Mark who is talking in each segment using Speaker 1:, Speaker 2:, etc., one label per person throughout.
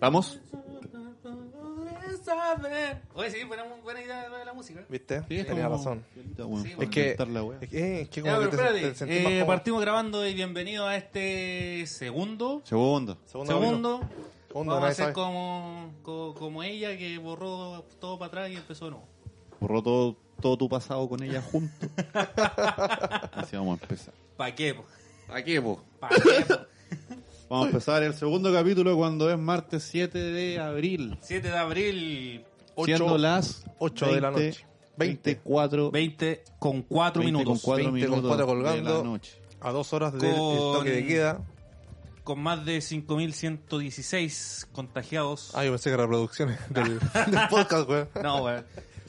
Speaker 1: ¿Vamos?
Speaker 2: Oye, sí, buena, buena idea de la música.
Speaker 3: ¿Viste?
Speaker 1: Sí, es
Speaker 3: Tenía
Speaker 1: como-
Speaker 3: razón.
Speaker 2: Sí,
Speaker 3: Es
Speaker 2: bueno,
Speaker 3: que,
Speaker 1: inventar la wea.
Speaker 3: es que, es que como
Speaker 2: Ya,
Speaker 3: que
Speaker 2: pero
Speaker 3: te, te
Speaker 2: espérate.
Speaker 3: sentís más
Speaker 2: eh,
Speaker 3: cómodo.
Speaker 2: partimos grabando y bienvenido a este segundo.
Speaker 1: Segundo.
Speaker 3: Segundo.
Speaker 2: Segundo.
Speaker 3: Segundo,
Speaker 2: Vamos a
Speaker 3: nadie
Speaker 2: hacer
Speaker 3: sabe.
Speaker 2: como, co- como, ella que borró todo para atrás y empezó no.
Speaker 1: Borró todo, todo tu pasado con ella junto. Así vamos a empezar.
Speaker 2: ¿Para qué? po?
Speaker 1: Aquí, po.
Speaker 2: ¿Pa' qué, po?
Speaker 1: Vamos a empezar el segundo capítulo cuando es martes 7 de abril.
Speaker 2: 7 de abril,
Speaker 3: Ocho-
Speaker 1: siendo las
Speaker 3: ocho de la noche.
Speaker 1: 24
Speaker 2: 20 con 4
Speaker 1: 20
Speaker 2: minutos.
Speaker 1: con 4
Speaker 3: 20 con
Speaker 1: minutos
Speaker 3: cuatro
Speaker 1: de
Speaker 3: colgando.
Speaker 1: la noche.
Speaker 3: A dos horas del del
Speaker 2: Con-
Speaker 3: toque de queda.
Speaker 2: Con más de 5.116 contagiados.
Speaker 3: Ah, yo pensé que reproducciones del, del podcast, güey.
Speaker 2: No, weón.
Speaker 3: No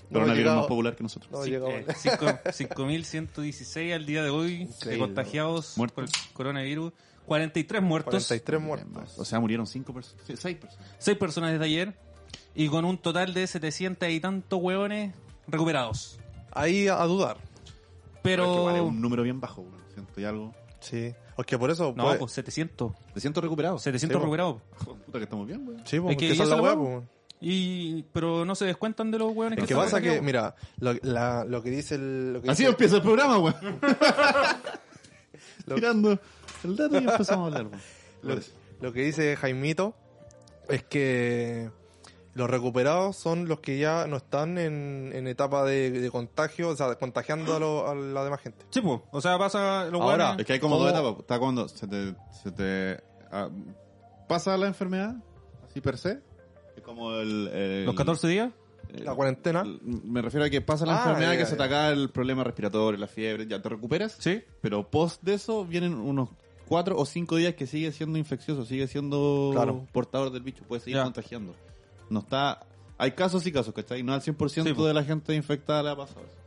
Speaker 1: Pero una
Speaker 3: he
Speaker 1: vida
Speaker 3: llegado.
Speaker 1: más popular que nosotros.
Speaker 3: No,
Speaker 2: Sí,
Speaker 3: llegó.
Speaker 2: eh, cinco- 5.116 al día de hoy de
Speaker 3: Increíble.
Speaker 2: contagiados
Speaker 1: Muertos.
Speaker 2: por el coronavirus. 43 muertos,
Speaker 3: 43 muertos.
Speaker 1: O sea, murieron 5 personas. 6 personas.
Speaker 2: 6 personas desde ayer y con un total de 700 y tantos hueones recuperados.
Speaker 3: Ahí a, a dudar.
Speaker 1: Pero que
Speaker 3: Oh.
Speaker 2: Pero...
Speaker 1: igual es un número bien bajo. güey. Siento y algo.
Speaker 3: Sí. Es que por eso.
Speaker 2: No,
Speaker 3: pues,
Speaker 2: pues 700.
Speaker 1: ¿Te siento recuperado?
Speaker 2: 700
Speaker 3: Sí,
Speaker 2: recuperados.
Speaker 1: Puta que estamos bien, güey.
Speaker 3: sí, pues,
Speaker 2: es que
Speaker 3: que esa
Speaker 2: yo
Speaker 3: es la
Speaker 2: se lo
Speaker 3: weá,
Speaker 2: hago.
Speaker 3: pues.
Speaker 2: Y, pero no se descuentan de los hueones
Speaker 3: Es
Speaker 2: se
Speaker 3: que pasa que,
Speaker 2: contagiaron.
Speaker 3: mira, lo, la- lo que dice el. Lo que
Speaker 1: Así
Speaker 3: dice-
Speaker 1: empieza el programa, güey.
Speaker 3: Lo-
Speaker 1: Tirando el dato y empezamos a hablar, güey.
Speaker 3: lo, lo que dice Jaimito es que los recuperados son los que ya no están en, en etapa de, de contagio, o sea, contagiando a, lo- a la demás gente.
Speaker 2: Sí, pues. O sea, pasa los
Speaker 3: Ahora,
Speaker 2: hueones.
Speaker 1: Es que hay como
Speaker 3: ¿Cómo?
Speaker 1: dos etapas. Está cuando se te, se te ah, pasa la enfermedad, así per se. Es como el. el-
Speaker 2: Los 14 días.
Speaker 1: el-
Speaker 3: La cuarentena.
Speaker 1: el- me refiero a que pasa la
Speaker 3: Ah,
Speaker 1: enfermedad,
Speaker 3: ya,
Speaker 1: que
Speaker 3: ya.
Speaker 1: se te acaba el problema respiratorio, la fiebre, ya te recuperas.
Speaker 2: Sí.
Speaker 1: Pero post de eso vienen unos cuatro o cinco días que sigue siendo infeccioso, sigue siendo
Speaker 3: Claro.
Speaker 1: portador del bicho, puede seguir
Speaker 2: Ya.
Speaker 1: contagiando. No está. Hay casos y casos, ¿cachai? No al 100%
Speaker 2: Sí, po.
Speaker 1: de la gente infectada le ha pasado. eso.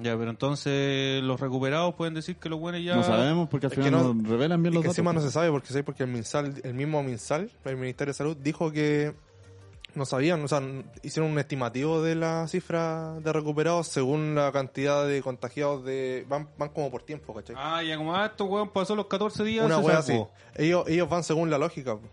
Speaker 2: Ya, pero entonces los recuperados pueden decir que los hueones ya...
Speaker 1: No sabemos porque al
Speaker 3: Es
Speaker 1: final
Speaker 3: que no-
Speaker 1: nos revelan bien
Speaker 3: Y
Speaker 1: los
Speaker 3: que
Speaker 1: datos.
Speaker 3: encima no se sabe porque ¿sabes? porque el Minsal, el mismo Minsal, el Ministerio de Salud, dijo que no sabían, o sea, hicieron un estimativo de la cifra de recuperados según la cantidad de contagiados de. van, van como por tiempo, ¿cachai?
Speaker 2: Ah, ya como, ah, estos hueón pasó los 14 días.
Speaker 3: Una
Speaker 2: se
Speaker 3: wea así.
Speaker 2: salvó.
Speaker 3: Ellos, ellos van según la lógica, po.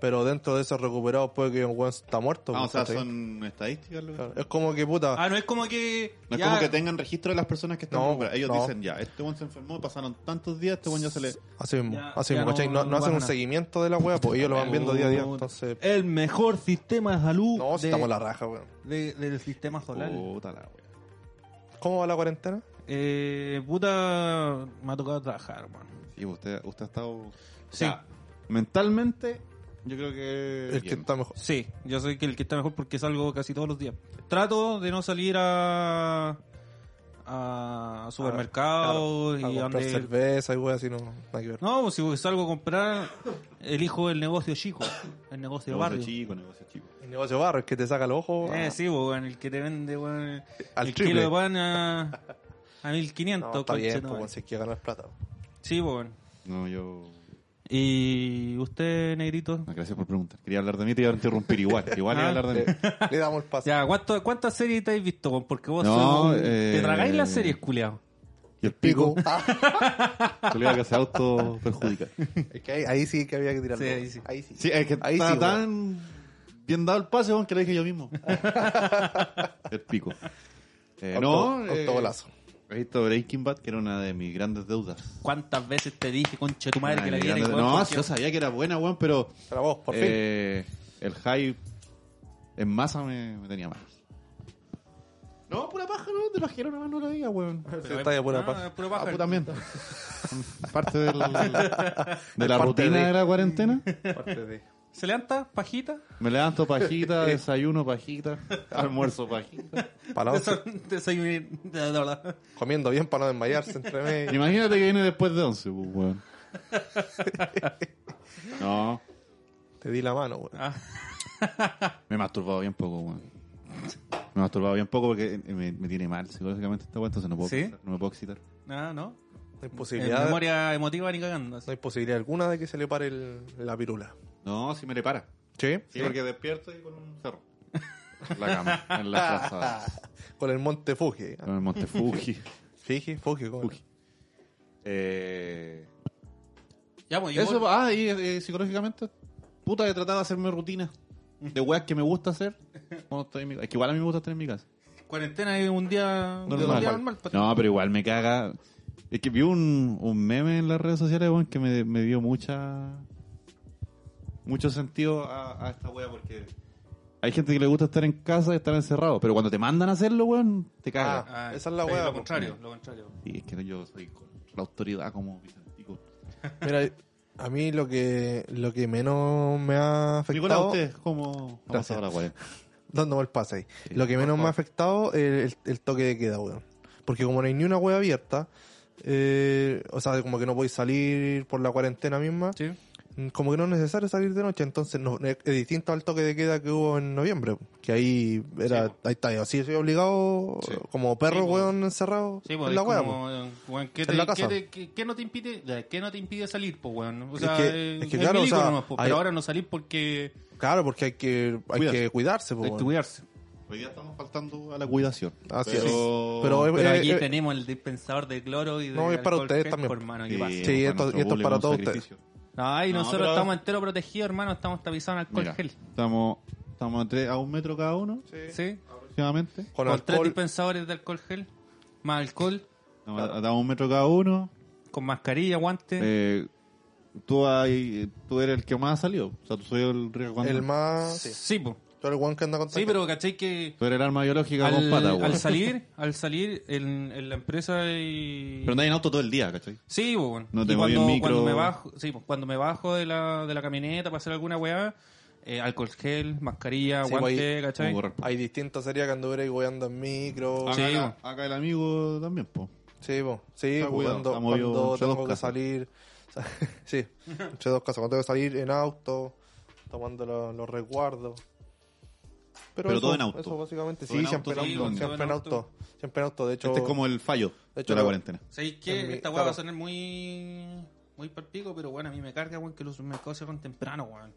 Speaker 3: pero dentro de esos recuperados puede que un weón está muerto.
Speaker 1: Ah,
Speaker 3: po,
Speaker 1: o sea,
Speaker 3: ¿cachai?
Speaker 1: son estadísticas. lo que-
Speaker 3: Claro, Es como que puta.
Speaker 2: Ah, no es como que.
Speaker 1: No es
Speaker 2: ya-
Speaker 1: como que tengan registro de las personas que están
Speaker 3: No,
Speaker 1: recuperadas. Ellos
Speaker 3: no.
Speaker 1: dicen, ya, este one se enfermó, pasaron tantos días, este one ya se le...
Speaker 3: Así mismo,
Speaker 2: Ya-
Speaker 3: así
Speaker 2: ya
Speaker 3: mismo,
Speaker 2: no-
Speaker 3: ¿cachai? No,
Speaker 2: no
Speaker 3: no hacen
Speaker 2: pasa
Speaker 3: un
Speaker 2: nada.
Speaker 3: seguimiento de la wea, pues ellos lo van viendo día a día, entonces...
Speaker 2: El mejor sistema de salud.
Speaker 3: No, si
Speaker 2: de-
Speaker 3: estamos la Oh. raja, weón.
Speaker 2: de- del sistema solar.
Speaker 1: Puta la wea.
Speaker 3: ¿Cómo va la cuarentena?
Speaker 2: Eh, puta, me ha tocado trabajar, man.
Speaker 1: Sí, usted, usted ha estado...
Speaker 2: Sí,
Speaker 1: Ya, mentalmente, yo creo que...
Speaker 3: El que
Speaker 1: bien.
Speaker 3: está mejor.
Speaker 2: sí, yo soy que el que está mejor porque salgo casi todos los días. Trato de no salir a. a supermercados
Speaker 3: A
Speaker 2: y a
Speaker 3: comprar
Speaker 2: donde.
Speaker 3: cerveza y wea así, no, nada que ver.
Speaker 2: No, si salgo a comprar, elijo el negocio chico, el negocio de
Speaker 1: Negocio
Speaker 2: barrio.
Speaker 1: chico, negocio chico.
Speaker 3: El negocio barro, es que te saca el ojo.
Speaker 2: Eh,
Speaker 3: ah,
Speaker 2: sí, po, weón, el que te vende, weón,
Speaker 3: Al
Speaker 2: el
Speaker 3: triple.
Speaker 2: kilo de pan a, a 1500,
Speaker 3: No, está
Speaker 2: conche,
Speaker 3: bien,
Speaker 2: no, eh.
Speaker 3: pues,
Speaker 2: weón.
Speaker 3: weón, si es que ganar plata.
Speaker 2: Sí, po, weón.
Speaker 1: No, yo...
Speaker 2: ¿Y usted, negrito?
Speaker 1: no, gracias por preguntar. Quería hablar de mí, te iba a interrumpir igual. Igual iba a hablar de mí.
Speaker 3: Le- Le damos el pase.
Speaker 2: Ya, ¿cuánto- ¿cuántas series te has visto, weón? Porque vos
Speaker 1: No,
Speaker 2: sos un-
Speaker 1: eh,
Speaker 2: te tragáis las series, culiao.
Speaker 1: Y el pico.
Speaker 3: Ah,
Speaker 1: Se le iba a que se auto perjudica.
Speaker 3: Es que ahí, ahí sí que había que tirarlo.
Speaker 2: Sí, ahí
Speaker 3: ahí
Speaker 2: sí.
Speaker 3: sí.
Speaker 1: Sí, eh, es que
Speaker 3: Ahí
Speaker 1: está
Speaker 3: sí,
Speaker 1: tan bien dado el pase, weón, que lo dije yo mismo. el pico. Eh,
Speaker 3: Auto-
Speaker 1: no, eh,
Speaker 3: autogolazo.
Speaker 1: He visto Breaking Bad, que era una de mis grandes deudas.
Speaker 2: ¿Cuántas veces te dije, conche tu madre,
Speaker 1: Una de
Speaker 2: que la
Speaker 1: mis
Speaker 2: vieras?
Speaker 1: grandes-
Speaker 2: weón,
Speaker 1: No,
Speaker 2: porque-
Speaker 1: yo sabía que era buena, weón, pero
Speaker 3: Para vos, por fin.
Speaker 1: eh, el hype en masa me, me tenía mal. No, pura paja, no, te lo bajero, no, no lo diga, weón.
Speaker 3: Sí,
Speaker 2: Pero
Speaker 3: está
Speaker 2: es-
Speaker 3: de pura
Speaker 2: no,
Speaker 3: paja.
Speaker 2: es pura
Speaker 1: Ah,
Speaker 2: paja.
Speaker 1: puta mierda. Parte del- de la
Speaker 3: Parte
Speaker 1: rutina de...
Speaker 3: de.
Speaker 1: la cuarentena.
Speaker 3: Parte de-
Speaker 2: ¿Se levanta? ¿Pajita?
Speaker 1: Me levanto pajita, desayuno pajita, almuerzo pajita.
Speaker 3: Para la once.
Speaker 2: Desa- desayuné- de verdad.
Speaker 3: Comiendo bien para no desmayarse entre medio.
Speaker 1: Imagínate que viene después de 11, pues, weón. No.
Speaker 3: Te di la mano, weón.
Speaker 2: Ah,
Speaker 1: Me he masturbado bien poco, weón. Me he masturbado bien poco porque eh, me, me tiene mal psicológicamente esta weón, entonces no puedo
Speaker 2: ¿Sí?
Speaker 1: pensar, no me puedo excitar.
Speaker 2: ah, ¿no?
Speaker 3: No
Speaker 2: En
Speaker 3: hay posibilidad, no
Speaker 2: memoria emotiva ni cagando. así.
Speaker 3: hay posibilidad alguna de que se le pare el- la pirula.
Speaker 1: No, si me le para.
Speaker 3: ¿Sí?
Speaker 1: Sí, porque despierto y con un cerro. En la cama, en la plaza,
Speaker 3: Con el monte Fuji. Ah,
Speaker 1: con el Monte Fuji.
Speaker 3: Fiji, Fuji, ¿cómo era?
Speaker 1: Fuji. Eh,
Speaker 2: Ya, pues, yo
Speaker 1: eso, ah, y eh, psicológicamente, puta, he tratado de hacerme rutina de weas que me gusta hacer cuando estoy en mi casa. Es que igual a mí me gusta estar en mi casa.
Speaker 2: cuarentena es un día un día normal. pues.
Speaker 1: No, pero igual me caga. Es que vi un, un meme en las redes sociales weón, que me, me dio mucha mucho sentido a, a esta wea porque hay gente que le gusta estar en casa y estar encerrado, pero cuando te mandan a hacerlo, weón, te caga.
Speaker 3: Ah, esa es la
Speaker 2: pero
Speaker 3: hueá,
Speaker 2: Lo
Speaker 3: pues.
Speaker 2: contrario, lo contrario.
Speaker 1: Y es que yo soy con la autoridad como Vicentico.
Speaker 3: Mira, a mí lo que, lo que menos me ha
Speaker 1: Nicolás,
Speaker 3: afectado...
Speaker 1: usted como... Vamos
Speaker 3: Gracias.
Speaker 1: a la wea.
Speaker 3: dándome el pase ahí.
Speaker 1: Sí,
Speaker 3: lo que
Speaker 1: por
Speaker 3: menos me
Speaker 1: favor.
Speaker 3: ha afectado es el, el toque de queda, weón. Porque como no hay ni una wea abierta, eh, o sea, como que no podéis salir por la cuarentena misma,
Speaker 2: Sí.
Speaker 3: mm, como que no es necesario salir de noche, entonces no, es es distinto al toque de queda que hubo en noviembre, que ahí era,
Speaker 2: Sí,
Speaker 3: ahí está, así soy obligado,
Speaker 1: Sí.
Speaker 3: como
Speaker 2: Sí,
Speaker 3: perro,
Speaker 2: po.
Speaker 3: weón, encerrado
Speaker 2: Sí, pues,
Speaker 3: en la
Speaker 2: es
Speaker 3: wea, po.
Speaker 2: como, eh, weón, ¿qué,
Speaker 3: En
Speaker 2: te,
Speaker 3: la
Speaker 2: qué
Speaker 3: casa.
Speaker 2: te- qué- qué no te impide, de- qué no te impide salir, pues, weón? O
Speaker 3: Es
Speaker 2: sea,
Speaker 3: que-
Speaker 2: eh,
Speaker 3: es que claro, o
Speaker 2: milico
Speaker 3: sea,
Speaker 2: nomás, pues,
Speaker 3: hay- Pues
Speaker 2: pero ahora no salir porque
Speaker 3: Claro, porque hay que, hay
Speaker 1: Cuidarse.
Speaker 3: que cuidarse, po,
Speaker 2: hay que
Speaker 3: weón.
Speaker 2: cuidarse.
Speaker 1: Hoy día estamos faltando a la cuidación.
Speaker 3: Así
Speaker 1: pero...
Speaker 3: es. Pero es-
Speaker 2: Pero
Speaker 3: eh,
Speaker 2: aquí
Speaker 3: eh,
Speaker 2: tenemos el dispensador de cloro y de
Speaker 3: No, es para
Speaker 2: alcohol
Speaker 3: ustedes
Speaker 2: gel,
Speaker 3: también.
Speaker 2: pues, hermano, ¿qué
Speaker 1: Sí,
Speaker 2: pasa?
Speaker 3: Sí, esto-
Speaker 1: nuestro
Speaker 3: esto es
Speaker 1: bullying,
Speaker 3: para
Speaker 1: un
Speaker 3: todos ustedes.
Speaker 1: sacrificio.
Speaker 2: Ay,
Speaker 1: No,
Speaker 2: nosotros
Speaker 1: pero-
Speaker 2: estamos enteros protegidos, hermano, estamos tapizados en alcohol
Speaker 1: Mira,
Speaker 2: gel.
Speaker 1: estamos, estamos a, tres- a un metro cada uno
Speaker 2: ¿Sí?
Speaker 1: aproximadamente.
Speaker 2: Con
Speaker 3: Con
Speaker 2: tres
Speaker 3: alcohol,
Speaker 2: dispensadores de alcohol gel, más alcohol,
Speaker 1: Estamos a- a un metro cada uno.
Speaker 2: con mascarilla, guantes.
Speaker 1: Eh, tú, hay, tú eres el que más ha salido. O sea, tú soy el riesgo cuando-
Speaker 3: el más...
Speaker 2: sí,
Speaker 3: Sí.
Speaker 2: pues.
Speaker 3: Tú eres el weón que anda con
Speaker 2: Sí, pero ¿cachai que
Speaker 1: Tú eres el arma biológica
Speaker 2: al,
Speaker 1: con pata, weón.
Speaker 2: al salir, al salir en, en la empresa y...
Speaker 1: Pero andas en auto todo el día, ¿cachai?
Speaker 2: Sí, pues, bueno.
Speaker 1: No
Speaker 2: Y
Speaker 1: te moví
Speaker 2: cuando,
Speaker 1: el micro.
Speaker 2: cuando me bajo, sí, pues, cuando me bajo de la, de la camioneta para hacer alguna weá, eh, alcohol gel, mascarilla,
Speaker 3: Sí,
Speaker 2: guante,
Speaker 3: pues,
Speaker 1: Como
Speaker 2: ¿cachai?
Speaker 1: corresponde.
Speaker 3: Hay distintas series que anduviera y weando en micro.
Speaker 1: Acá,
Speaker 2: Sí,
Speaker 1: la- acá el amigo también, po.
Speaker 3: Sí, po. sí
Speaker 1: Está cuidado,
Speaker 3: cuando,
Speaker 1: está movido
Speaker 3: cuando
Speaker 1: entre
Speaker 3: tengo
Speaker 1: dos
Speaker 3: que
Speaker 1: casas.
Speaker 3: salir. sí, entre dos casas. Cuando tengo que salir en auto, tomando lo- los resguardos.
Speaker 1: Pero
Speaker 3: eso-
Speaker 1: todo en auto.
Speaker 3: Eso básicamente,
Speaker 1: Todo
Speaker 3: sí,
Speaker 1: en
Speaker 3: siempre en
Speaker 1: auto,
Speaker 3: auto.
Speaker 1: sí,
Speaker 2: bueno, todo
Speaker 3: siempre
Speaker 2: en
Speaker 3: en auto. Siempre en auto. De hecho, eh,
Speaker 1: Este es como el fallo de,
Speaker 3: hecho,
Speaker 1: la
Speaker 3: lo-
Speaker 1: cuarentena.
Speaker 2: ¿Sabéis
Speaker 3: en
Speaker 2: que
Speaker 3: mi-
Speaker 2: esta weá
Speaker 3: claro.
Speaker 2: va a sonar muy, muy perpico, pero bueno, a mí me carga, weón, que los supermercados cierran temprano, weón.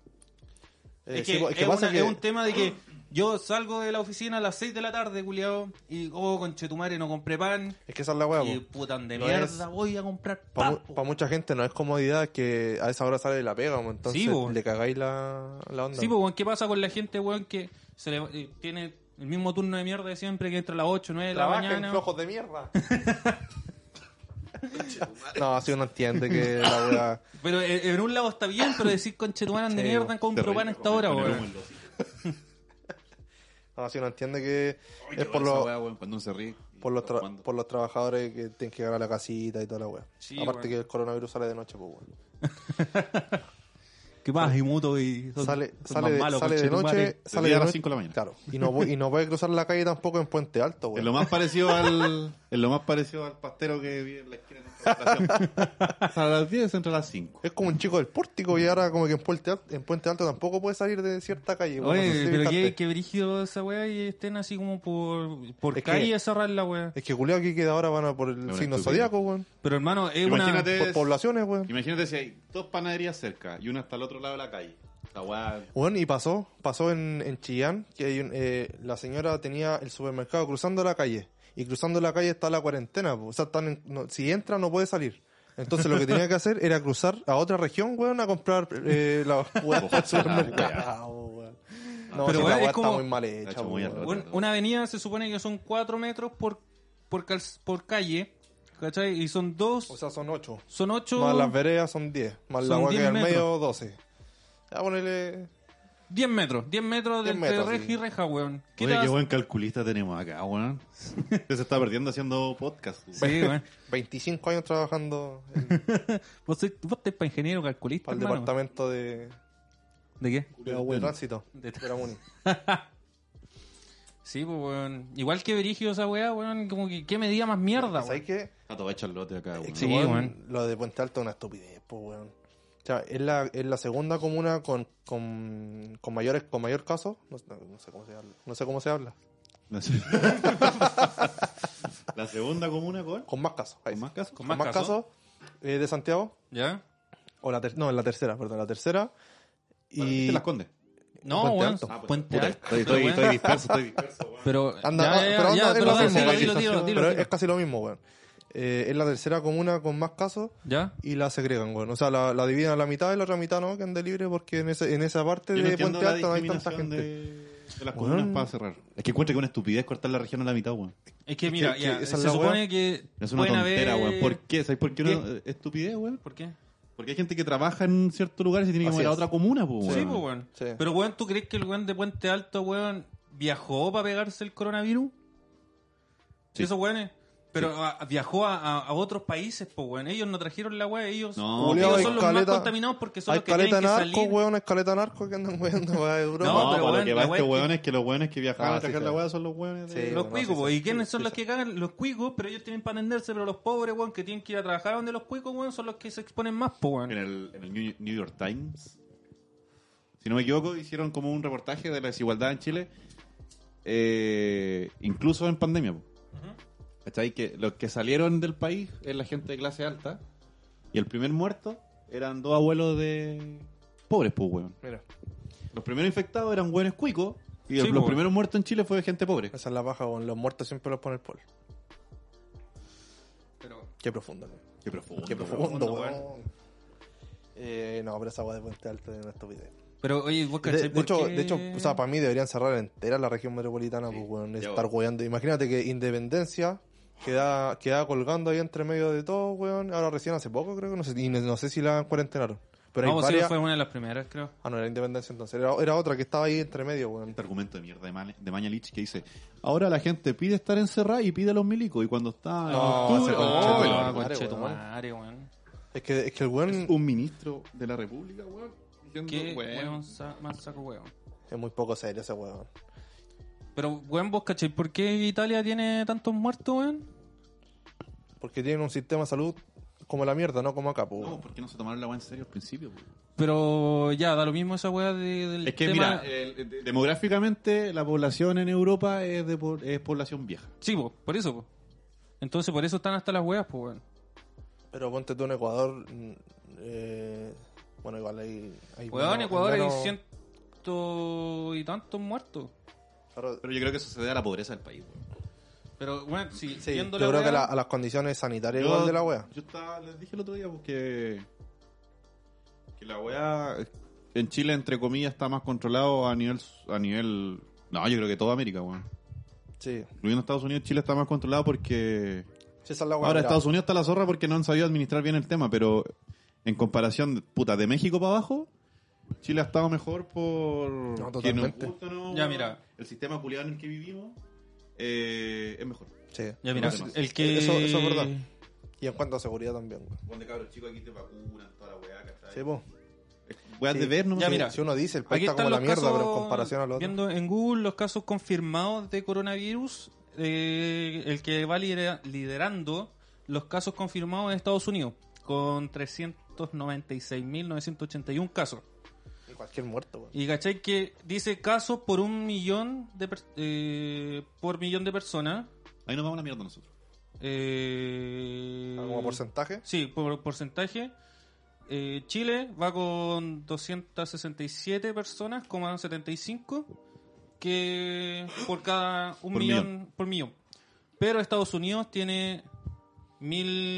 Speaker 3: eh,
Speaker 2: es
Speaker 3: sí,
Speaker 2: que,
Speaker 3: po, es que
Speaker 2: es,
Speaker 3: pasa
Speaker 2: una-
Speaker 3: que.
Speaker 2: es un tema de que yo salgo de la oficina a las 6 de la tarde, culiao, y, oh, conchetumare, no compré pan,
Speaker 3: Es que esa es la hueá,
Speaker 2: y
Speaker 3: po.
Speaker 2: putan de
Speaker 3: No
Speaker 2: mierda,
Speaker 3: es-
Speaker 2: voy a comprar
Speaker 3: Para
Speaker 2: pan, po.
Speaker 3: mucha gente no es comodidad que a esa hora sale la pega, po, entonces
Speaker 2: Sí, po.
Speaker 3: le cagáis la, la onda.
Speaker 2: Sí, pues, weón, ¿qué pasa con la gente, weón, que se le, eh, tiene el mismo turno de mierda de siempre, que entra a las 8, 9 de la
Speaker 3: Trabajen,
Speaker 2: mañana?
Speaker 3: flojos de mierda. no, si uno entiende que la hueá.
Speaker 2: Pero eh, en un lado está bien, pero decir conchetuanas de
Speaker 3: Sí,
Speaker 2: mierda, compro
Speaker 1: Terrible,
Speaker 2: pan a esta
Speaker 1: con-
Speaker 2: hora,
Speaker 1: con el
Speaker 2: weón.
Speaker 1: humo en los ojos.
Speaker 3: No, si uno entiende que
Speaker 1: Ay, qué
Speaker 3: es por
Speaker 1: esa
Speaker 3: los,
Speaker 1: weá, weón, cuando uno se ríe.
Speaker 3: por, los tra-
Speaker 1: Cuando-
Speaker 3: por los trabajadores que tienen que llegar a la casita y toda la wea.
Speaker 2: Sí,
Speaker 3: Aparte
Speaker 2: weón.
Speaker 3: que el coronavirus sale de noche, pues weón.
Speaker 2: ¿Qué pasa, Imuto? Y
Speaker 3: Sale, sale, de- sale de noche, sale
Speaker 1: día
Speaker 3: de
Speaker 1: a las
Speaker 3: noche-
Speaker 1: cinco de la mañana.
Speaker 3: Claro. Y no, pu- y no puede cruzar la calle tampoco en Puente Alto,
Speaker 1: Es
Speaker 3: weón.
Speaker 1: lo más parecido al es lo más parecido al pastero que vive en la esquina de nuestra población. A las 10 entre las 5.
Speaker 3: Es como un chico del pórtico y ahora como que en Puente Alto, en Puente Alto tampoco puede salir de cierta calle. weón. No sé
Speaker 2: Oye,
Speaker 3: si
Speaker 2: pero
Speaker 3: fijaste.
Speaker 2: qué, qué brígido esa weá y estén así como por, por
Speaker 3: Es que-
Speaker 2: calle a cerrar la weá.
Speaker 3: Es que culiao aquí queda ahora van a por el
Speaker 1: una
Speaker 3: signo
Speaker 1: estupidez.
Speaker 3: zodiaco, weón.
Speaker 2: Pero hermano, es
Speaker 1: Imagínate-
Speaker 3: Por
Speaker 1: Es-
Speaker 3: poblaciones, weón.
Speaker 1: Imagínate si hay dos panaderías cerca y una hasta el otro lado de la calle. La weá.
Speaker 3: Bueno, y pasó, pasó en, en Chillán, que hay un- eh, la señora tenía el supermercado cruzando la calle. Y cruzando la calle está la cuarentena, po. o sea, están en- no- si entra no puede salir. Entonces lo que tenía que hacer era cruzar a otra región, weón, a comprar eh, la weá del supermercado, weón. No,
Speaker 2: Pero,
Speaker 3: si
Speaker 2: weón,
Speaker 3: la
Speaker 2: es
Speaker 3: weá está
Speaker 2: como-
Speaker 3: muy mal
Speaker 1: Está
Speaker 3: hecha,
Speaker 1: hecho muy
Speaker 3: weón.
Speaker 1: al
Speaker 2: una,
Speaker 1: roto.
Speaker 2: un- una avenida se supone que son 4 metros por, por, calz- por calle, ¿cachai? Y son dos,
Speaker 3: O sea, son ocho.
Speaker 2: son 8...
Speaker 3: Más las veredas son 10. Más la
Speaker 2: Son
Speaker 3: weá que
Speaker 2: 10
Speaker 3: hay al
Speaker 2: metros.
Speaker 3: medio, 12. Ya ponele...
Speaker 2: 10 metros, 10 metros de
Speaker 3: 10
Speaker 2: entre
Speaker 3: metros,
Speaker 2: reja
Speaker 3: sí.
Speaker 2: y reja, weón. ¿Qué
Speaker 1: Oye,
Speaker 2: te
Speaker 1: qué
Speaker 2: vas-
Speaker 1: buen calculista tenemos acá, weón. Se está perdiendo haciendo podcast. weón.
Speaker 2: Sí, weón.
Speaker 3: 25 años trabajando en-
Speaker 2: Vos, sois- vos estás para ingeniero calculista,
Speaker 3: para el
Speaker 2: hermano.
Speaker 3: departamento de,
Speaker 2: ¿De qué?
Speaker 3: de- de tránsito
Speaker 2: De-
Speaker 3: de la Muni.
Speaker 2: Sí, pues, weón. Igual que Verigio esa weá, weón. Como que, ¿qué medida más mierda,
Speaker 3: ¿Sabes
Speaker 2: weón?
Speaker 3: qué?
Speaker 1: Está todo hecho el lote acá, weón.
Speaker 2: Sí,
Speaker 3: Weón,
Speaker 2: weón.
Speaker 3: Lo de Puente Alto es una estupidez, pues, weón. O sea, es la, es la segunda comuna con, con, con mayores, con mayor caso. No, no sé cómo se habla. No sé cómo se habla.
Speaker 1: La, se- la segunda comuna con,
Speaker 3: Con más casos. ahí
Speaker 1: con
Speaker 3: sí.
Speaker 1: más casos.
Speaker 3: Con más casos eh, de Santiago.
Speaker 2: ¿Ya?
Speaker 3: O la ter- no, la tercera, perdón, la tercera. Y
Speaker 1: Y las condes.
Speaker 2: No,
Speaker 3: Puente
Speaker 2: weón.
Speaker 3: Alto. Ah,
Speaker 1: pues,
Speaker 2: Puente
Speaker 1: puta,
Speaker 2: Alto,
Speaker 1: estoy,
Speaker 2: pero,
Speaker 1: estoy,
Speaker 2: weón.
Speaker 1: estoy disperso, estoy disperso. weón.
Speaker 2: Pero,
Speaker 3: Anda,
Speaker 2: ya,
Speaker 3: no,
Speaker 2: ya,
Speaker 3: pero
Speaker 2: ya,
Speaker 3: anda,
Speaker 2: pero dilo,
Speaker 3: es lo mismo,
Speaker 2: dilo, dilo, dilo,
Speaker 3: pero
Speaker 2: dilo.
Speaker 3: es casi lo mismo, weón. Eh, es la tercera comuna con más casos
Speaker 2: ¿Ya?
Speaker 3: y la segregan, weón. O sea, la, la dividen a la mitad y la otra mitad no, que ande libre porque en, ese, en esa parte
Speaker 1: Yo no
Speaker 3: de
Speaker 1: entiendo
Speaker 3: Puente
Speaker 1: la
Speaker 3: Alto no hay tanta
Speaker 1: discriminación
Speaker 3: gente.
Speaker 1: de, de las comunas
Speaker 3: Weón.
Speaker 1: para cerrar. Es que encuentro que es una estupidez cortar la región a la mitad, weón.
Speaker 2: Es que mira,
Speaker 3: que
Speaker 2: ya,
Speaker 3: esa
Speaker 2: se
Speaker 3: es la
Speaker 2: supone
Speaker 3: weá.
Speaker 2: que
Speaker 1: Es una
Speaker 2: pueden
Speaker 1: tontera,
Speaker 2: haber-
Speaker 1: weón. ¿Por qué? ¿Sabes por qué
Speaker 2: ¿Qué?
Speaker 1: una eh, estupidez, weón?
Speaker 2: ¿Por qué?
Speaker 1: Porque hay gente que trabaja en ciertos lugares y tiene que
Speaker 3: Así
Speaker 1: mover a
Speaker 3: es.
Speaker 1: otra comuna, pues, weón.
Speaker 2: Sí, pues, weón.
Speaker 3: Sí.
Speaker 2: Pero, weón, ¿tú crees que el weón de Puente Alto, weón, viajó para pegarse el coronavirus?
Speaker 1: Sí.
Speaker 2: Esos weones. Pero a- a- viajó a, a- a otros países, pues, weón. Ellos no trajeron la weá, ellos,
Speaker 1: No,
Speaker 2: ellos
Speaker 1: culiao,
Speaker 2: son los
Speaker 3: escaleta-
Speaker 2: más contaminados porque son
Speaker 3: Hay
Speaker 2: los que tienen
Speaker 3: caleta
Speaker 2: que
Speaker 3: narco,
Speaker 2: salir.
Speaker 3: weón, hay caleta narco que andan weando para Europa.
Speaker 2: No,
Speaker 1: No,
Speaker 2: pero,
Speaker 1: pero
Speaker 2: weón,
Speaker 1: lo que
Speaker 2: la
Speaker 1: va
Speaker 2: weá
Speaker 1: este
Speaker 2: es
Speaker 1: weón es que los weones que viajaban
Speaker 3: Ah,
Speaker 1: a
Speaker 3: sí,
Speaker 1: traer la
Speaker 3: claro.
Speaker 1: weá son los weones de...
Speaker 3: Sí,
Speaker 1: los-
Speaker 2: Los
Speaker 3: Bueno,
Speaker 2: cuicos,
Speaker 3: sí,
Speaker 2: po.
Speaker 3: sí,
Speaker 2: ¿y quiénes
Speaker 3: sí,
Speaker 2: son
Speaker 3: sí,
Speaker 2: los
Speaker 3: sí.
Speaker 2: que cagan? Los cuicos, pero ellos tienen para venderse, pero los pobres, weón, que tienen que ir a trabajar donde los cuicos, weón, son los que se exponen más, po, weón.
Speaker 1: en el, en el New, New York Times, si no me equivoco, hicieron como un reportaje de la desigualdad en Chile, eh, incluso en pandemia. po. ¿Cachai? Que los que salieron del país es la gente de clase alta y el primer muerto eran dos abuelos de pobres, pues, weón.
Speaker 3: Mira,
Speaker 1: Los primeros infectados eran buenos cuicos y el-
Speaker 2: Sí,
Speaker 1: los
Speaker 2: po.
Speaker 1: primeros muertos en Chile fue de gente pobre.
Speaker 3: esa es la baja, weón. Los muertos siempre los pone el pol. Qué profundo, weón.
Speaker 1: Qué profundo.
Speaker 3: Qué profundo, weón. Eh, no, pero esa weá de Puente Alto es una estupidez.
Speaker 2: Pero, oye, vos
Speaker 3: De,
Speaker 2: cachai,
Speaker 3: de
Speaker 2: por
Speaker 3: hecho,
Speaker 2: qué?
Speaker 3: de hecho, o sea, para mí deberían cerrar entera la región metropolitana, pues, weón, es
Speaker 1: ya
Speaker 3: estar
Speaker 1: va.
Speaker 3: weando. Imagínate que Independencia queda, queda colgando ahí entre medio de todo, weón. Ahora recién hace poco, creo que no sé, y no- no sé si la cuarentenaron. Pero hay
Speaker 2: No, vos sí,
Speaker 3: varias.
Speaker 2: fue una de las primeras, creo.
Speaker 3: Ah, no, era Independencia entonces. Era, era otra que estaba ahí entre medio, weón.
Speaker 1: Este argumento de mierda de, Mane- de Mañalich que dice, ahora la gente pide estar encerrada y pide a los milicos y cuando está... en
Speaker 3: No,
Speaker 1: octubre-
Speaker 3: ese
Speaker 1: Oh,
Speaker 3: conchetumare,
Speaker 2: Ah,
Speaker 3: weón.
Speaker 2: conchetumare, weón.
Speaker 3: Es que, es que el weón
Speaker 1: Es
Speaker 3: es,
Speaker 1: un ministro de la República, weón. Diciendo,
Speaker 2: Qué weón
Speaker 1: weón.
Speaker 2: sa- más saco weón.
Speaker 3: muy poco serio ese weón.
Speaker 2: Pero, weón, vos cachai, ¿por qué Italia tiene tantos muertos, weón?
Speaker 3: Porque tienen un sistema de salud como la mierda, no como acá, pues,
Speaker 1: No,
Speaker 3: weón.
Speaker 1: ¿por qué no se tomaron la weá en serio al principio? po?
Speaker 2: Pero ya, da lo mismo esa weá de- del
Speaker 1: Es que
Speaker 2: tema...
Speaker 1: mira, eh, el- de- demográficamente la población en Europa es, de, po- es población vieja.
Speaker 2: Sí, po, por eso, po. Entonces, por eso están hasta las weas, pues, weón.
Speaker 3: Pero ponte tú en Ecuador. mm, eh, bueno, igual hay. hay
Speaker 2: Weón,
Speaker 3: menos-
Speaker 2: Ecuador hay
Speaker 3: menos-
Speaker 2: ciento y tantos muertos.
Speaker 3: Claro,
Speaker 1: Pero yo creo que eso se debe a la pobreza del país, weón.
Speaker 2: Pero, bueno, si
Speaker 3: Sí, yo
Speaker 2: viendo
Speaker 3: creo
Speaker 2: la
Speaker 3: que
Speaker 2: wea-
Speaker 3: la- a las condiciones sanitarias igual de la wea.
Speaker 1: Yo estaba- les dije el otro día pues, que, que la weá en Chile, entre comillas, está más controlado a nivel... A nivel no, yo creo que toda América, weón.
Speaker 3: Sí,
Speaker 1: Incluyendo Estados Unidos, Chile está más controlado porque...
Speaker 3: sí esa es la wea.
Speaker 1: Ahora
Speaker 3: mira.
Speaker 1: Estados Unidos está la zorra porque no han sabido administrar bien el tema, pero en comparación, puta, de México para abajo, Chile ha estado mejor por...
Speaker 3: No,
Speaker 1: que nos
Speaker 3: totalmente.
Speaker 1: guste o no,
Speaker 2: Ya, mira.
Speaker 1: El sistema culiado en el que vivimos eh, es mejor.
Speaker 3: Sí.
Speaker 2: Ya, mira,
Speaker 1: No sé más.
Speaker 2: el que...
Speaker 3: Eso- eso es verdad. Y en cuanto a seguridad también, wea.
Speaker 1: Donde cabros chicos aquí te vacunan, toda la weá, ¿cachai?
Speaker 3: Sí, po.
Speaker 1: Weas
Speaker 3: Sí.
Speaker 1: de ver, ¿no?
Speaker 2: Ya,
Speaker 1: Sí.
Speaker 2: mira.
Speaker 3: Si uno dice, el país
Speaker 2: Aquí
Speaker 3: está como
Speaker 2: están
Speaker 3: la
Speaker 2: los
Speaker 3: mierda,
Speaker 2: casos,
Speaker 3: pero en comparación a los otros.
Speaker 2: viendo en Google los casos confirmados de coronavirus, eh, el que va lidera- liderando los casos confirmados en Estados Unidos, con 396.981 casos.
Speaker 3: Y cualquier muerto, weón.
Speaker 2: Y cachai que dice casos por un millón de per- eh, por millón de personas.
Speaker 1: Ahí nos vamos a la mierda nosotros.
Speaker 2: eh,
Speaker 3: Ah, Como porcentaje.
Speaker 2: Sí, por porcentaje. Eh, Chile va con 267 personas, coma 75, que por cada un
Speaker 1: Por
Speaker 2: millón,
Speaker 1: millón.
Speaker 2: por millón. Pero Estados Unidos tiene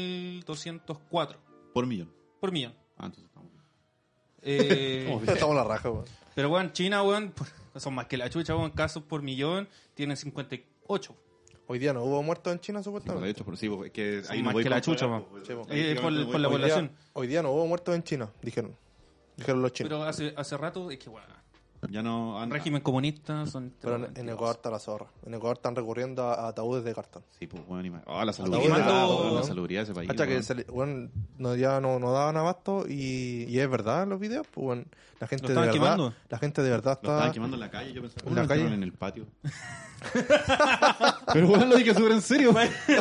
Speaker 2: 1204
Speaker 1: Por millón.
Speaker 2: por millón.
Speaker 1: Ah, entonces estamos bien.
Speaker 2: Eh,
Speaker 1: Estamos bien.
Speaker 3: Estamos la raja, weón.
Speaker 2: pero bueno, China, weón, son más que la chucha, weón, casos por millón, tienen 58.
Speaker 3: Hoy día no hubo muertos en China,
Speaker 2: pues,
Speaker 3: supuestamente.
Speaker 1: 58, pero sí, porque es que
Speaker 2: Son
Speaker 1: ahí no
Speaker 2: más
Speaker 1: voy
Speaker 2: que la
Speaker 1: con
Speaker 2: chucha,
Speaker 1: weá,
Speaker 2: man.
Speaker 1: pues,
Speaker 3: Sí, po.
Speaker 1: prácticamente
Speaker 2: Eh, por-
Speaker 1: no voy
Speaker 2: por
Speaker 1: con
Speaker 2: la
Speaker 1: weá.
Speaker 3: hoy, día,
Speaker 2: población.
Speaker 3: hoy día no hubo muertos en China, dijeron. Dijeron los chinos.
Speaker 2: Pero hace, hace rato, es que, weón,
Speaker 1: Ya no. han-
Speaker 2: Régimen comunista, son.
Speaker 3: Pero en, en Ecuador está la zorra. En Ecuador están recurriendo a, a ataúdes de cartón.
Speaker 1: Sí, pues, bueno, y más- Ah, la
Speaker 3: Ataúdes
Speaker 1: salubridad.
Speaker 3: de
Speaker 2: quemando-
Speaker 1: weón, La
Speaker 3: cartón.
Speaker 1: salubridad de ese país.
Speaker 3: Cacha que
Speaker 1: weón.
Speaker 3: se le- weón, no, ya no, no daban abasto y, y es verdad en los videos, pues, weón, la gente de
Speaker 2: estaban
Speaker 3: verdad,
Speaker 2: quemando?
Speaker 3: la gente de verdad
Speaker 1: Lo estaban
Speaker 3: está
Speaker 1: quemando en la calle, yo pensaba
Speaker 3: ¿En la
Speaker 1: lo
Speaker 3: calle?
Speaker 1: quemaron en el patio. Pero bueno, lo dije súper en serio.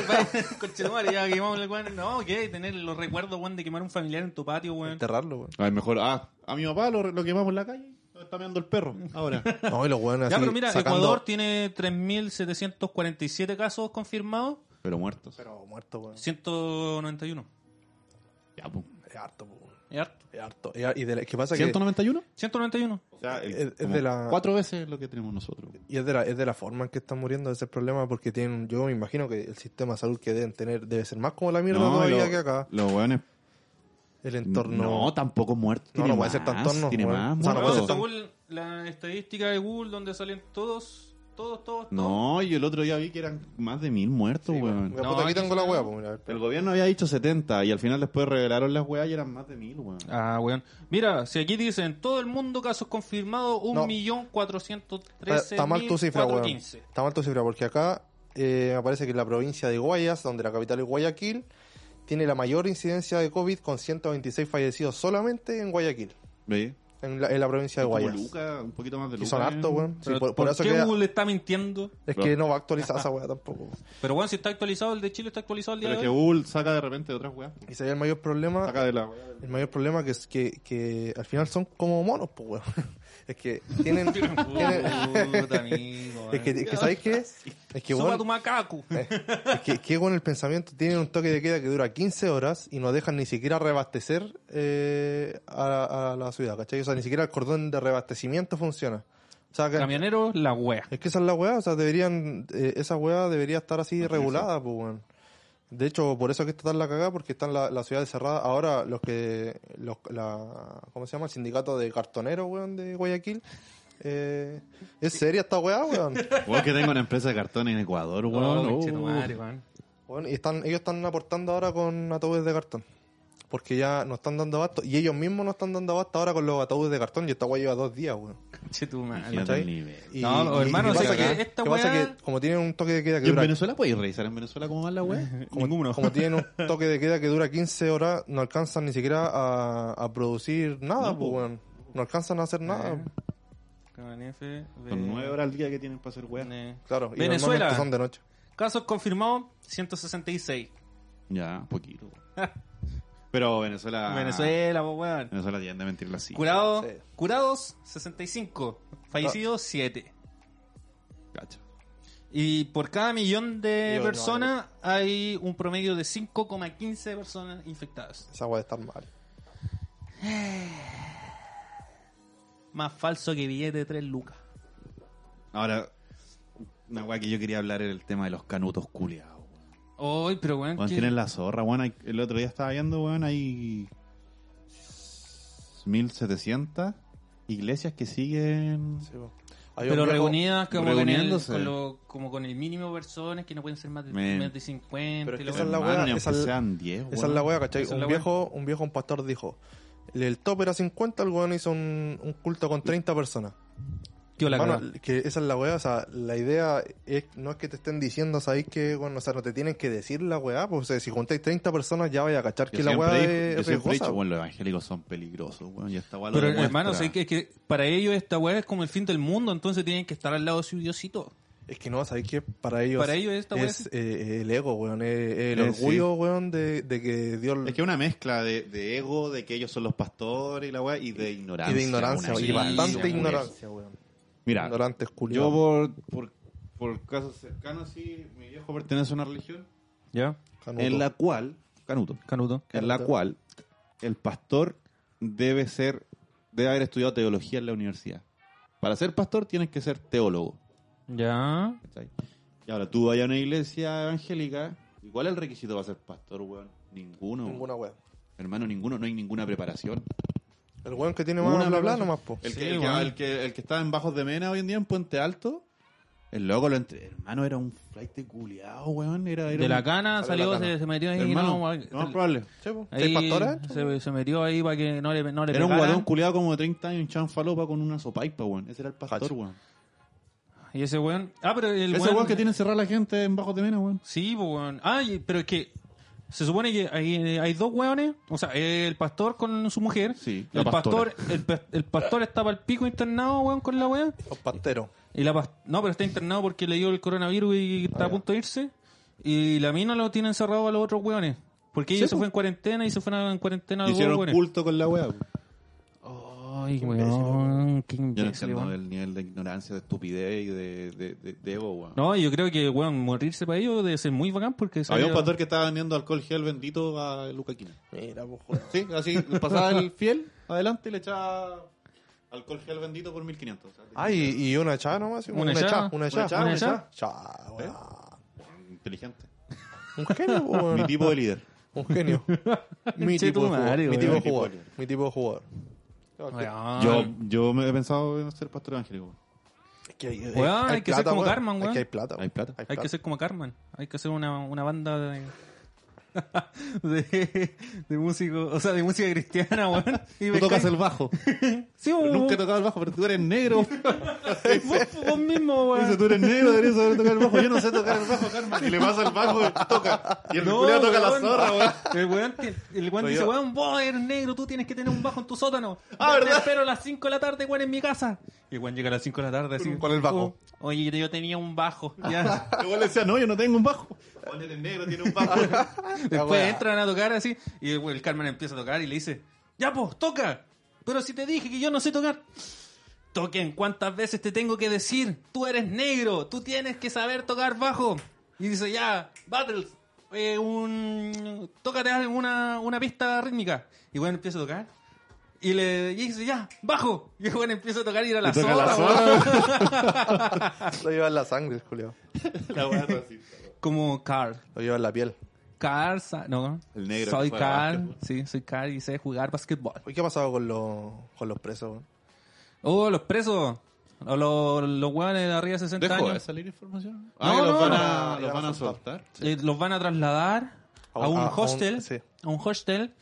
Speaker 2: Conchetumare, ya quemamos el weón. No, ¿qué? Tener los recuerdos, weón, de quemar un familiar en tu patio, weón.
Speaker 3: enterrarlo, weón.
Speaker 1: A ver, mejor, ah, a mi papá lo, lo quemamos en la calle, lo está meando el perro. Ahora.
Speaker 3: No, y los weones
Speaker 2: Ya,
Speaker 3: así
Speaker 2: pero mira,
Speaker 3: sacando-
Speaker 2: Ecuador tiene 3.747 casos confirmados,
Speaker 1: Pero muertos.
Speaker 3: pero muerto, weón.
Speaker 2: 191.
Speaker 1: Ya, pues.
Speaker 3: Es harto, po, weón.
Speaker 2: Es harto.
Speaker 3: es harto. Y, y de la- ¿qué pasa que
Speaker 1: 191?
Speaker 2: 191.
Speaker 1: O sea, el-
Speaker 3: Es- es
Speaker 1: como
Speaker 3: de la-
Speaker 1: cuatro veces lo que tenemos nosotros.
Speaker 3: y es de la es de la forma en que están muriendo ese es el problema porque tienen yo me imagino que el sistema de salud que deben tener debe ser más como la mierda
Speaker 1: y
Speaker 3: todavía
Speaker 1: lo-
Speaker 3: que acá.
Speaker 1: Los hueones.
Speaker 3: El entorno
Speaker 1: No, tampoco muertos.
Speaker 3: No,
Speaker 1: Tiene
Speaker 3: no puede ser
Speaker 1: más,
Speaker 3: tan torno,
Speaker 1: Tiene
Speaker 3: weón.
Speaker 1: más
Speaker 3: O sea, Ah, no pues,
Speaker 2: No,
Speaker 3: puede
Speaker 1: muertos.
Speaker 3: ser tan-
Speaker 2: según la estadística de Google, donde salen todos, todos, todos, todos.
Speaker 1: No, y el otro día vi que eran más de mil muertos,
Speaker 3: Sí,
Speaker 1: weón.
Speaker 3: weón. Mira,
Speaker 2: No,
Speaker 3: puta, aquí
Speaker 2: aquí
Speaker 3: tengo la
Speaker 2: está-
Speaker 3: weá, pues, mira.
Speaker 1: El gobierno había dicho 70 y al final después revelaron las weas y eran más de mil, weón.
Speaker 2: Ah, weón. Mira, si aquí dicen en todo el mundo casos confirmados,
Speaker 3: No.
Speaker 2: 1.413.415.
Speaker 3: Está, está mal tu cifra, weón. Está mal tu cifra, porque acá eh, me parece que la provincia de Guayas, donde la capital es Guayaquil, tiene la mayor incidencia de COVID con 126 fallecidos solamente en Guayaquil,
Speaker 1: ¿Veis?
Speaker 3: en la, en la provincia de
Speaker 1: Como
Speaker 3: Guayas.
Speaker 1: Luca, un poquito más de
Speaker 3: Y
Speaker 1: Luca. eh.
Speaker 3: son hartos, weón. Sí,
Speaker 2: Pero,
Speaker 3: por,
Speaker 2: por,
Speaker 3: por eso
Speaker 2: qué
Speaker 3: que
Speaker 2: Google está mintiendo?
Speaker 3: es que no va a actualizar esa weá tampoco.
Speaker 2: Pero bueno, si está actualizado, el de Chile está actualizado el día
Speaker 1: Pero es que
Speaker 2: de hoy.
Speaker 1: Google saca de repente de otras weas.
Speaker 3: Y sería el mayor problema.
Speaker 1: Saca de la wea.
Speaker 3: El mayor problema que es que, que al final son como monos, pues, weón. Es que tienen. tienen-
Speaker 2: Puta, amigo, eh.
Speaker 3: es que,
Speaker 2: weón.
Speaker 3: es que ¿sabes qué? Es que,
Speaker 2: Sopa
Speaker 3: weón,
Speaker 2: tu macaco.
Speaker 3: Es que, que con el pensamiento tienen un toque de queda que dura 15 horas y no dejan ni siquiera reabastecer eh, a, a la ciudad, ¿cachai? O sea, ni siquiera el cordón de reabastecimiento funciona. O sea, que-
Speaker 2: Camionero, la wea.
Speaker 3: es que esa es la weá, o sea, deberían, eh, esa weá debería estar así regulada, pues, weón. De hecho, por eso que está tan la cagada, porque están la- las ciudades cerradas. Ahora, los que, los, la, ¿cómo se llama? El sindicato de cartoneros, weón, de Guayaquil. Eh, es seria esta weá, weón.
Speaker 1: Weón, que tengo una empresa de cartón en Ecuador, weón.
Speaker 2: Oh,
Speaker 1: Oh.
Speaker 2: conchetumare, weón.
Speaker 3: Bueno, y están, ellos están aportando ahora con ataúdes de cartón. Porque ya no están dando abasto. Y ellos mismos no están dando abasto ahora con los ataúdes de cartón. Y esta weá lleva dos días, weón.
Speaker 2: Conchetumare.
Speaker 1: Imagínate
Speaker 3: ¿Cachai?
Speaker 1: el nivel.
Speaker 3: Y-
Speaker 2: No, los
Speaker 3: y-
Speaker 2: hermanos,
Speaker 3: y
Speaker 2: o
Speaker 3: pasa
Speaker 2: sea,
Speaker 3: que,
Speaker 2: esta
Speaker 3: que pasa
Speaker 2: weá-
Speaker 3: que como tienen un toque de queda que
Speaker 1: ¿Y en
Speaker 3: dura.
Speaker 1: Venezuela podéis revisar en Venezuela cómo va la wea?
Speaker 3: Como,
Speaker 2: Ninguno.
Speaker 3: como tienen un toque de queda que dura 15 horas, no alcanzan ni siquiera a, a producir nada,
Speaker 1: No,
Speaker 3: pues,
Speaker 1: po.
Speaker 3: weón. No alcanzan a hacer nada.
Speaker 2: Eh, con F, B,
Speaker 1: Son nueve horas al día que tienen para hacer wea.
Speaker 2: N.
Speaker 3: Claro, y
Speaker 2: Venezuela.
Speaker 3: normalmente son de noche.
Speaker 2: Casos confirmados, 166.
Speaker 1: Ya, poquito. Pero Venezuela.
Speaker 2: Venezuela, po, weón.
Speaker 1: Venezuela tiende a mentir la cifra.
Speaker 2: Curado-
Speaker 3: sí.
Speaker 2: Curados, 65. Fallecidos, 7.
Speaker 1: Cacha.
Speaker 2: Y por cada millón de
Speaker 3: Yo no,
Speaker 2: personas hay un promedio de 5,15 personas infectadas.
Speaker 3: Esa weá está mal.
Speaker 2: Más falso que billete de 3 lucas.
Speaker 1: Ahora, una wea que yo quería hablar era el tema de los canutos culiados.
Speaker 2: Ay, pero weón,
Speaker 1: Weón,
Speaker 2: ¿qué-
Speaker 1: tienen la zorra, weón. Hay- El otro día estaba viendo, weón, hay 1700 iglesias que siguen...
Speaker 3: Sí, po. Hay un
Speaker 2: pero
Speaker 3: viejo-
Speaker 2: reunidas como con, el,
Speaker 1: reuniéndose.
Speaker 2: con lo- como con el mínimo de personas que no pueden ser más de,
Speaker 1: Men.
Speaker 2: menos de 50.
Speaker 3: Pero es
Speaker 2: y
Speaker 3: que
Speaker 2: la
Speaker 3: esa es
Speaker 2: weá.
Speaker 3: la
Speaker 1: Hermano,
Speaker 3: weá,
Speaker 1: ni aunque
Speaker 3: esa es la-
Speaker 1: sean 10,
Speaker 3: Esa es la weá, ¿cachai?
Speaker 2: Esa es
Speaker 3: un,
Speaker 2: la weá.
Speaker 3: viejo, un viejo, un pastor dijo, el top era 50, el weón hizo un, un culto con 30 personas.
Speaker 2: Yo la
Speaker 3: Hermano,
Speaker 2: cago.
Speaker 3: que esa es la weá, o sea, la idea es, no es que te estén diciendo, sabéis que, bueno, o sea, no te tienen que decir la weá, pues o sea, si juntáis 30 personas ya vaya a cachar
Speaker 1: Yo
Speaker 3: que la
Speaker 1: siempre
Speaker 3: weá
Speaker 1: digo-
Speaker 3: es
Speaker 1: yo siempre he dicho,
Speaker 3: riesgosa.
Speaker 1: bueno, los evangélicos son peligrosos, weón. Y esta weá lo
Speaker 2: Pero
Speaker 1: demuestra.
Speaker 2: hermano, sé que, es que para ellos esta weá es como el fin del mundo, entonces tienen que estar al lado de su diosito.
Speaker 3: Es que no, sabéis que para ellos,
Speaker 2: Para ellos esta weá es-
Speaker 3: es eh, el ego, weón, es, es el
Speaker 1: Eh,
Speaker 3: orgullo, weón, de, de que Dios...
Speaker 1: Es que una mezcla de, de ego, de que ellos son los pastores y la weá, y de ignorancia.
Speaker 3: y de ignorancia,
Speaker 1: una
Speaker 3: y
Speaker 2: sí,
Speaker 1: ignorancia,
Speaker 3: bastante
Speaker 1: weón.
Speaker 3: ignorancia, weón.
Speaker 1: Mira,
Speaker 3: Ignorantes,
Speaker 1: yo
Speaker 3: culiados.
Speaker 1: por, por, por casos cercanos, sí, mi viejo pertenece a una religión
Speaker 2: ¿Ya?
Speaker 3: Canuto.
Speaker 1: en la cual, Canuto,
Speaker 2: Canuto.
Speaker 1: en la cual el pastor debe ser, debe haber estudiado teología en la universidad. Para ser pastor tienes que ser teólogo.
Speaker 2: Ya.
Speaker 1: ¿cachai? Y ahora tú vayas a una iglesia evangélica, ¿y ¿cuál es el requisito para ser pastor, weón? Ninguno.
Speaker 3: Ninguna weá.
Speaker 1: Hermano, ninguno, no hay ninguna preparación.
Speaker 3: El weón que tiene
Speaker 1: Una
Speaker 3: más bla bla
Speaker 1: preparación.
Speaker 3: nomás, po.
Speaker 1: El,
Speaker 2: Sí,
Speaker 1: que, el, que,
Speaker 2: weón.
Speaker 1: el que- el que está en Bajos de Mena hoy en día, en Puente Alto, El loco, lo entre- hermano, era un flight de culiao, weón. Era, era
Speaker 2: De la
Speaker 1: un-
Speaker 2: cana
Speaker 3: la
Speaker 2: salió,
Speaker 3: cana.
Speaker 2: se, se metió ahí.
Speaker 1: Hermano,
Speaker 2: no,
Speaker 1: lo más probable.
Speaker 3: Sí, po.
Speaker 2: ahí
Speaker 3: ¿Seis pastoras?
Speaker 2: se, se metió ahí para que no le, no le
Speaker 1: Era un
Speaker 2: pegaran.
Speaker 1: guatón culiado como de 30 años, un chanfalopa con una sopaipa, weón. Ese era el pastor,
Speaker 3: Cacho.
Speaker 1: weón.
Speaker 2: Y ese weón. Ah, pero el
Speaker 1: Ese weón que tiene encerrada a la gente en Bajos de Mena, weón.
Speaker 2: Sí, pues, weón. Ah, y- pero es que se supone que hay, hay dos weones. O sea, el pastor con su mujer.
Speaker 1: Sí, la
Speaker 2: el pastor,
Speaker 1: pastora.
Speaker 2: el, pa- el pastor estaba al pico internado, weón, con la wea.
Speaker 3: Los pasteros.
Speaker 2: Y la pas- no, pero está internado porque le dio el coronavirus y
Speaker 1: Ah,
Speaker 2: está a punto de irse. Y la mina lo tiene encerrado a los otros weones. Porque ellos se fue en cuarentena y se fueron en cuarentena los dos
Speaker 1: Hicieron
Speaker 2: weones.
Speaker 1: culto con la weá.
Speaker 2: Ay, weón, qué
Speaker 1: Yo no
Speaker 2: imbécil,
Speaker 1: entiendo
Speaker 2: weón.
Speaker 1: el nivel de ignorancia, de estupidez y de, de, de, de ego, weón.
Speaker 2: No, yo creo que, weón, morirse para ellos debe ser muy bacán porque...
Speaker 1: Había
Speaker 2: salió-
Speaker 1: un pastor que estaba vendiendo alcohol gel bendito a Luca Quina.
Speaker 3: Mira, pues, joder.
Speaker 1: Sí, así pasaba el fiel adelante y le echaba alcohol gel bendito por 1500. O sea,
Speaker 3: Ah, y, y una echada nomás. sí,
Speaker 2: Una
Speaker 3: Una
Speaker 2: echada,
Speaker 3: echada. Una
Speaker 2: una
Speaker 3: echada.
Speaker 2: echada, una echada.
Speaker 3: Chá, weón.
Speaker 1: ¿eh? Inteligente.
Speaker 3: Un genio, po,
Speaker 1: Mi
Speaker 3: weón.
Speaker 1: tipo de líder.
Speaker 3: Un genio. Mi
Speaker 2: Che,
Speaker 3: tipo
Speaker 2: tu
Speaker 3: de jugador.
Speaker 2: madre,
Speaker 3: Mi
Speaker 2: weón.
Speaker 3: tipo de jugador. Mi tipo de jugador.
Speaker 2: Weón.
Speaker 1: Yo, yo me he pensado en ser pastor evangélico.
Speaker 3: Es que hay,
Speaker 2: Weón, hay que ser como Cartman,
Speaker 3: Es
Speaker 2: weón.
Speaker 3: que hay plata.
Speaker 1: Hay plata.
Speaker 2: Hay que ser como Carmen. Hay que hacer una, una banda de, de, de músico, o sea, de música cristiana, weón. Y
Speaker 1: Tú
Speaker 2: me
Speaker 1: tocas
Speaker 2: cae-
Speaker 1: el bajo.
Speaker 2: Sí, weón.
Speaker 1: Nunca he tocado el bajo, pero tú eres negro.
Speaker 2: Vos, vos mismo, weón.
Speaker 1: Dice, tú eres negro, deberías saber tocar el bajo. Yo no sé tocar el bajo, Carmen. Y le pasa el bajo, toca. Y el
Speaker 2: No,
Speaker 1: culiao toca la
Speaker 2: weón.
Speaker 1: zorra, weón.
Speaker 2: El weón, ti- el weón
Speaker 1: Soy
Speaker 2: dice,
Speaker 1: yo.
Speaker 2: weón, vos eres negro, tú tienes que tener un bajo en tu sótano.
Speaker 1: Ah,
Speaker 2: Yo
Speaker 1: ¿verdad?
Speaker 2: Te espero a las 5 de la tarde, weón, en mi casa. Y el weón llega a las 5 de la tarde así.
Speaker 3: Con el bajo.
Speaker 2: oh, oye, yo tenía un bajo. Ya.
Speaker 1: Igual le decía, no, yo no tengo un bajo. Juan eres negro, tiene un bajo.
Speaker 2: Después
Speaker 3: weá.
Speaker 2: entran a tocar así y el, el Carmen empieza a tocar y le dice, ya pues, toca. Pero si te dije que yo no sé tocar. Toquen, ¿cuántas veces te tengo que decir? Tú eres negro, tú tienes que saber tocar bajo. Y dice, ya, Battles, eh, un... tócate una, una pista rítmica. Y bueno, empieza a tocar. Y le y dice, ya, bajo. Y bueno, empieza a tocar y ir a la
Speaker 1: toca
Speaker 2: zona.
Speaker 1: la
Speaker 3: Lo lleva en la sangre, Julio.
Speaker 1: La weá racista.
Speaker 2: Como Carl.
Speaker 3: Lo lleva en la piel.
Speaker 2: Carl, sa- no,
Speaker 1: El negro que
Speaker 2: soy
Speaker 1: juega
Speaker 2: Carl,
Speaker 1: básquetbol.
Speaker 2: sí, soy Carl y sé jugar basquetbol.
Speaker 3: Oye, ¿Qué ha pasado con los, con los presos? weón?
Speaker 2: Oh, los presos. O los, los hueones de arriba de 60
Speaker 1: ¿Dejo de
Speaker 2: años.
Speaker 1: salir información?
Speaker 2: No,
Speaker 1: Ah, que los
Speaker 2: no,
Speaker 1: van
Speaker 3: no,
Speaker 1: a,
Speaker 3: no,
Speaker 1: los
Speaker 3: ya
Speaker 1: van
Speaker 3: no
Speaker 1: a
Speaker 3: son
Speaker 1: soltar.
Speaker 2: Eh, los van a trasladar a,
Speaker 3: A-
Speaker 2: un
Speaker 3: a- a un-
Speaker 2: hostel. A un,
Speaker 3: sí.
Speaker 2: hostel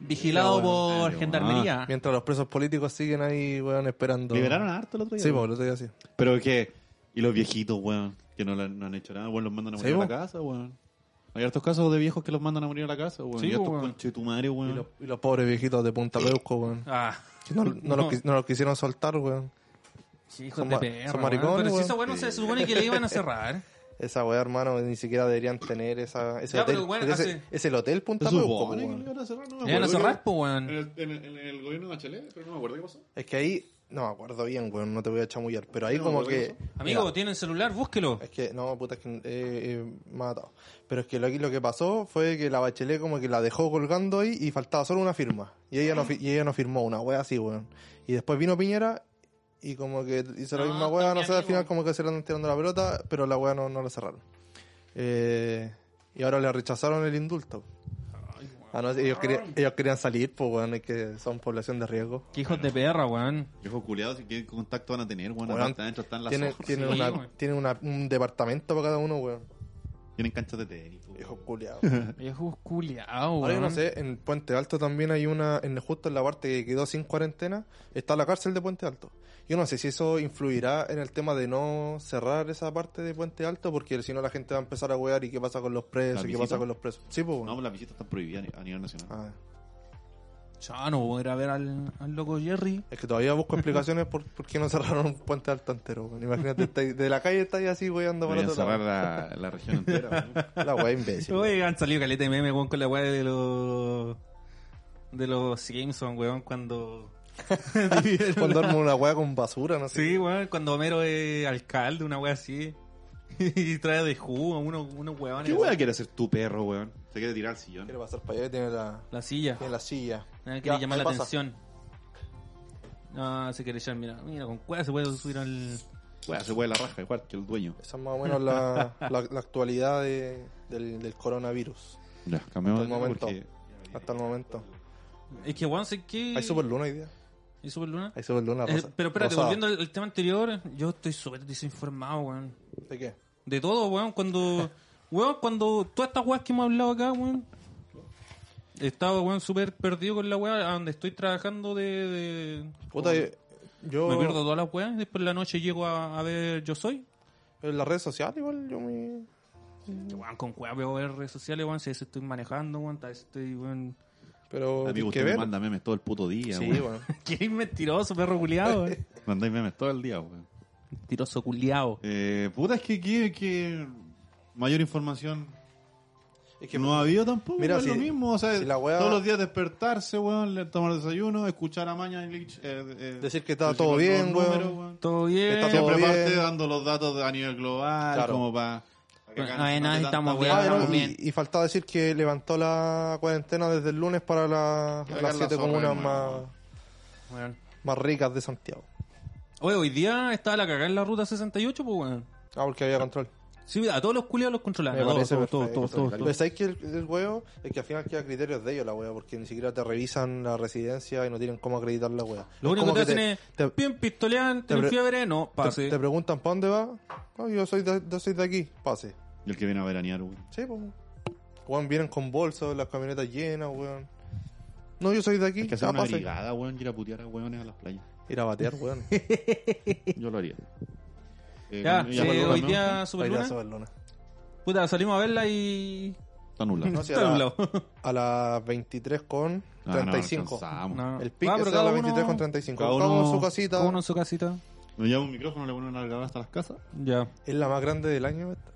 Speaker 2: vigilado
Speaker 3: Mira, bueno, Ah,
Speaker 2: por
Speaker 1: bueno.
Speaker 2: gendarmería.
Speaker 3: Mientras los presos políticos siguen ahí, weón, esperando.
Speaker 1: Liberaron a harto el otro día.
Speaker 3: Sí,
Speaker 1: weón.
Speaker 3: pues, lo estoy así.
Speaker 1: Pero que. Y los viejitos, weón, que no, le- no han hecho nada, weón, los mandan a
Speaker 3: Sí,
Speaker 1: morir a la
Speaker 3: po.
Speaker 1: casa, weón. Hay hartos casos de viejos que los mandan a morir a la casa, weón.
Speaker 2: Sí,
Speaker 1: y estos
Speaker 2: po, weón.
Speaker 1: conchetumares,
Speaker 3: Y
Speaker 1: weón.
Speaker 3: los, y los pobres viejitos de Punta Peuco, weón.
Speaker 2: Ah,
Speaker 3: Que No, no, Los, quis- no los quisieron soltar, weón.
Speaker 2: sí, hijos
Speaker 3: Son
Speaker 2: de
Speaker 3: ma-
Speaker 2: perra.
Speaker 3: son
Speaker 2: weón.
Speaker 3: maricones,
Speaker 2: Pero si
Speaker 3: weón.
Speaker 2: esa hueá no se supone que le iban a cerrar.
Speaker 3: Esa weá, hermano, ni siquiera deberían tener esa, ese
Speaker 2: Ya,
Speaker 3: hotel.
Speaker 2: pero, weón,
Speaker 3: Porque
Speaker 2: hace-
Speaker 3: ese- es el hotel
Speaker 1: Se
Speaker 3: Punta Peuco,
Speaker 1: supone que
Speaker 3: weón.
Speaker 1: le iban a cerrar, no me
Speaker 2: Le iban a
Speaker 1: acuerdo.
Speaker 2: cerrar, pues,
Speaker 1: En
Speaker 3: Eh,
Speaker 2: weón.
Speaker 1: el, en el- en el gobierno de Bachelet, pero no me acuerdo qué pasó.
Speaker 3: Es que ahí, no me acuerdo bien, weón, no te voy a chamullar, pero ahí como
Speaker 1: acuerdo
Speaker 3: que...
Speaker 2: Amigo,
Speaker 3: Mira,
Speaker 2: tienen celular, búsquelo.
Speaker 3: es que, no, puta, es que eh, eh, me ha matado. Pero es que lo, aquí lo que pasó fue que la bachelet como que la dejó colgando ahí y faltaba solo una firma. Y
Speaker 2: Ah.
Speaker 3: ella no, fi- y ella no firmó una wea así, weón. Y después vino Piñera y como que hizo la
Speaker 2: No,
Speaker 3: misma wea,
Speaker 2: Ah,
Speaker 3: no
Speaker 2: también,
Speaker 3: sé, al final
Speaker 2: amigo.
Speaker 3: como que se le andan tirando la pelota, pero la wea no, no la cerraron. Eh, y ahora le rechazaron el indulto. Ah, no, ellos, querían, ellos querían salir, pues, weón, es que son población de riesgo.
Speaker 2: Qué hijos de perra, weón.
Speaker 1: Viejos culiados, ¿qué contacto van a tener, weón?
Speaker 3: Weón,
Speaker 1: Aparte, adentro están las
Speaker 3: Tienen,
Speaker 1: hojas.
Speaker 3: tienen
Speaker 2: sí,
Speaker 3: una,
Speaker 2: weón.
Speaker 3: tienen una- un departamento para cada uno, weón.
Speaker 1: Tienen canchas de tenis, po,
Speaker 3: Viejo
Speaker 1: weón.
Speaker 3: culiado.
Speaker 2: Viejos culiados,
Speaker 3: Ahora yo
Speaker 2: weón.
Speaker 3: no sé, en Puente Alto también hay una, en, justo en la parte que quedó sin cuarentena, está la cárcel de Puente Alto. Yo no sé si eso influirá en el tema de no cerrar esa parte de Puente Alto, porque si no la gente va a empezar a wear y qué pasa con los presos,
Speaker 1: ¿La
Speaker 3: y qué
Speaker 1: visita?
Speaker 3: pasa con los presos. Sí, pues,
Speaker 1: No,
Speaker 3: weón.
Speaker 1: las visitas están prohibidas a nivel nacional.
Speaker 3: Ah,
Speaker 2: Ya no voy a ir a ver al, al loco Jerry.
Speaker 3: es que todavía busco explicaciones por, por qué no cerraron Puente Alto entero, weón. Imagínate, estáis- de la calle estáis así weando para
Speaker 1: Deberían
Speaker 3: otro
Speaker 1: cerrar
Speaker 3: lado.
Speaker 1: la, la región entera, weón.
Speaker 3: La wea imbécil.
Speaker 2: Oye, han salido caleta de meme, weón, con la weá de los. de los Simpsons, weón, cuando.
Speaker 3: Cuando armo una wea con basura, no sé.
Speaker 2: Sí, weón, cuando Homero es alcalde, una weá así. y trae de jugo a uno- unos weones.
Speaker 1: ¿Qué weá quiere hacer tu perro, weón? Se quiere tirar al sillón.
Speaker 3: Quiere pasar para allá y tiene la,
Speaker 2: La silla. Ah,
Speaker 3: tiene la silla.
Speaker 2: Nada,
Speaker 3: Ya,
Speaker 2: quiere llamar
Speaker 3: ¿qué
Speaker 2: la
Speaker 3: pasa?
Speaker 2: atención. Ah, se quiere echar, mira, mira, con cuál se puede subir al.
Speaker 1: Weá, se puede la raja, igual que el dueño.
Speaker 3: Esa es más o menos la, la, la actualidad de- del, del coronavirus
Speaker 1: Ya, cambiamos de
Speaker 3: Hasta el
Speaker 1: tema
Speaker 3: momento.
Speaker 1: porque
Speaker 3: hasta el momento.
Speaker 2: Es que, weón, sé que.
Speaker 3: Hay super luna hoy día.
Speaker 2: ¿Y Superluna?
Speaker 3: Ahí se vuelve una
Speaker 2: Eh,
Speaker 3: rosa.
Speaker 2: pero espérate,
Speaker 3: rosada.
Speaker 2: volviendo al, al tema anterior, yo estoy súper desinformado, weón.
Speaker 3: ¿De qué?
Speaker 2: De todo, weón. Cuando, weón, cuando todas estas weas que hemos hablado acá, weón, estaba, weón, súper perdido con la wea a donde estoy trabajando de... de-
Speaker 3: Puta, yo- yo.
Speaker 2: Oh. Me pierdo todas las weas, después en la noche llego a, a ver Yo Soy.
Speaker 3: En las redes sociales, igual, yo me.
Speaker 2: Weón, con weas veo ver redes sociales, weón, si a veces estoy manejando, weón, a veces estoy, weón...
Speaker 3: Pero.
Speaker 1: Amigo,
Speaker 3: tienes
Speaker 1: usted
Speaker 3: que
Speaker 1: me
Speaker 3: ver.
Speaker 1: manda memes todo el puto día,
Speaker 3: Sí,
Speaker 1: weón.
Speaker 3: bueno.
Speaker 2: Qué mentiroso, perro culiado, weón.
Speaker 1: Mandáis memes todo el día, weón.
Speaker 2: Mentiroso culiado.
Speaker 1: Eh, puta, es que, que, que mayor información
Speaker 3: Es
Speaker 1: que
Speaker 3: que
Speaker 1: no ha habido tampoco.
Speaker 3: Mira,
Speaker 1: es
Speaker 3: si-
Speaker 1: lo mismo, o sea,
Speaker 3: si la weá-
Speaker 1: todos los días despertarse, weón, le- tomar desayuno, escuchar a Maña y Lich, eh, eh,
Speaker 3: Decir que está
Speaker 1: decir
Speaker 3: todo
Speaker 1: los
Speaker 3: bien,
Speaker 1: números,
Speaker 3: weón.
Speaker 2: Todo bien.
Speaker 3: Está todo
Speaker 1: Siempre
Speaker 3: bien.
Speaker 1: parte dando los datos de- a nivel global,
Speaker 3: Claro.
Speaker 1: como para...
Speaker 2: Bueno, ay, no, eh, estamos bien,
Speaker 3: Ah,
Speaker 2: estamos
Speaker 3: no,
Speaker 2: bien.
Speaker 3: y, y faltaba decir que levantó la cuarentena desde el lunes para la-
Speaker 1: Que hagan
Speaker 3: las
Speaker 1: la
Speaker 3: siete
Speaker 1: zorra de
Speaker 3: comunas
Speaker 1: nuevo.
Speaker 3: más,
Speaker 2: Weón.
Speaker 3: más ricas de Santiago.
Speaker 2: Oye, hoy día estaba la cagada en la ruta 68, pues, weón.
Speaker 3: Ah, porque había control.
Speaker 2: Sí, a todos los culiados los controlan.
Speaker 3: Me
Speaker 2: A todos,
Speaker 3: parece
Speaker 2: todos, todos,
Speaker 3: perfecto.
Speaker 2: todos, todos,
Speaker 3: Pero
Speaker 2: todos.
Speaker 3: ¿sabes que el, el huevo? Es que al final queda criterios de ellos la hueá, porque ni siquiera te revisan la residencia y no tienen cómo acreditar la hueá.
Speaker 2: Lo
Speaker 3: Es
Speaker 2: único
Speaker 3: como
Speaker 2: que te hacen
Speaker 3: te-
Speaker 2: es,
Speaker 3: te-
Speaker 2: bien pistolean, tienen
Speaker 3: pre-
Speaker 2: fiebre, no,
Speaker 3: te,
Speaker 2: pase.
Speaker 3: te preguntan, ¿para dónde va? No, yo soy de, yo soy de aquí, pase.
Speaker 1: Y el que viene a veranear, weón.
Speaker 3: Sí, pues. Juan, vienen con bolsos, las camionetas llenas, weón. No, yo soy de aquí,
Speaker 1: Hay que hacer
Speaker 3: ah,
Speaker 1: una
Speaker 3: pase.
Speaker 1: brigada, weón, y ir a putear a weones a las playas.
Speaker 3: Ir a batear, weón.
Speaker 1: Yo lo haría. Eh,
Speaker 2: ya,
Speaker 1: con-
Speaker 2: eh,
Speaker 1: ya con Luna,
Speaker 2: hoy
Speaker 1: ¿no?
Speaker 2: día Superluna,
Speaker 3: Bailar Superluna.
Speaker 2: puta, salimos a verla y...
Speaker 1: Está nublado.
Speaker 3: No,
Speaker 1: No,
Speaker 3: si
Speaker 2: Está
Speaker 3: a, la-
Speaker 2: nublado.
Speaker 3: a las 23 con
Speaker 1: no,
Speaker 3: 35.
Speaker 1: alcanzamos.
Speaker 2: Ah, No.
Speaker 3: el pico
Speaker 2: Ah,
Speaker 3: es
Speaker 2: pero
Speaker 3: a
Speaker 2: cada
Speaker 3: las 23
Speaker 2: uno-
Speaker 3: con 35.
Speaker 1: cada
Speaker 3: Cada uno en
Speaker 1: uno-
Speaker 3: su casita.
Speaker 2: Cada uno en su casita.
Speaker 1: Me lleva un micrófono, le pone una largada hasta las casas.
Speaker 2: Ya.
Speaker 3: Es la más grande del año. esta.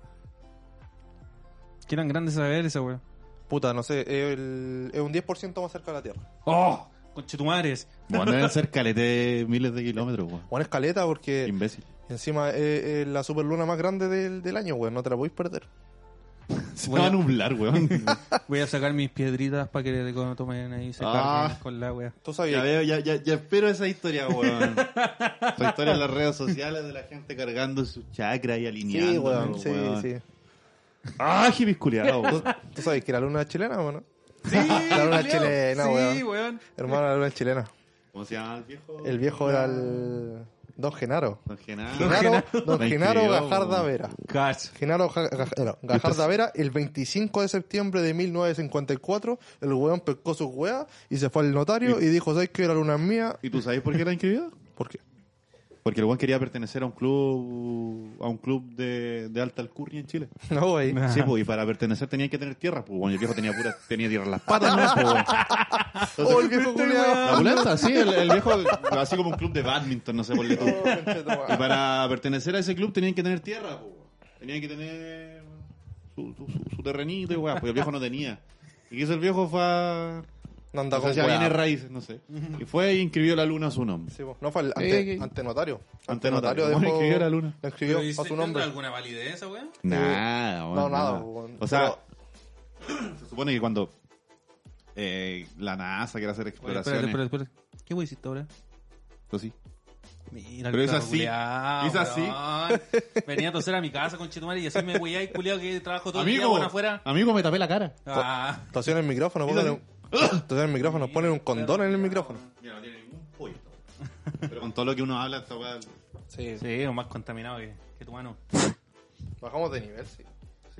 Speaker 2: Que eran grandes a ver esa, weón.
Speaker 3: Puta, no sé, es, el- es un 10% más cerca de la Tierra.
Speaker 2: ¡Oh! Conchetumares.
Speaker 1: Bueno, deben ser calete miles de kilómetros, weón.
Speaker 3: Buena escaleta porque
Speaker 1: Imbécil.
Speaker 3: encima es, es la superluna más grande del, del año, weón. No te la podéis perder.
Speaker 1: Se
Speaker 2: Bueno.
Speaker 1: va a nublar, weón.
Speaker 2: Voy a sacar mis piedritas para que le tomen ahí y se
Speaker 1: Ah.
Speaker 2: carguen con la weá.
Speaker 3: Tú
Speaker 1: ya,
Speaker 3: sabías.
Speaker 1: veo, ya, ya, ya espero esa historia, weón. Esa historia en las redes sociales de la gente cargando su chakra y alineando.
Speaker 3: Sí, weón, sí, sí.
Speaker 1: Ah, jibisculeado, weón.
Speaker 3: Tú sabes que la luna es chilena, weón.
Speaker 2: Sí,
Speaker 3: La luna
Speaker 2: culiao.
Speaker 3: chilena,
Speaker 2: Sí, weón.
Speaker 3: Hermano, la luna es chilena.
Speaker 1: ¿Cómo se llama el viejo?
Speaker 3: El viejo era el. Don Genaro.
Speaker 1: Don Genaro.
Speaker 3: Genaro, don
Speaker 1: Me
Speaker 3: Genaro
Speaker 1: escribió,
Speaker 3: Gajarda
Speaker 1: weón.
Speaker 3: Vera.
Speaker 2: Cacho.
Speaker 3: Genaro Ja- Gaj- no, Gajarda Vera, el 25 de septiembre de 1954, el weón pescó sus weas y se fue al notario y dijo, ¿sabes qué? La luna es mía.
Speaker 1: ¿Y tú sabes por qué la inscribió?
Speaker 3: ¿Por qué?
Speaker 1: Porque el weón quería pertenecer a un club a un club de, de alta alcurnia en Chile.
Speaker 3: No, güey.
Speaker 1: Sí, pues, y para pertenecer tenía que tener tierra, pues, bueno, el viejo tenía pura, tenía tierra en las patas, ¿no? Pues, weón. Entonces,
Speaker 3: ¡Oh, el viejo culiao!
Speaker 1: La pulenta, sí, el, el viejo, así como un club de badminton, no sé por qué tú.
Speaker 3: Oh, conchetumare.
Speaker 1: Y para pertenecer a ese club tenían que tener tierra, pues, weón. tenían que tener su, su- su- su terrenito y weá, porque el viejo no tenía. Y que hizo el viejo fue a...
Speaker 3: No anda
Speaker 1: O
Speaker 3: con
Speaker 1: sea, ya
Speaker 3: weá.
Speaker 1: viene raíces, no sé. Y fue y inscribió la luna a su nombre.
Speaker 3: Sí, po. No, fue el
Speaker 1: Eh, eh,
Speaker 3: ante,
Speaker 1: eh.
Speaker 3: antenotario.
Speaker 1: Antenotario.
Speaker 3: dejó-
Speaker 1: Bueno, escribió la luna.
Speaker 3: la escribió
Speaker 2: Pero, ¿y
Speaker 3: a
Speaker 2: se-
Speaker 3: su
Speaker 2: tendrá
Speaker 3: nombre.
Speaker 2: alguna validez esa weá?
Speaker 1: Nada,
Speaker 3: No,
Speaker 1: weón,
Speaker 3: nada, weón.
Speaker 1: O sea, se supone que cuando eh, la NASA quiere hacer
Speaker 2: Oye,
Speaker 1: exploraciones,
Speaker 2: espérate, espérate, espérate. ¿Qué weá hiciste ahora?
Speaker 1: esto sí.
Speaker 2: Mira,
Speaker 1: Pero
Speaker 2: el
Speaker 1: es
Speaker 2: perro
Speaker 1: así.
Speaker 2: culiao,
Speaker 1: Es así.
Speaker 2: weón. Venía a toser a mi casa con Chetumare y así me weá y culiao que trabajo todo el día bueno afuera.
Speaker 1: amigo, me tapé la cara.
Speaker 2: Ah,
Speaker 3: Estaciona el micrófono, póngale un... estaciona el micrófono, ponen un condón en el micrófono.
Speaker 1: Mira, no tiene ningún pollo. Pero con todo lo que uno habla, esta weá.
Speaker 3: Sí,
Speaker 2: sí, es más contaminado que, que tu mano.
Speaker 3: Bajamos de nivel, sí.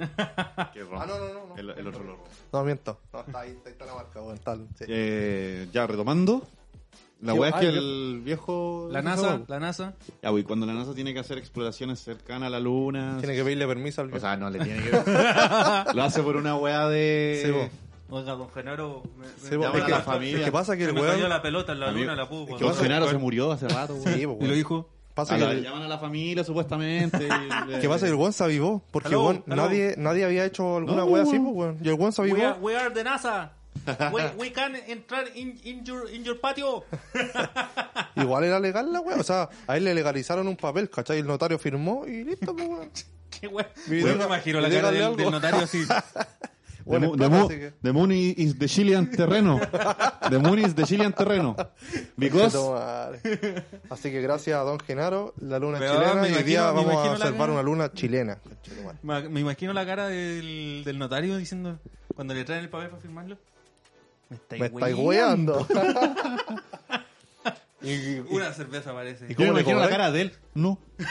Speaker 1: que ron.
Speaker 3: Ah, no, no, no, no.
Speaker 1: El, el otro lo ron.
Speaker 3: No, miento. No, está ahí, ahí está la marca, weón. Tal, sí.
Speaker 1: Eh, ya, retomando. La
Speaker 3: Yo-
Speaker 1: weá es
Speaker 3: ay,
Speaker 1: que
Speaker 3: yo-
Speaker 1: el viejo.
Speaker 2: La NASA, la NASA.
Speaker 1: Ya, güey, cuando la NASA tiene que hacer exploraciones cercanas a la luna.
Speaker 3: Tiene que pedirle permiso al
Speaker 1: O sea, no le tiene que. lo hace por una weá de.
Speaker 3: Sí, po.
Speaker 2: Oiga, don Genaro, me, me-
Speaker 3: Sí, po.
Speaker 1: llama
Speaker 3: es
Speaker 1: a
Speaker 3: que,
Speaker 1: la familia.
Speaker 3: es que pasa que
Speaker 2: se
Speaker 3: el
Speaker 2: me cayó
Speaker 3: weón.
Speaker 2: la pelota en la
Speaker 1: Amigo,
Speaker 2: luna, la
Speaker 1: es
Speaker 2: pudo.
Speaker 1: que Bolsonaro se murió hace rato, weón.
Speaker 3: Sí, po,
Speaker 2: Y lo
Speaker 3: weón.
Speaker 2: dijo.
Speaker 3: Pasa
Speaker 1: A
Speaker 3: que
Speaker 1: la-
Speaker 3: el-
Speaker 1: Llaman a la familia, supuestamente. y-
Speaker 3: ¿Qué pasa? El weón se avivó. Porque
Speaker 2: Aló,
Speaker 3: weón,
Speaker 2: aló.
Speaker 3: nadie, nadie había hecho alguna
Speaker 1: No,
Speaker 3: wea
Speaker 1: weón.
Speaker 3: así, pues, weón. Y el weón se avivó.
Speaker 2: We are, we are the NASA. We, we can entrar in, in, your, in your patio.
Speaker 3: Igual era legal la wea. O sea, a él le legalizaron un papel, ¿cachai? El notario firmó y listo, pues, weón.
Speaker 2: Qué weá.
Speaker 3: Y
Speaker 2: Weón, me
Speaker 3: diga-
Speaker 2: imagino
Speaker 3: y
Speaker 2: la cara
Speaker 3: dígale
Speaker 2: del,
Speaker 3: algo.
Speaker 2: del notario así.
Speaker 1: The,
Speaker 3: Bueno,
Speaker 1: Mo-
Speaker 3: es
Speaker 1: the
Speaker 3: plata,
Speaker 1: Mo-
Speaker 3: así que-
Speaker 1: the Moon i- is the Chilean terreno. The Moon is the Chilean terreno. Because
Speaker 3: Conchetumare. Así que gracias a Don Genaro, la luna es
Speaker 2: Weón, me
Speaker 3: chilena y hoy
Speaker 2: imagino-
Speaker 3: día
Speaker 2: me
Speaker 3: vamos
Speaker 2: imagino
Speaker 3: a
Speaker 2: la
Speaker 3: salvar
Speaker 2: cara.
Speaker 3: una luna chilena. Conchetumare.
Speaker 2: Ma- Me imagino la cara del, del notario diciendo, cuando le traen el papel para firmarlo, me estáis
Speaker 3: Me estáis
Speaker 2: hueando".
Speaker 3: weando.
Speaker 2: Una cerveza parece.
Speaker 1: Yo me
Speaker 3: ¿Y cómo le
Speaker 1: imagino la
Speaker 3: cobráis?
Speaker 1: cara de él. No.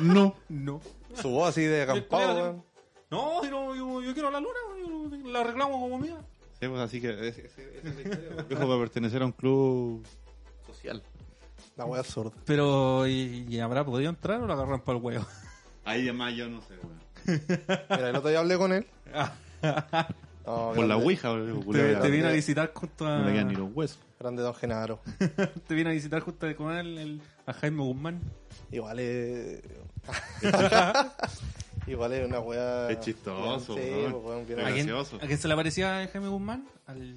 Speaker 1: no.
Speaker 2: No.
Speaker 3: Su voz así de acampado,
Speaker 2: culiao-
Speaker 3: weón.
Speaker 2: No, yo, no- yo- yo quiero la luna, weón, yo la reclamo como mía.
Speaker 1: Sí, pues, así que ese- ese- esa es la historia, pues. Viejo, para pertenecer a un club social.
Speaker 3: La wea absurda.
Speaker 2: Pero, ¿y, y habrá podido entrar o la agarran para el huevo?
Speaker 1: Ahí además yo no sé, weón.
Speaker 3: Mira, el otro día hablé con él. No,
Speaker 1: Por la
Speaker 3: grande-
Speaker 1: Ouija, weón.
Speaker 2: Te,
Speaker 1: culiao,
Speaker 2: te
Speaker 1: ya.
Speaker 2: vino a visitar junto a.
Speaker 1: No le quedan ni los huesos.
Speaker 3: Grande don Genaro.
Speaker 2: te vino a visitar junto con él el- a Jaime Guzmán.
Speaker 3: Igual es. Igual es una weá.
Speaker 1: Es chistoso,
Speaker 3: Sí,
Speaker 1: weón.
Speaker 3: pues, weón, bien
Speaker 1: Es
Speaker 2: ¿A quién,
Speaker 1: gracioso.
Speaker 2: a quién se le parecía a Jaime Guzmán? Al.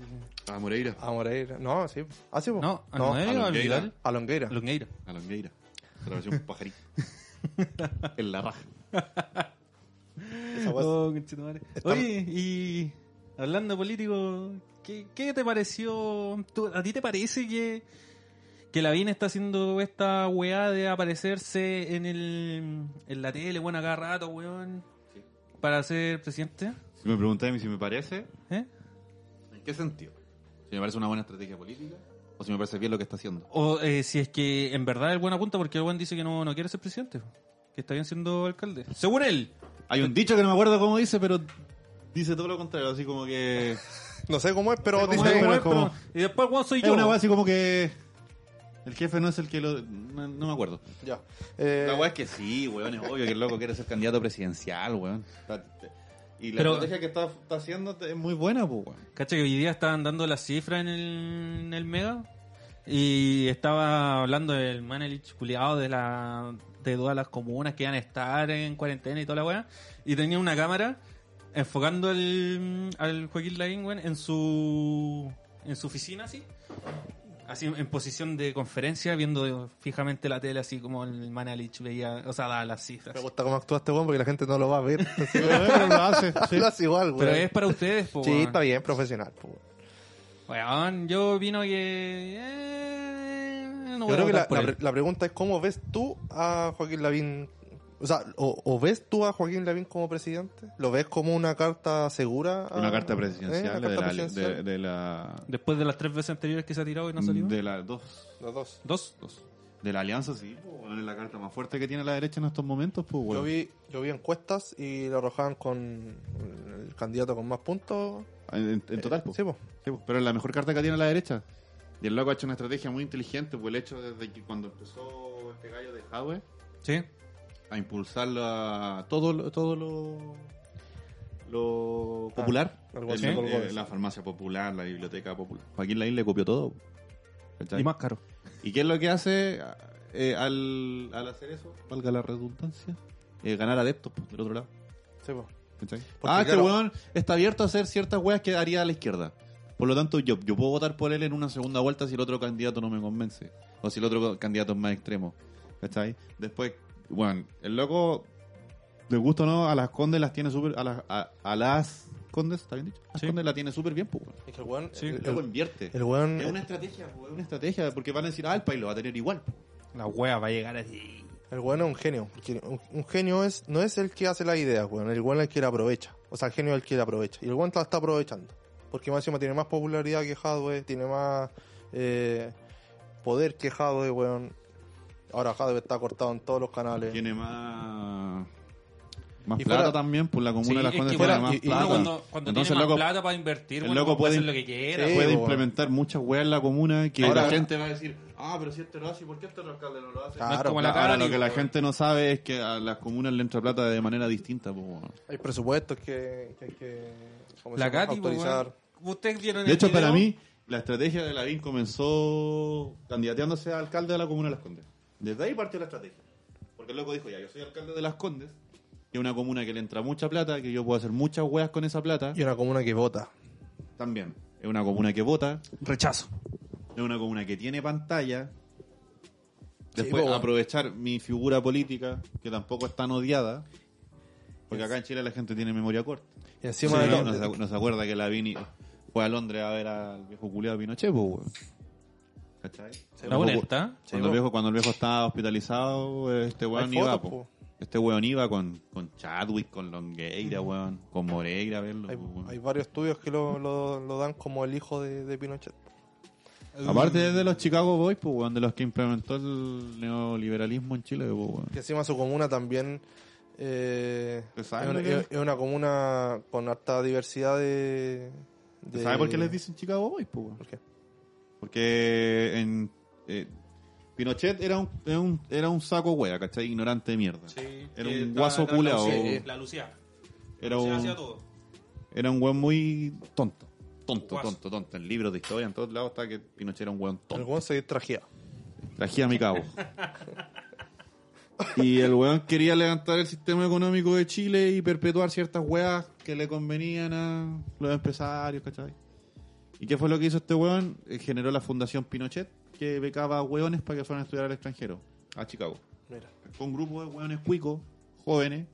Speaker 1: A Moreira.
Speaker 3: A Moreira. No, sí. Ah, sí, po.
Speaker 2: No, a
Speaker 3: no.
Speaker 2: Noel o al
Speaker 1: Longueira.
Speaker 2: Vidal.
Speaker 3: A Longueira.
Speaker 2: A Longueira.
Speaker 1: A Longueira. Se le pareció un pajarito. en la raja.
Speaker 3: Esa weá-
Speaker 2: Oh, conchetumare.
Speaker 3: Está-
Speaker 2: Oye, y hablando de político, ¿qué, qué te pareció? ¿Tú- ¿A ti te parece que, que Lavín está haciendo esta weá de aparecerse en, el, en la tele, bueno, a cada rato, weón, para ser presidente?
Speaker 1: Si me preguntáis a mí si me parece,
Speaker 2: ¿Eh?
Speaker 1: ¿en qué sentido? Si me parece una buena estrategia política o si me parece bien lo que está haciendo.
Speaker 2: O eh, si es que en verdad el buen apunta porque el buen dice que no, no quiere ser presidente, que está bien siendo alcalde. Según él.
Speaker 1: Hay un dicho que no me acuerdo cómo dice, pero dice todo lo contrario, así como que...
Speaker 3: No sé cómo es, pero
Speaker 1: cómo
Speaker 3: dice
Speaker 1: es,
Speaker 3: cómo
Speaker 1: pero
Speaker 3: es.
Speaker 1: como-
Speaker 2: pero- y después el weón soy
Speaker 1: Es
Speaker 2: yo.
Speaker 1: una weá así como que... El jefe no es el que lo... No, no me acuerdo.
Speaker 3: Ya. Eh,
Speaker 1: La weá es que sí, weón, es obvio que el loco quiere ser candidato presidencial, weón. Y la
Speaker 2: Pero-
Speaker 1: estrategia que está, está haciendo es muy buena, pues, weón.
Speaker 2: Cacha que hoy día estaban dando las cifras en el, en el Mega y estaba hablando del Manelich culiado de la de todas las comunas que iban a estar en cuarentena y toda la weá. Y tenía una cámara enfocando al, al Joaquín Lavín weón, en su en su oficina así. Así en posición de conferencia, viendo fijamente la tele, así como el Manelich veía, o sea, daba las cifras.
Speaker 3: Me gusta cómo actúa este weón porque la gente no lo va a ver. Entonces,
Speaker 1: Pero lo hace,
Speaker 3: Lo hace igual, weón.
Speaker 2: Pero es para ustedes, po,
Speaker 3: Sí,
Speaker 2: weón.
Speaker 3: está bien, profesional. po.
Speaker 2: Weón, yo opino que. eh, no voy
Speaker 3: Yo
Speaker 2: a
Speaker 3: creo que
Speaker 2: votar
Speaker 3: la,
Speaker 2: por
Speaker 3: la
Speaker 2: él.
Speaker 3: pre- la pregunta es cómo ves tú a Joaquín Lavín, o sea, o, o ves tú a Joaquín Lavín como presidente, lo ves como una carta segura, a-
Speaker 1: Una carta
Speaker 3: ¿Eh?
Speaker 1: presidencial,
Speaker 3: Una carta
Speaker 1: de, la,
Speaker 3: presidencial.
Speaker 1: de, de la...
Speaker 2: Después de las tres veces anteriores que se ha tirado y no salió.
Speaker 1: De las dos
Speaker 3: Los dos.
Speaker 2: Dos, dos.
Speaker 1: De la alianza, sí, po, weón, es la carta más fuerte que tiene la derecha en estos momentos, pues, weón.
Speaker 3: Yo vi, yo vi encuestas y lo arrojaban con el candidato con más puntos.
Speaker 1: En, en- en total,
Speaker 3: Eh,
Speaker 1: pues.
Speaker 3: sí, po.
Speaker 1: Pero es la mejor carta que tiene la derecha. Y el loco ha hecho una estrategia muy inteligente, pues el hecho desde que cuando empezó este gallo de Huawei
Speaker 2: Sí.
Speaker 1: a impulsarlo a todo, lo- todo lo, lo popular.
Speaker 3: Ah, algo así,
Speaker 1: El-
Speaker 3: algo
Speaker 1: eh,
Speaker 3: así.
Speaker 1: la farmacia popular, la biblioteca popular. Joaquín Lavín le copió todo. ¿cachai?
Speaker 2: Y más caro.
Speaker 1: ¿Y qué es lo que hace eh, al, al hacer eso? Valga la redundancia. eh, ganar adeptos pues, del otro lado.
Speaker 3: Sí, po.
Speaker 1: ¿Cachai?
Speaker 3: Porque,
Speaker 1: ah,
Speaker 3: claro-
Speaker 1: este weón está abierto a hacer ciertas weas que haría a la izquierda. Por lo tanto, yo, yo puedo votar por él en una segunda vuelta si el otro candidato no me convence. O si el otro candidato es más extremo. ¿Cachai? Después, weón, el loco, de gusto o no, a las condes las tiene súper. A, las- a, a las condes, ¿está bien dicho? A las
Speaker 2: Sí.
Speaker 1: condes la tiene súper bien, pues, weón.
Speaker 3: Es que el weón,
Speaker 2: Sí.
Speaker 1: El
Speaker 3: el,
Speaker 1: loco
Speaker 3: el-
Speaker 1: invierte.
Speaker 3: el weón-
Speaker 1: Es una estrategia, weón, es una estrategia. Porque van a decir, ah, el país lo va a tener igual.
Speaker 2: La wea va a llegar así.
Speaker 3: el weón es un genio. porque Un, un genio es, no es el que hace la idea, weón. El weón es el que la aprovecha. O sea, el genio es el que la aprovecha. Y el weón la está aprovechando. Porque más encima tiene más popularidad que Hadwe, tiene más eh, poder que Hadwe, weón. Ahora Hadwe está cortado en todos los canales.
Speaker 1: Tiene más. Más
Speaker 3: Y
Speaker 1: plata
Speaker 3: fuera-
Speaker 1: también, pues la comuna de las condes tiene
Speaker 2: que,
Speaker 3: fuera-
Speaker 1: más
Speaker 3: y- y
Speaker 1: plata.
Speaker 3: uno
Speaker 2: cuando, cuando
Speaker 1: Entonces,
Speaker 2: tiene más
Speaker 1: loco,
Speaker 2: plata para invertir,
Speaker 1: el
Speaker 2: bueno,
Speaker 1: loco
Speaker 2: puede hacer
Speaker 1: puede-
Speaker 2: lo que quiera. pues.
Speaker 3: Sí.
Speaker 2: weón.
Speaker 1: puede
Speaker 3: po,
Speaker 1: implementar muchas weas en la comuna que
Speaker 3: Ahora-
Speaker 1: la gente va a decir, ah, pero si este lo hace, ¿por qué este otro alcalde no lo hace?
Speaker 3: Claro,
Speaker 2: como la pues.
Speaker 1: Ahora,
Speaker 2: cara,
Speaker 1: lo que
Speaker 2: digo,
Speaker 1: la
Speaker 2: weón.
Speaker 1: gente no sabe es que a las comunas le entra plata de manera distinta. po, weón.
Speaker 3: Hay presupuestos que, que hay que ¿cómo se
Speaker 2: La
Speaker 3: llama?
Speaker 2: Katy, pues,
Speaker 3: autorizar.
Speaker 2: weón. Ustedes vieron
Speaker 1: De
Speaker 2: el
Speaker 1: hecho,
Speaker 2: video?
Speaker 1: para mí, la estrategia de Lavín comenzó candidateándose a alcalde de la comuna de Las Condes. Desde ahí partió la estrategia. Porque el loco dijo, ya, yo soy alcalde de Las Condes, que es una comuna que le entra mucha plata, que yo puedo hacer muchas weas con esa plata.
Speaker 3: Y una comuna que vota.
Speaker 1: También, es una comuna que vota,
Speaker 2: Rechazo.
Speaker 1: Es una comuna que tiene pantalla.
Speaker 3: Sí,
Speaker 1: Después
Speaker 3: po.
Speaker 1: aprovechar mi figura política, que tampoco es tan odiada. Porque acá en Chile la gente tiene memoria corta.
Speaker 3: Y encima
Speaker 1: Sí,
Speaker 3: de
Speaker 1: no,
Speaker 3: todo.
Speaker 1: no se, no se acuerda que la Vini fue a Londres a ver al viejo culiado Pinochet, po, weón. ¿Cachai?
Speaker 2: La boleta.
Speaker 3: Sí,
Speaker 1: Cuando el,
Speaker 3: po.
Speaker 1: viejo, cuando el viejo estaba hospitalizado, este weón
Speaker 3: Hay
Speaker 1: iba,
Speaker 3: fotos,
Speaker 1: po.
Speaker 3: po.
Speaker 1: Este weón iba con, con Chadwick, con Longueira, weón, con Moreira a verlo.
Speaker 3: Hay,
Speaker 1: po, weón.
Speaker 3: hay varios estudios que lo, lo- lo dan como el hijo de, de Pinochet.
Speaker 1: Aparte de los Chicago Boys, pues, weón, de los que implementó el neoliberalismo en Chile, pues, weón.
Speaker 3: Que encima su comuna también eh,
Speaker 1: ¿Te
Speaker 3: es,
Speaker 1: saben
Speaker 3: una,
Speaker 1: lo que
Speaker 3: es- es una comuna con harta diversidad de... de-
Speaker 1: ¿Sabes por qué les dicen Chicago Boys, pues, weón?
Speaker 3: ¿Por qué?
Speaker 1: Porque en, eh, Pinochet era un, era un era un saco wea, ¿cachai? Ignorante de mierda. Era
Speaker 2: eh,
Speaker 1: un guaso culeado.
Speaker 2: La Lucía.
Speaker 1: Era un, era un weón muy tonto. Tonto,
Speaker 2: Guaso.
Speaker 1: tonto, tonto. En libros de historia, en todos lados, está que Pinochet era un weón
Speaker 3: El
Speaker 1: tonto.
Speaker 3: weón se trajea.
Speaker 1: Trajía a mi cabo. Y el weón quería levantar el sistema económico de Chile y perpetuar ciertas weas que le convenían a los empresarios, ¿cachai? ¿Y qué fue lo que hizo este weón? Eh, Generó la Fundación Pinochet, que becaba a weones para que fueran a estudiar al extranjero, a Chicago.
Speaker 3: Mira.
Speaker 1: Fue un grupo de weones cuicos, jóvenes,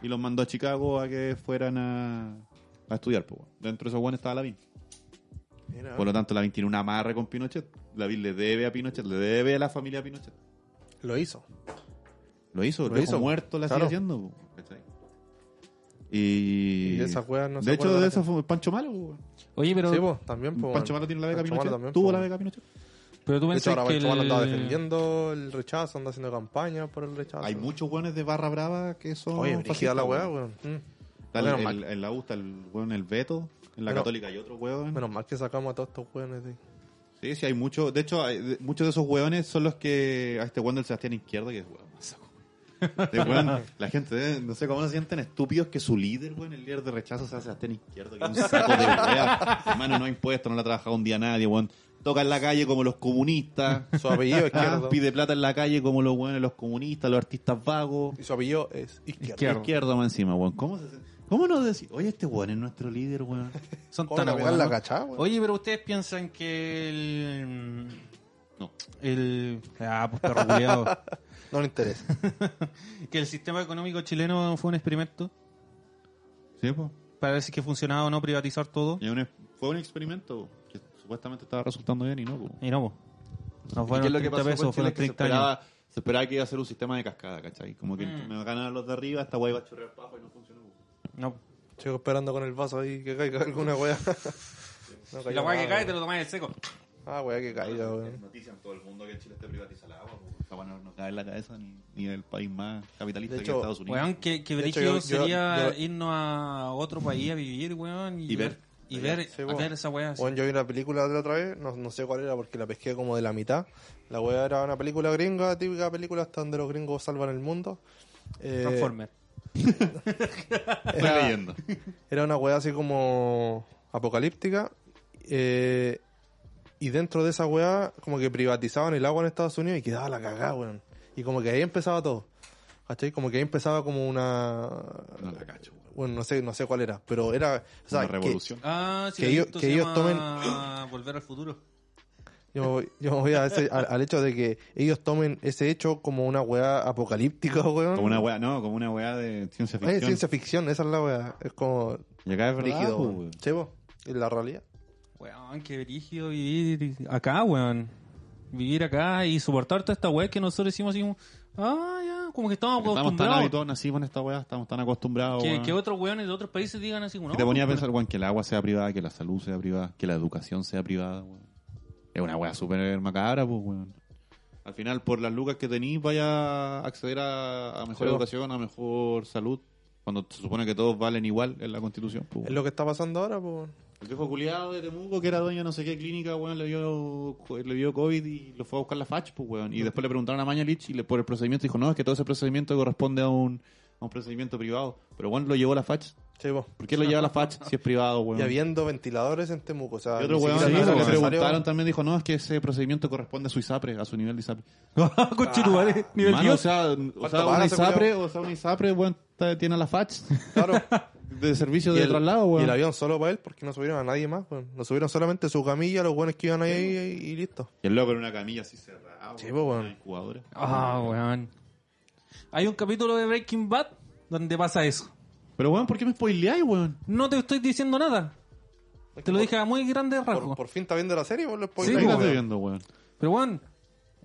Speaker 1: y los mandó a Chicago a que fueran a, a estudiar, pues, weón. Dentro de esos weones estaba la BIN.
Speaker 3: Mira.
Speaker 1: Por lo tanto, la BIN tiene un amarre con Pinochet. La BIN le debe a Pinochet, le debe a la familia Pinochet.
Speaker 3: Lo hizo.
Speaker 1: Lo hizo,
Speaker 3: Lo
Speaker 1: lo hizo
Speaker 3: hizo,
Speaker 1: muerto, la
Speaker 3: claro.
Speaker 1: sigue haciendo. po, ¿cachai? Y.
Speaker 3: Y de esas weas no se
Speaker 1: De hecho,
Speaker 3: acuerda
Speaker 1: de
Speaker 3: la
Speaker 1: eso fue Pancho Malo. po.
Speaker 2: Oye, pero,
Speaker 3: sí, pues, también. Pues,
Speaker 1: Pancho Malo tiene la beca
Speaker 3: Pancho Malo
Speaker 1: Pinochet.
Speaker 3: también,
Speaker 1: Tuvo
Speaker 3: po,
Speaker 1: la
Speaker 3: weón.
Speaker 1: beca Pinochet.
Speaker 2: pero tú
Speaker 3: De hecho,
Speaker 2: pensás
Speaker 3: ahora
Speaker 2: que
Speaker 3: Pancho
Speaker 2: el...
Speaker 3: Malo andaba defendiendo el rechazo, anda haciendo campaña por el rechazo.
Speaker 1: Hay muchos hueones de barra brava que son.
Speaker 3: Oye,
Speaker 1: fascistas,
Speaker 3: brígida la weá,
Speaker 1: weón.
Speaker 3: weón. Mm.
Speaker 1: Está el-
Speaker 3: Menos
Speaker 1: el-
Speaker 3: mal.
Speaker 1: En la U está el hueón el Beto. En la
Speaker 3: Menos-
Speaker 1: Católica hay otro hueón.
Speaker 3: Menos mal que sacamos a todos estos weones de...
Speaker 1: Sí, sí, hay muchos. De hecho, hay- de- muchos de esos hueones son los que. A este hueón del Sebastián Izquierdo, que es hueón más saco. Este hueón, la gente, eh, no sé cómo se sienten estúpidos que su líder, hueón, el líder de rechazo sea Sebastián Izquierdo, que es un saco de hueá. Hermano, no ha impuesto, no la ha trabajado un día nadie, hueón. Toca en la calle como los comunistas.
Speaker 3: Su apellido es
Speaker 1: Ah,
Speaker 3: izquierdo.
Speaker 1: pide plata en la calle como los hueones, los comunistas, los artistas vagos.
Speaker 3: Y su apellido es izquierdo.
Speaker 2: Izquierdo.
Speaker 1: Izquierdo más encima, hueón. ¿Cómo, se- cómo nos decís? Oye, este hueón es nuestro líder, hueón.
Speaker 2: Son
Speaker 3: ¿Cómo
Speaker 2: tan
Speaker 3: la weá
Speaker 2: abuelos,
Speaker 3: la
Speaker 2: ¿no?
Speaker 3: cachá, weón?
Speaker 2: Oye, pero ustedes piensan que el...
Speaker 1: No.
Speaker 2: El... Ah, pues perro culiao.
Speaker 3: No le interesa.
Speaker 2: que el sistema económico chileno fue un experimento
Speaker 1: Sí, pues.
Speaker 2: para ver si es que funcionaba o no privatizar todo.
Speaker 1: Y un es- fue un experimento que supuestamente estaba resultando bien y no. po.
Speaker 2: Y no, po. No
Speaker 1: ¿Y qué
Speaker 2: fueron
Speaker 1: es lo que
Speaker 2: 30
Speaker 1: pasó con
Speaker 2: pesos,
Speaker 1: Chile?
Speaker 2: fueron
Speaker 1: Que se
Speaker 2: 30 años.
Speaker 1: esperaba, se esperaba que iba a ser un sistema de cascada, ¿cachai? Como que me van a ganar los de arriba, esta wey va a chorrear para abajo y no funcionó. po.
Speaker 2: No, po.
Speaker 3: Sigo esperando con el vaso ahí que caiga alguna weá. No
Speaker 2: Y
Speaker 3: cayó
Speaker 2: la weá que
Speaker 3: nada,
Speaker 2: cae te lo tomás el seco.
Speaker 3: weón. Ah, weá que caiga,
Speaker 1: Es
Speaker 3: weón.
Speaker 1: noticia en todo el mundo que en Chile esté privatizada el agua. po. Esta weá no no cae en la cabeza ni, ni el país más capitalista
Speaker 3: De
Speaker 1: que
Speaker 3: hecho,
Speaker 1: Estados Unidos.
Speaker 2: Weón, que, que
Speaker 3: De hecho,
Speaker 2: brígido
Speaker 3: yo- yo-
Speaker 2: sería
Speaker 3: yo-
Speaker 2: irnos a otro país a vivir, weón. Y,
Speaker 1: Y ver.
Speaker 2: Y ver,
Speaker 3: Sí,
Speaker 2: a
Speaker 3: po.
Speaker 2: ver esa weá. así.
Speaker 3: Weón, yo vi una película de la otra vez, no, no sé cuál era porque la pesqué como de la mitad. La weá era una película gringa, típica película hasta donde los gringos salvan el mundo. Eh,
Speaker 2: Transformer.
Speaker 1: Estoy
Speaker 3: era-
Speaker 1: leyendo.
Speaker 3: Era una weá así como apocalíptica. eh, y dentro de esa weá, como que privatizaban el agua en Estados Unidos y quedaba la cagada, weón. Y como que ahí empezaba todo. ¿Cachai? Como que ahí empezaba como una.
Speaker 1: No la cacho. weón.
Speaker 3: Bueno, no sé, no sé cuál era, pero era. O sea,
Speaker 1: Una
Speaker 3: que-
Speaker 1: revolución.
Speaker 2: Ah, sí,
Speaker 3: que
Speaker 2: la he
Speaker 3: ellos-
Speaker 2: visto,
Speaker 3: que
Speaker 2: se
Speaker 3: ellos
Speaker 2: llama Volver al futuro.
Speaker 3: yo, me voy- yo me voy a ese- al, al hecho de que ellos tomen ese hecho como una weá apocalíptica, weón.
Speaker 1: Como una weá, no, como una weá de ciencia
Speaker 3: Ay,
Speaker 1: ficción. ah,
Speaker 3: Es ciencia ficción, esa es la weá. Es como.
Speaker 1: Y acá es verdad,
Speaker 3: rígido,
Speaker 1: po,
Speaker 3: weón.
Speaker 1: weón.
Speaker 3: Sí, po, es la realidad.
Speaker 2: Weón, qué brígido vivir acá, weón. Vivir acá y soportar toda esta weá que nosotros hicimos así como... Ah, ya, como que estamos
Speaker 1: Estamos tan
Speaker 2: acostumbrados.
Speaker 1: habituados, nacimos en esta weá, estamos tan acostumbrados.
Speaker 2: Que,
Speaker 1: weón.
Speaker 2: que otros weones de otros países digan así como...
Speaker 1: Y
Speaker 2: no,
Speaker 1: te ponía a
Speaker 2: pues,
Speaker 1: pensar, weón, que el agua sea privada, que la salud sea privada, que la educación sea privada, weón. Es una weá súper macabra, pues, weón. Al final, por las lucas que tenís, vaya a acceder a, a mejor
Speaker 3: Sí.
Speaker 1: educación, a mejor salud, cuando se supone que todos valen igual en la constitución, pues,
Speaker 3: Es
Speaker 1: weón.
Speaker 3: lo que está pasando ahora, po. weón.
Speaker 1: El viejo culiado de Temuco, que era dueño de no sé qué clínica, weón, le dio, le dio COVID y lo fue a buscar la FACH, pues, weón. Y después le preguntaron a Mañalich y le, por el procedimiento dijo, no, es que todo ese procedimiento corresponde a un, a un procedimiento privado. Pero, weón, lo llevó la FACH.
Speaker 3: Sí, po.
Speaker 1: ¿Por qué lo lleva la FACH si es privado, weón?
Speaker 3: Y habiendo ventiladores en Temuco, o sea,
Speaker 1: Y otro
Speaker 3: Ah, ni
Speaker 1: weón
Speaker 3: siquiera
Speaker 1: sí,
Speaker 3: nada
Speaker 1: le
Speaker 3: necesario.
Speaker 1: preguntaron también, dijo, no, es que ese procedimiento corresponde a su ISAPRE, a su nivel de ISAPRE. "Ah,
Speaker 2: Conchetumare, nivel
Speaker 1: Mano, o
Speaker 2: Dios.
Speaker 1: sea, o
Speaker 3: ¿Cuánto
Speaker 1: sea,
Speaker 3: pagan
Speaker 1: una
Speaker 3: ese
Speaker 1: ISAPRE, o sea, una ISAPRE, weón, está- tiene la FACH
Speaker 3: Claro.
Speaker 1: de servicio
Speaker 3: Y
Speaker 1: de
Speaker 3: el-
Speaker 1: traslado,
Speaker 3: Y el
Speaker 1: weón.
Speaker 3: avión solo para él, porque no subieron a nadie más, weón. No subieron solamente su camilla, los buenos que iban ahí y, y listo.
Speaker 1: Y el loco en una camilla así cerrada,
Speaker 3: Sí, po, weón.
Speaker 1: una incubadora.
Speaker 2: Ah, weón. Hay un capítulo de Breaking Bad donde pasa eso.
Speaker 1: Pero, weón, ¿por qué me spoileáis, weón?
Speaker 2: No te estoy diciendo nada. Te lo dije a muy grande
Speaker 3: Por,
Speaker 2: rasgo.
Speaker 3: por fin está viendo la serie, vos lo
Speaker 2: Sí,
Speaker 1: ¿Qué
Speaker 3: spoileáis,
Speaker 2: po,
Speaker 1: estás
Speaker 3: weón.
Speaker 1: viendo, weón?
Speaker 2: Pero, weón,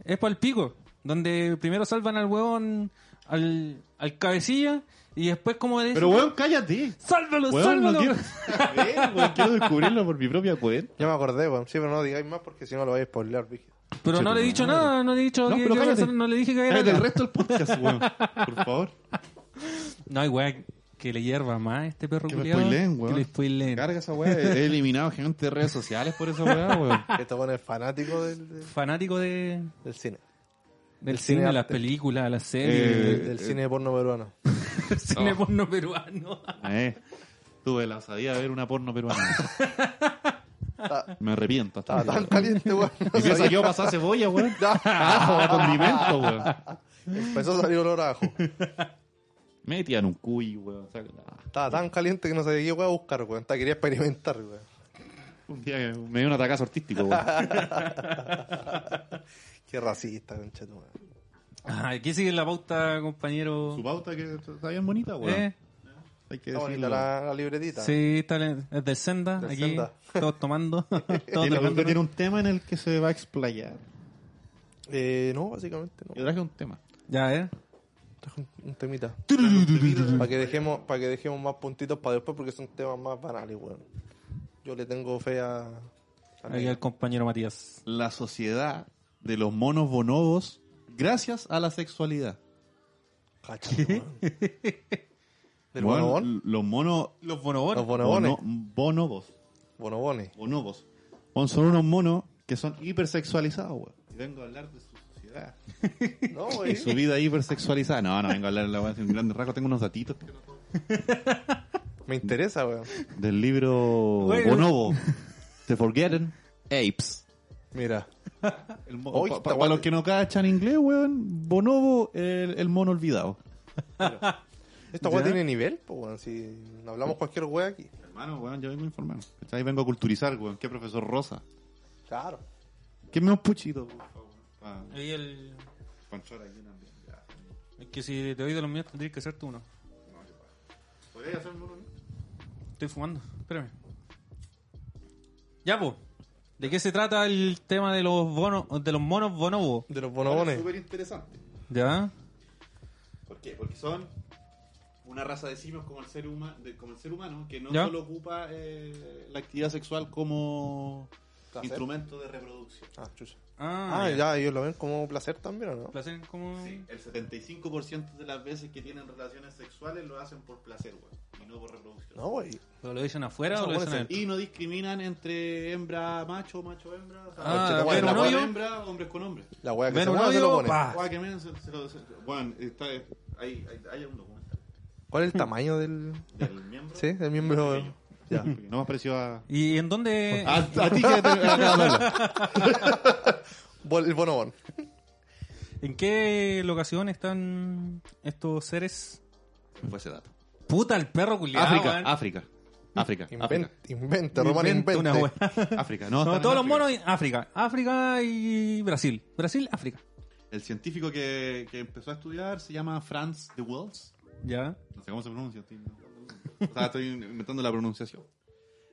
Speaker 2: es para el pico. Donde primero salvan al weón, al, al cabecilla y después como le dice,
Speaker 1: Pero weón, cállate.
Speaker 2: ¡Sálvalo,
Speaker 1: Weón,
Speaker 2: sálvalo!
Speaker 1: no quiero saber, weón, quiero descubrirlo por mi propia cuenta.
Speaker 3: Ya me acordé, weón. Sí, pero no digáis más porque si no lo vais a spoilear, brígido.
Speaker 2: Pero no le he dicho nada, no le he dicho
Speaker 1: No,
Speaker 2: que,
Speaker 1: pero
Speaker 2: que iba a
Speaker 1: cállate.
Speaker 2: hacer- no le dije que era
Speaker 1: Cállate el
Speaker 2: acá.
Speaker 1: resto del podcast, weón. Por favor.
Speaker 2: No hay weá que le hierva más a este perro
Speaker 1: Que me
Speaker 2: culiado.
Speaker 1: spoileen,
Speaker 2: Que
Speaker 1: weón.
Speaker 2: le spoileen.
Speaker 1: Carga esa weá. He eliminado gente de redes sociales por esa weá, weón.
Speaker 3: Este weón es fanático del, del-
Speaker 2: Fanático de,
Speaker 3: del cine.
Speaker 2: del
Speaker 3: cine
Speaker 2: cine, las
Speaker 3: arte.
Speaker 2: películas, las
Speaker 1: Eh, oh.
Speaker 2: series,
Speaker 3: Del, del cine porno peruano.
Speaker 2: del cine porno peruano.
Speaker 1: Eh, tuve la osadía de ver una porno peruana. Me arrepiento. Hasta
Speaker 3: Estaba tan caliente, weón. No
Speaker 1: Y piensa
Speaker 3: sabía.
Speaker 1: que yo pasaba cebolla, weón. Ajo, condimento, weón.
Speaker 3: Empezó a salir olor a ajo.
Speaker 1: Metía en un cuy, weón. Sácala.
Speaker 3: Estaba tan caliente que no sabía qué weón buscar, weón. Hasta quería experimentar, weón.
Speaker 1: Un día que me dio un atacazo artístico, weón.
Speaker 3: Qué racista, concha tu madre.
Speaker 2: Ajá, Ah, Aquí sigue la pauta, compañero.
Speaker 1: Su pauta que está bien bonita, weón.
Speaker 2: ¿Eh?
Speaker 1: Hay que decirlo.
Speaker 3: Está bonita la, la libretita.
Speaker 2: Sí, está en- es del Senda,
Speaker 3: Del
Speaker 2: aquí,
Speaker 3: Senda.
Speaker 2: todos tomando, todos
Speaker 1: Tiene,
Speaker 2: tomando.
Speaker 1: tiene un tema en el que se va a explayar.
Speaker 3: Eh, no, básicamente no.
Speaker 1: Yo traje un tema.
Speaker 2: Ya, ¿eh?
Speaker 3: Traje un, un temita. Para que dejemos, para que dejemos más puntitos para después porque son temas más banales, weón. Yo le tengo fe a. a
Speaker 2: Aquí el compañero Matías.
Speaker 1: La sociedad de los monos bonobos gracias a la sexualidad.
Speaker 3: Cacha, weón. ¿Del
Speaker 1: Weón,
Speaker 3: bonobón?
Speaker 1: Los monos...
Speaker 2: Los bonobos.
Speaker 3: Los bonobones.
Speaker 1: bono- bonobos.
Speaker 3: Bonobones.
Speaker 1: bonobos. Bueno, son unos monos que son hipersexualizados, weón. Y vengo a hablar de su sociedad.
Speaker 3: No,
Speaker 1: Y
Speaker 3: güey.
Speaker 1: su vida hipersexualizada. No, no, vengo a hablar de la weá sin grandes rasgos. Tengo unos datitos que no-
Speaker 3: Me interesa, weón.
Speaker 1: del libro
Speaker 2: Güey,
Speaker 1: Bonobo. The Forgotten Apes.
Speaker 3: Mira. Oy,
Speaker 1: Para
Speaker 3: esta weá-
Speaker 1: los que no cachan inglés, weón, Bonobo, el, el mono olvidado.
Speaker 3: Esta weá
Speaker 1: ¿Ya?
Speaker 3: tiene nivel, pues, weón. Si no hablamos cualquier weá aquí.
Speaker 1: Hermano, weón, yo vengo a informar. Ahí vengo a culturizar, weón. Qué profesor Rosa.
Speaker 3: Claro.
Speaker 1: Qué menos puchito, por favor. Pa-
Speaker 2: Ahí el...
Speaker 1: pa entrar aquí también. Ya.
Speaker 2: Es que si te oí de los míos tendrías que ser tú uno.
Speaker 1: ¿Podría hacer uno, no?
Speaker 2: Estoy fumando, espérame. Ya, po. ¿De qué se trata el tema de los bonos, de los monos bonobos?
Speaker 3: De los bonobones.
Speaker 1: Súper interesante.
Speaker 2: ¿Ya?
Speaker 1: ¿Por qué? Porque son una raza de simios como el ser, huma- de- como el ser humano que no
Speaker 2: ¿Ya?
Speaker 1: solo ocupa eh, la actividad sexual como
Speaker 3: Placer.
Speaker 1: instrumento de reproducción.
Speaker 3: Ah, chucha.
Speaker 2: Ah,
Speaker 3: Ah,
Speaker 2: ya.
Speaker 3: ya, ellos lo ven como placer también, ¿o no?
Speaker 2: Placer
Speaker 3: Mm.
Speaker 2: como...
Speaker 1: Sí, el 75% de las veces que tienen relaciones sexuales lo hacen por placer, weón, y no por reproducción.
Speaker 3: No, güey.
Speaker 2: ¿Pero lo dicen afuera
Speaker 3: Eso
Speaker 2: o lo dicen
Speaker 3: parece.
Speaker 2: adentro?
Speaker 1: Y no discriminan entre hembra macho, macho hembra, o sea,
Speaker 2: Ah,
Speaker 1: macho con
Speaker 3: bueno,
Speaker 1: hembra,
Speaker 3: ¿no?
Speaker 1: con
Speaker 2: Yo-
Speaker 1: hembra, hombres con hombres.
Speaker 3: La weá que
Speaker 2: Ven
Speaker 3: se
Speaker 2: un
Speaker 3: mueve se lo
Speaker 2: audio,
Speaker 3: pone.
Speaker 2: pa.
Speaker 1: Guau, que men, se- se lo- se- Bueno, está, eh, hay, hay, hay un documental
Speaker 3: ¿Cuál es el tamaño del.
Speaker 1: del miembro.
Speaker 3: Sí, del miembro?
Speaker 1: Ya. No más pareció a...
Speaker 2: ¿Y en dónde...?
Speaker 1: A, a ti que te...
Speaker 3: Bol- el bonobón.
Speaker 2: ¿En qué locación están estos seres?
Speaker 1: Fue ese dato.
Speaker 2: Puta, el perro culiado.
Speaker 1: África, África, África, África,
Speaker 3: Inventa, inventa, Román inventa.
Speaker 2: una wea.
Speaker 1: África. No, están
Speaker 2: No,
Speaker 1: en
Speaker 2: todos los
Speaker 1: África.
Speaker 2: monos, en África. África y Brasil. Brasil, África.
Speaker 1: El científico que, que empezó a estudiar se llama Franz de Waals.
Speaker 2: Ya.
Speaker 1: No sé cómo se pronuncia. estoy inventando. O sea, estoy inventando la pronunciación.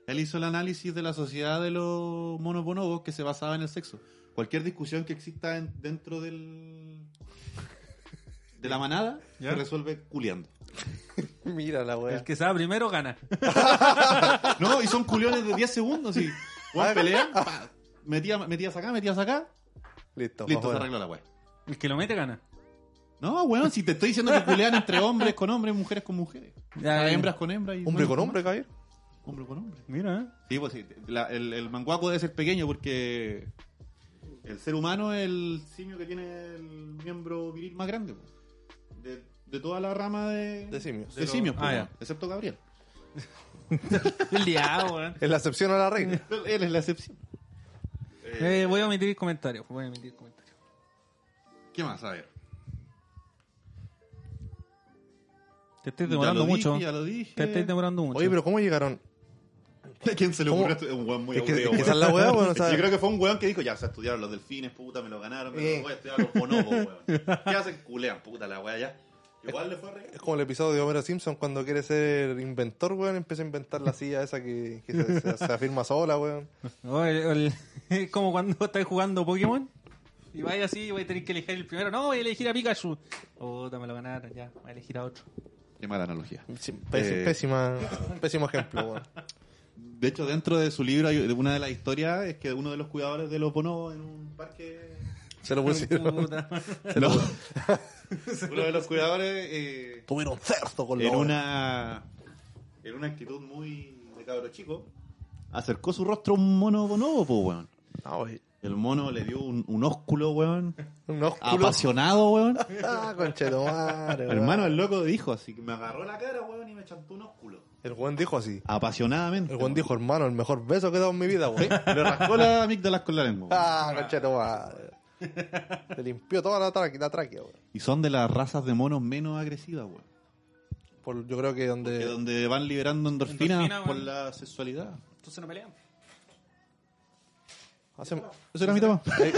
Speaker 1: Él hizo el análisis de la sociedad de los monos bonobos que se basaba en el sexo. Cualquier discusión que exista en- dentro del de la manada
Speaker 2: ¿Ya?
Speaker 1: se resuelve culeando.
Speaker 3: Mira la weá.
Speaker 2: El que sabe primero gana.
Speaker 1: No, y son culeones de 10 segundos y weón, pelean, pa, metía, metías acá, metías acá,
Speaker 3: Listo,
Speaker 1: listo, se
Speaker 3: afuera.
Speaker 1: arregló la weá.
Speaker 2: El que lo mete gana.
Speaker 1: No, weón, si te estoy diciendo que culean entre hombres con hombres, mujeres con mujeres. O sea,
Speaker 2: Ya, ya.
Speaker 1: hembras con hembras. y
Speaker 3: Hombre
Speaker 1: monos
Speaker 3: con hombre, caballero.
Speaker 1: monos. Hombre con hombre.
Speaker 2: Mira, ¿eh?
Speaker 1: Sí, pues sí. la- el, el manguaco debe ser pequeño porque el ser humano es el simio que tiene el miembro viril más grande. pues. De, de toda la rama de,
Speaker 3: De simios.
Speaker 1: De
Speaker 2: De los-
Speaker 1: simios, pues,
Speaker 2: ah, ya.
Speaker 1: weón, excepto Gabriel.
Speaker 2: El diablo, weón.
Speaker 3: Es la excepción a la regla.
Speaker 1: Él es la excepción.
Speaker 2: Eh, voy a omitir comentarios. Voy a omitir comentarios.
Speaker 1: ¿Qué más? A ver.
Speaker 2: Te estoy demorando
Speaker 1: Ya lo
Speaker 2: mucho.
Speaker 1: dije, ya lo dije.
Speaker 2: Te estoy demorando mucho.
Speaker 3: Oye, pero ¿cómo llegaron?
Speaker 1: ¿A quién se le
Speaker 3: ¿Cómo?
Speaker 1: ocurrió esto? Es un weón muy
Speaker 3: Es que,
Speaker 1: aburrido,
Speaker 3: es que esa es
Speaker 1: weón.
Speaker 3: la weá, bueno, o sea,
Speaker 1: Yo creo que fue un weón que dijo, ya se estudiaron los delfines, puta, me lo ganaron, me
Speaker 3: Eh.
Speaker 1: lo voy a estudiar los bonobos, weón. ¿Qué hacen? Culean, puta la weá ya. Igual le fue re...
Speaker 3: es como el episodio de Homero Simpson cuando quiere ser inventor, weón, empieza a inventar la silla esa que, que se, se- se afirma sola, weón.
Speaker 2: Oh, el- el- es como cuando estás jugando Pokémon Y vaya así, y voy a tener que elegir el primero. No, voy a elegir a Pikachu. Oh, me lo ganaron, ya. Voy a elegir a otro.
Speaker 1: Qué mala analogía.
Speaker 3: Sí, pés-
Speaker 1: Eh,
Speaker 3: pésima, pésimo ejemplo, weón.
Speaker 1: De hecho, dentro de su libro, hay- una de las historias es que uno de los cuidadores de los bonobos en un parque.
Speaker 3: Se lo pusieron.
Speaker 2: Puta.
Speaker 1: No. uno de los cuidadores eh,
Speaker 3: Tuvieron cerdo con
Speaker 1: en
Speaker 3: la una...
Speaker 1: una en una actitud muy de cabro chico acercó su rostro a un mono bonobo, po, weón.
Speaker 3: Ah,
Speaker 1: El mono le dio un, un ósculo, weón.
Speaker 3: Un ósculo.
Speaker 1: Ah, Apasionado, weón.
Speaker 3: Ah, conchetumare, weón.
Speaker 1: Hermano, el loco dijo así que me agarró la cara, weón, y me chantó un ósculo.
Speaker 3: El buen dijo así.
Speaker 1: Apasionadamente.
Speaker 3: El buen
Speaker 1: weón.
Speaker 3: dijo, hermano, el mejor beso que he dado en mi vida, weón.
Speaker 1: Le rascó las amígdalas con la lengua. weón.
Speaker 3: Ah, conchetumare. Te limpió toda la, tra- la tráquea, weón.
Speaker 1: Y son de las razas de monos menos agresivas, weón.
Speaker 3: Por- yo creo que
Speaker 1: Que
Speaker 3: donde.
Speaker 1: donde van liberando endorfinas
Speaker 2: Endorfina,
Speaker 1: por
Speaker 2: weón.
Speaker 1: la sexualidad.
Speaker 2: Entonces no pelean.
Speaker 3: Hace-
Speaker 1: Eso era mi tema. Eh,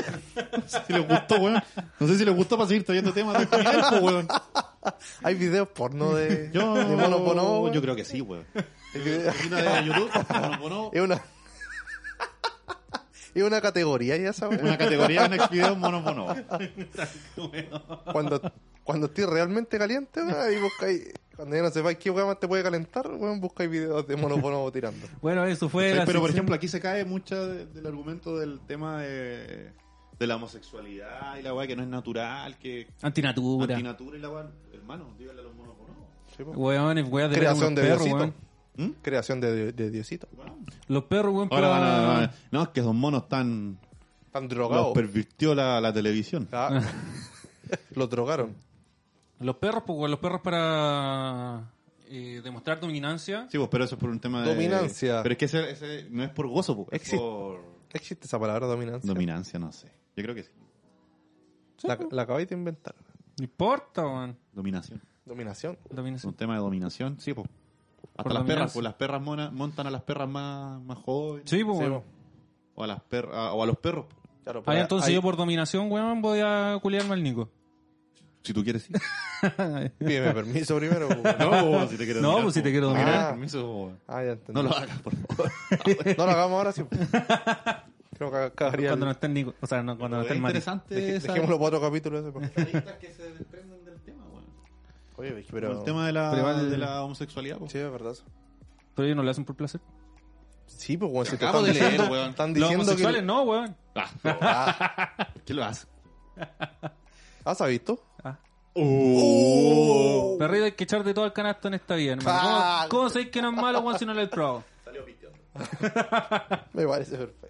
Speaker 1: No sé si les gustó, weón. No sé si les gustó para seguir trayendo temas de Julián, po, weón.
Speaker 3: Hay videos porno de.
Speaker 1: Yo,
Speaker 3: de mono bonobo, weón.
Speaker 1: yo creo que sí, weón.
Speaker 3: Es que-
Speaker 1: Página de YouTube, mono bonobo.
Speaker 3: Es una. es una categoría ya, ¿sabes?
Speaker 1: Una categoría en Xvideos mono bonobo.
Speaker 3: cuando, cuando estés realmente caliente, weón, y buscáis. Cuando ya no sepáis qué weón más te puede calentar, weón, buscáis videos de mono bonobo tirando.
Speaker 2: Bueno, eso fue.
Speaker 1: Pero,
Speaker 2: la
Speaker 1: por
Speaker 2: sección-
Speaker 1: ejemplo, aquí se cae mucho de- del argumento del tema de, de la homosexualidad y la weá que no es natural, que
Speaker 2: Antinatura.
Speaker 1: antinatura y la weá. Hermano, díganle a los monos bonobos.
Speaker 3: Sí, po.
Speaker 2: Weón, es weá de ver a
Speaker 3: Creación
Speaker 2: unos
Speaker 3: de
Speaker 2: perros,
Speaker 3: Diosito.
Speaker 2: weón.
Speaker 1: ¿Mm?
Speaker 3: Creación de, de Diosito.
Speaker 1: Bueno, Ah.
Speaker 2: Los perros, weón,
Speaker 1: ahora van
Speaker 2: para-
Speaker 1: a- van a- No, es que esos monos están...
Speaker 3: Están
Speaker 1: Los
Speaker 3: drogados.
Speaker 1: pervirtió la, la televisión.
Speaker 3: Ah. Los drogaron.
Speaker 2: Los perros, pues, weón, los perros para eh, demostrar dominancia.
Speaker 1: Sí, pues, pero eso es por un tema de...
Speaker 3: Dominancia.
Speaker 1: Pero es que ese, ese no es por gozo, pues, es
Speaker 3: Exi-
Speaker 1: por
Speaker 3: ¿Existe esa palabra dominancia?
Speaker 1: dominancia, no sé. Yo creo que sí.
Speaker 3: La, la acabáis de inventar.
Speaker 2: No importa, weón.
Speaker 1: Dominación.
Speaker 3: Dominación.
Speaker 1: Es
Speaker 2: Dominación.
Speaker 1: un tema de dominación, sí, pues. Hasta
Speaker 2: Por
Speaker 1: las
Speaker 2: dominancia.
Speaker 1: perras, pues las perras mona- montan a las perras más, más jóvenes.
Speaker 2: Sí, pues,
Speaker 3: Sí,
Speaker 2: weón.
Speaker 3: po.
Speaker 1: O a las perras, a- o a los perros. po.
Speaker 3: Claro,
Speaker 2: Ah,
Speaker 3: pues,
Speaker 2: entonces
Speaker 3: ahí-
Speaker 2: yo por dominación, weón, voy a culiarme al Nico.
Speaker 1: Si tú quieres, sí.
Speaker 3: Pídeme permiso primero. weón.
Speaker 1: No, po, si te quiero
Speaker 2: No,
Speaker 1: dominar,
Speaker 2: pues, si
Speaker 1: po.
Speaker 2: te quiero
Speaker 1: No me das
Speaker 3: dominar.
Speaker 1: permiso, po.
Speaker 3: Ah, ya entendí.
Speaker 1: No lo hagas, por favor.
Speaker 3: No lo hagamos ahora sí. Creo que acabaría.
Speaker 2: Cuando no
Speaker 3: el-
Speaker 2: esté el Nico. O sea, no, cuando no esté
Speaker 1: Es
Speaker 2: el Mati.
Speaker 1: interesante
Speaker 3: Dejé-
Speaker 1: esas
Speaker 3: Dejémoslo para otro capítulo ese. pues.
Speaker 1: aristas que se desprenden del tema, weón.
Speaker 3: Oye,
Speaker 1: Pero
Speaker 3: pero...
Speaker 1: el tema de la,
Speaker 2: Pero igual-
Speaker 1: de la homosexualidad, po.
Speaker 3: Sí, es verdad.
Speaker 2: Pero ellos no lo hacen por placer.
Speaker 3: Sí, pues, weón. Si te
Speaker 1: Acabo
Speaker 3: están
Speaker 1: de leer,
Speaker 3: diciendo,
Speaker 1: weón.
Speaker 3: están
Speaker 2: Los
Speaker 3: diciendo
Speaker 2: homosexuales
Speaker 3: que...
Speaker 2: no, weón.
Speaker 3: Ah,
Speaker 1: ¿Qué lo hace?
Speaker 3: ¿Has visto?
Speaker 2: Ah.
Speaker 1: Oh.
Speaker 2: Perrido hay que echar de todo el canasto en esta vida, hermano.
Speaker 3: Ah.
Speaker 2: ¿Cómo, cómo sabéis que no es malo, weón, si no lo he probado?
Speaker 3: Me parece perfecto.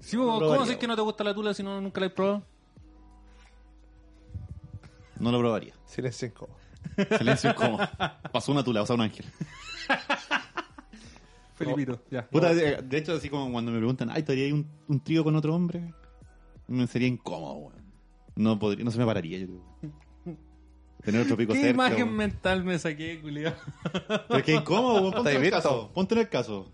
Speaker 2: Sí, weón,
Speaker 3: lo
Speaker 2: ¿Cómo
Speaker 3: haría,
Speaker 2: sabéis que no te gusta la tula si no nunca la he probado?
Speaker 1: No lo probaría.
Speaker 3: Silencio incómodo.
Speaker 1: Silencio incómodo. Pasó una tula, o sea, un ángel.
Speaker 2: Felipito, ya.
Speaker 1: Puta, de, de hecho, así como cuando me preguntan, ay, ¿te haría un, un trío con otro hombre? Me sería incómodo, weón. No, podría, no se me pararía, yo creo. Tener otro pico
Speaker 2: ¿Qué
Speaker 1: cerca.
Speaker 2: imagen
Speaker 1: weón.
Speaker 2: mental me saqué, culiado?
Speaker 1: Pero es que incómodo, weón. Ponte en
Speaker 3: ¿Estáis
Speaker 1: el
Speaker 3: visto?
Speaker 1: caso. Ponte en el caso.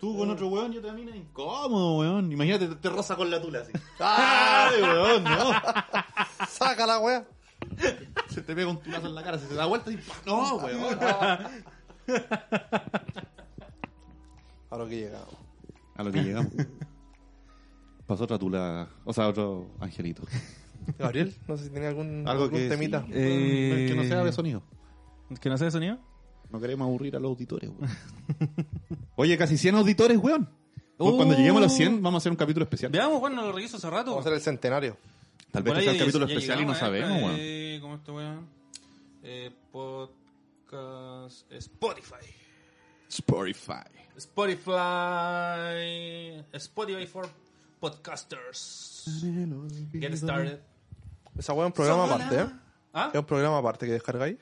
Speaker 1: Tú con otro weón, yo te mina incómodo, weón. Imagínate, te, te roza con la tula así. ¡Ay, weón, no!
Speaker 3: ¡Sácala, weón!
Speaker 1: Se te pega un tulazo en la cara, se te da vuelta y ¡pah! ¡No, weón!
Speaker 3: A lo que llegamos.
Speaker 1: A lo que llegamos. Pasó otra tula, o sea, otro angelito.
Speaker 3: Gabriel, no sé si tenía algún,
Speaker 1: Algo
Speaker 3: algún
Speaker 1: que
Speaker 3: temita.
Speaker 1: sí.
Speaker 2: Eh,
Speaker 1: Que no sea de sonido.
Speaker 2: ¿Que no sea de sonido?
Speaker 1: No queremos aburrir a los auditores, weón. Oye, casi 100 auditores, weón.
Speaker 2: Uh.
Speaker 1: Cuando lleguemos a los 100, vamos a hacer un capítulo especial.
Speaker 2: Veamos, bueno, lo reviso hace rato.
Speaker 3: Vamos a hacer el centenario.
Speaker 1: Tal vez que
Speaker 2: Por ahí
Speaker 1: sea un
Speaker 2: ya-
Speaker 1: capítulo
Speaker 2: ya
Speaker 1: especial y no
Speaker 2: llegamos a esta,
Speaker 1: sabemos, weón.
Speaker 2: eh, ¿Cómo está, weón? Eh, podcast Spotify.
Speaker 1: Spotify.
Speaker 2: Spotify. Spotify for podcasters. Get started.
Speaker 3: Esa weón es un programa aparte, ¿eh?
Speaker 2: ¿Ah?
Speaker 3: Es un programa aparte que descargáis.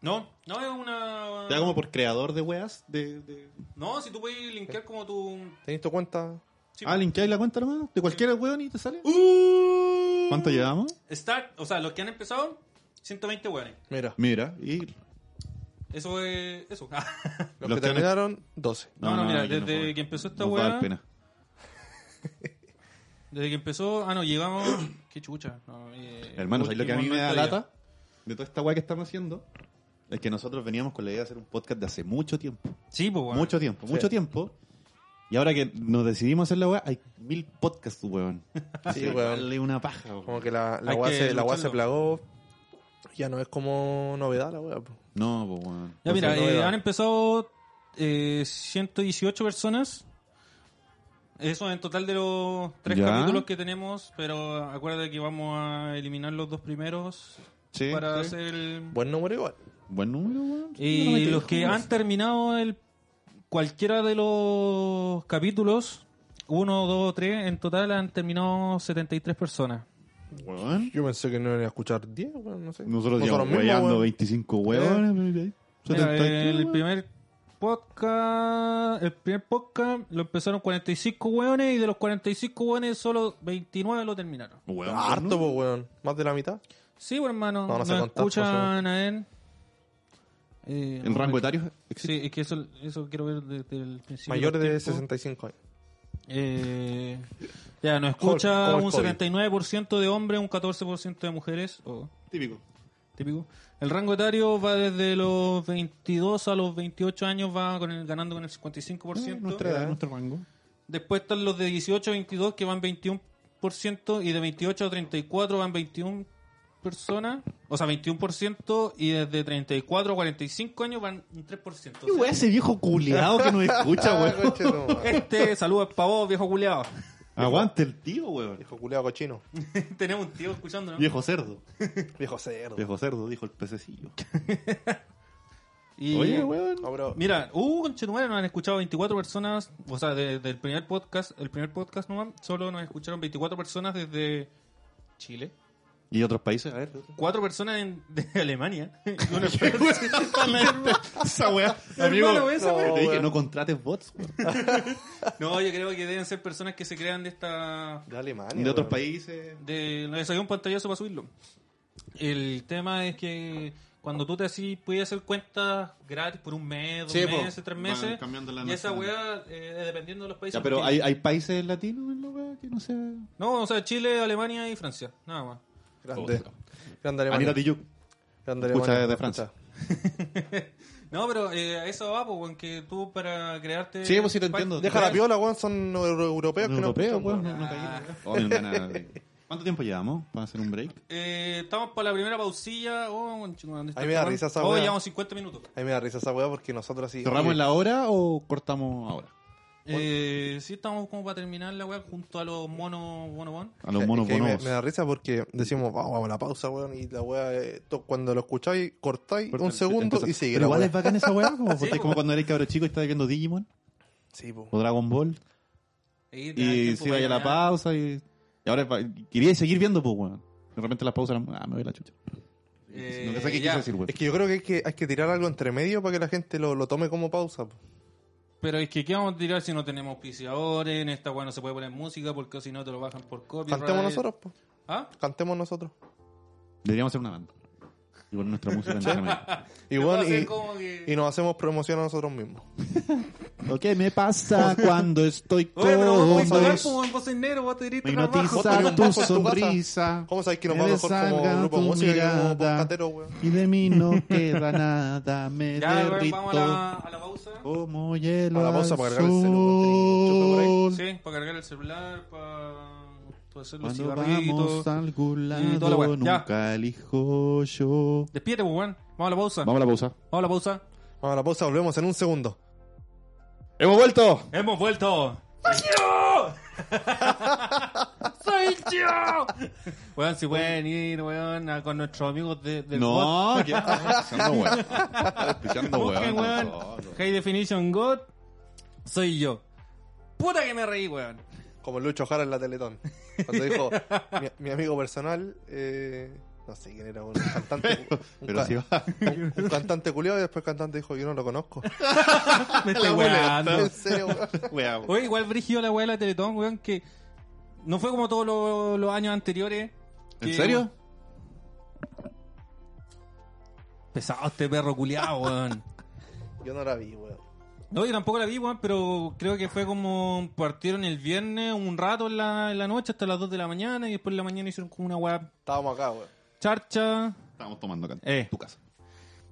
Speaker 2: No, no es una.
Speaker 1: Ya como por creador de weas. De, de...
Speaker 2: No, si tú puedes linkear como tu.
Speaker 3: ¿Tenéis tu cuenta?
Speaker 2: Sí.
Speaker 1: Ah, linkeáis la cuenta nomás. De cualquier weón y te sale.
Speaker 2: Uh.
Speaker 1: ¿Cuánto llevamos?
Speaker 2: Start, o sea, los que han empezado, 120 weones.
Speaker 3: Mira.
Speaker 1: Mira, y.
Speaker 2: Eso es. Eso.
Speaker 3: Los,
Speaker 1: Los
Speaker 3: que
Speaker 1: que han-
Speaker 3: terminaron, 12.
Speaker 2: No, no, mira,
Speaker 1: yo
Speaker 2: desde
Speaker 1: puedo.
Speaker 2: que empezó esta
Speaker 1: Nos va a
Speaker 2: wea-
Speaker 1: dar pena.
Speaker 2: Desde que empezó. Ah, no, llegamos. Qué chucha. No, eh,
Speaker 1: Hermano, ¿sabes lo que a mí
Speaker 2: último
Speaker 1: me da
Speaker 2: día.
Speaker 1: lata de toda esta weá que estamos haciendo? Es que nosotros veníamos con la idea de hacer un podcast de hace mucho tiempo.
Speaker 2: Sí, pues, weón.
Speaker 1: Mucho tiempo, mucho tiempo. Y ahora que nos decidimos hacer la weá, hay mil podcasts, weón.
Speaker 3: Sí, weón.
Speaker 1: Dale una paja, weón.
Speaker 3: Como que la, la
Speaker 2: Hay
Speaker 3: weá
Speaker 2: que
Speaker 3: se, la weá se
Speaker 2: lucharlo.
Speaker 3: plagó. Ya no es como novedad la weá. po.
Speaker 1: No, pues, weón.
Speaker 2: Ya mira,
Speaker 3: Entonces, no
Speaker 2: eh,
Speaker 3: veo.
Speaker 2: han empezado eh, 118 personas. Eso en total de los tres
Speaker 1: Ya.
Speaker 2: capítulos que tenemos, pero acuérdate que vamos a eliminar los dos primeros
Speaker 1: Sí,
Speaker 2: para
Speaker 1: sí.
Speaker 2: hacer el...
Speaker 3: Buen número igual.
Speaker 1: Buen número, weón. Yo
Speaker 2: Y
Speaker 1: no me
Speaker 2: los
Speaker 1: quejo,
Speaker 2: que
Speaker 1: weón.
Speaker 2: han terminado el cualquiera de los capítulos, uno, dos, tres, en total han terminado 73 personas.
Speaker 1: Weón.
Speaker 3: Yo pensé que no iban a escuchar 10, weón, no sé.
Speaker 1: Nosotros
Speaker 3: Nosotros
Speaker 1: llevamos
Speaker 3: mismos,
Speaker 1: weyando
Speaker 3: weón.
Speaker 1: 25 weones.
Speaker 2: Mira,
Speaker 1: 71,
Speaker 2: el
Speaker 1: weón.
Speaker 2: primer podcast, el primer podcast lo empezaron 45 hueones y de los 45 hueones solo 29 lo terminaron.
Speaker 1: Weón,
Speaker 3: Harto,
Speaker 1: ¿no?
Speaker 3: po, weón. Más de la mitad.
Speaker 2: Sí, bueno, hermano,
Speaker 3: No, no
Speaker 2: nos
Speaker 3: sé contar,
Speaker 2: escuchan a él. Eh,
Speaker 1: ¿El rango etario?
Speaker 2: Sí, es que eso, eso quiero ver desde el principio.
Speaker 3: Mayores
Speaker 2: del
Speaker 3: de Ah,
Speaker 2: tiempo.
Speaker 3: 65 años.
Speaker 2: Eh, ya, nos
Speaker 3: Como el-
Speaker 2: escucha
Speaker 3: como el
Speaker 2: un
Speaker 3: COVID.
Speaker 2: 79% de hombres, un 14% de mujeres. o
Speaker 1: Típico.
Speaker 2: típico. El rango etario va desde los 22 a los 28 años, va con el- ganando con el 55%.
Speaker 1: Eh, Nuestra edad, nuestro rango.
Speaker 2: Después están los de 18 a 22 que van 21% y de 28 a 34 van 21 personas, o sea, 21% y desde 34 a 45 años van un 3%. O sea,
Speaker 1: ese viejo culiado que nos escucha, Ah, weón.
Speaker 3: Conche tu madre.
Speaker 2: este, saludos para vos, viejo culeado.
Speaker 1: Aguante el tío, weón.
Speaker 3: Viejo culeado cochino.
Speaker 2: Tenemos un tío escuchándonos.
Speaker 1: Viejo cerdo.
Speaker 3: Viejo cerdo.
Speaker 1: Viejo cerdo, dijo el pececillo.
Speaker 2: Y-
Speaker 1: Oye, weón.
Speaker 3: No, pero
Speaker 2: Mira, uh, conchetumare, nos han escuchado 24 personas, o sea, desde el primer podcast, el primer podcast nomás, solo nos escucharon 24 personas desde Chile,
Speaker 1: ¿Y otros países? A ver.
Speaker 2: cuatro personas en, de Alemania, y una persona-
Speaker 1: Esa weá.
Speaker 2: Amigo,
Speaker 1: Amigo,
Speaker 2: esa weá.
Speaker 1: te dije, no contrates bots, weón.
Speaker 2: No, yo creo que deben ser personas que se crean de esta...
Speaker 3: de Alemania.
Speaker 1: De otros
Speaker 3: weón.
Speaker 1: países.
Speaker 2: De, les saqué un pantallazo para subirlo. El tema es que cuando tú te así puedes hacer cuentas gratis por un mes, dos
Speaker 3: Sí, po.
Speaker 2: meses, tres
Speaker 1: Van
Speaker 2: meses,
Speaker 1: cambiando la
Speaker 2: y esa
Speaker 1: nacionalidad.
Speaker 2: weá, eh, dependiendo de los países...
Speaker 1: Ya, pero
Speaker 2: porque-
Speaker 1: hay, hay países latinos en la weá que no sé.
Speaker 2: No, o sea, Chile, Alemania y Francia, nada más.
Speaker 3: Grande. Grande Alemania.
Speaker 1: Anita Tijoux.
Speaker 3: Grande
Speaker 1: Escucha
Speaker 3: Alemania.
Speaker 1: desde Francia.
Speaker 3: Escucha.
Speaker 2: No, pero eh, a eso va, pues, en que tú para crearte.
Speaker 1: Sí, pues, sí, te
Speaker 2: pa-
Speaker 1: entiendo.
Speaker 3: Deja la
Speaker 2: crear-
Speaker 3: piola, weón. Son euro- europeos que no
Speaker 1: Europeo,
Speaker 3: escuchan,
Speaker 1: weón. No, no caí. Oh, no, no, no. ¿Cuánto tiempo llevamos para hacer un break?
Speaker 2: Eh, estamos para la primera pausilla. Oh, un chingo, ¿dónde está
Speaker 3: Ahí
Speaker 2: el
Speaker 3: me da
Speaker 2: cabrón?
Speaker 3: risa esa
Speaker 2: Oh,
Speaker 3: wea.
Speaker 2: llevamos 50 minutos.
Speaker 3: A mí me da risa esa weá porque nosotros así.
Speaker 1: ¿Cerramos en la hora o cortamos ahora?
Speaker 2: Eh, sí, estamos como para terminar la weá junto a los monos bonobon.
Speaker 1: A los monos
Speaker 3: Es que a mí me,
Speaker 1: bonobos.
Speaker 3: me da risa porque decimos, vamos, vamos a la pausa, weón. Y la weá, eh, to- cuando lo escucháis, cortáis un segundo
Speaker 1: Empieza-
Speaker 3: y sigue.
Speaker 1: Pero
Speaker 3: la
Speaker 1: igual
Speaker 3: weá.
Speaker 1: es bacán esa weá, como, porque
Speaker 2: Sí,
Speaker 1: es como
Speaker 2: po.
Speaker 1: cuando eres cabro chico y estás viendo Digimon
Speaker 3: Sí, po.
Speaker 1: o Dragon Ball.
Speaker 2: Ahí te da el
Speaker 1: Y
Speaker 2: tiempo
Speaker 1: si
Speaker 2: para
Speaker 1: vaya la
Speaker 2: ganar.
Speaker 1: pausa y, y ahora es pa- quería seguir viendo, pues, weón. De repente las pausas eran, ah, me voy a la chucha.
Speaker 2: Eh,
Speaker 1: no sé qué
Speaker 2: ya.
Speaker 1: quise decir, weón.
Speaker 3: Es que yo creo que hay que, hay que tirar algo entre medio para que la gente lo, lo tome como pausa. po.
Speaker 2: Pero es que, ¿qué vamos a tirar si no tenemos auspiciadores? En esta weá no se puede poner música porque si no te lo bajan por copyright.
Speaker 3: Cantemos nosotros, po.
Speaker 2: ¿Ah?
Speaker 3: Cantemos nosotros.
Speaker 1: Deberíamos hacer una banda. Y poner nuestra música entre medio.
Speaker 3: Y,
Speaker 2: Yo puedo
Speaker 3: weón,
Speaker 2: hacer
Speaker 3: y,
Speaker 2: como que-
Speaker 3: y nos hacemos promoción a nosotros mismos.
Speaker 1: Lo que me pasa cuando estoy con
Speaker 2: Oye, pero vos podés
Speaker 1: vos?
Speaker 2: jugar, pues, weón, vos sois negro, vos te
Speaker 1: Me
Speaker 2: gritas
Speaker 3: Vos tenés
Speaker 1: hipnotiza
Speaker 3: un
Speaker 1: tu
Speaker 3: bajo pues, en tu casa.
Speaker 1: sonrisa.
Speaker 3: ¿Cómo sabéis que nos
Speaker 1: me
Speaker 3: va mejor como
Speaker 1: desalga
Speaker 3: grupo de
Speaker 1: tu
Speaker 3: música que como
Speaker 1: mirada,
Speaker 3: podcastero, weón?
Speaker 1: Y de mí no queda nada, me
Speaker 2: Ya, weón,
Speaker 1: derrito.
Speaker 2: vamos a la, a la pausa.
Speaker 1: Como hielo.
Speaker 3: A la pausa
Speaker 1: al
Speaker 3: para cargar el celu,
Speaker 1: sol.
Speaker 2: Sí, para cargar el celular, para para hacer los
Speaker 1: Cuando vamos
Speaker 2: cigarritos.
Speaker 1: a algún
Speaker 2: Y toda la
Speaker 1: lado,
Speaker 2: wea. Ya.
Speaker 1: nunca elijo yo.
Speaker 2: Despídete, pues, weón. Vamos a la pausa. Vamos
Speaker 1: Vamos a la pausa.
Speaker 2: a la pausa.
Speaker 3: Vamos a la pausa, volvemos en un segundo.
Speaker 1: ¡Hemos vuelto!
Speaker 2: Hemos vuelto. ¡Soy yo! ¡Soy yo! Weón, si pueden ir, weón, a- con nuestros amigos de, del bot.
Speaker 1: No, ya estás escuchando, weón. Estás escuchando,
Speaker 2: Busquen,
Speaker 1: weón.
Speaker 2: weón. High Definition God. Soy yo. Puta que me reí, weón.
Speaker 3: Como Lucho Jara en la Teletón. Cuando dijo, mi, mi amigo personal, eh, no sé quién era, un cantante. un
Speaker 1: Pero
Speaker 3: ca-
Speaker 1: si va.
Speaker 3: un, un cantante culiado y después el cantante dijo, yo no lo conozco.
Speaker 2: Me estoy
Speaker 3: En
Speaker 2: weando.
Speaker 3: serio, weón.
Speaker 1: Weón.
Speaker 2: Oye, igual brigió la weá de la Teletón, weón, que no fue como todos los, los años anteriores.
Speaker 1: ¿En
Speaker 2: que-
Speaker 1: serio?
Speaker 2: Pesado este perro culiado, weón.
Speaker 3: Yo no la vi, weón.
Speaker 2: No, yo tampoco la vi, weón, pero creo que fue como partieron el viernes un rato en la, en la noche hasta las 2 de la mañana y después en la mañana hicieron como una weá
Speaker 3: Estábamos acá, weón.
Speaker 2: charcha.
Speaker 1: Estábamos tomando acá en
Speaker 2: Eh.
Speaker 1: tu casa.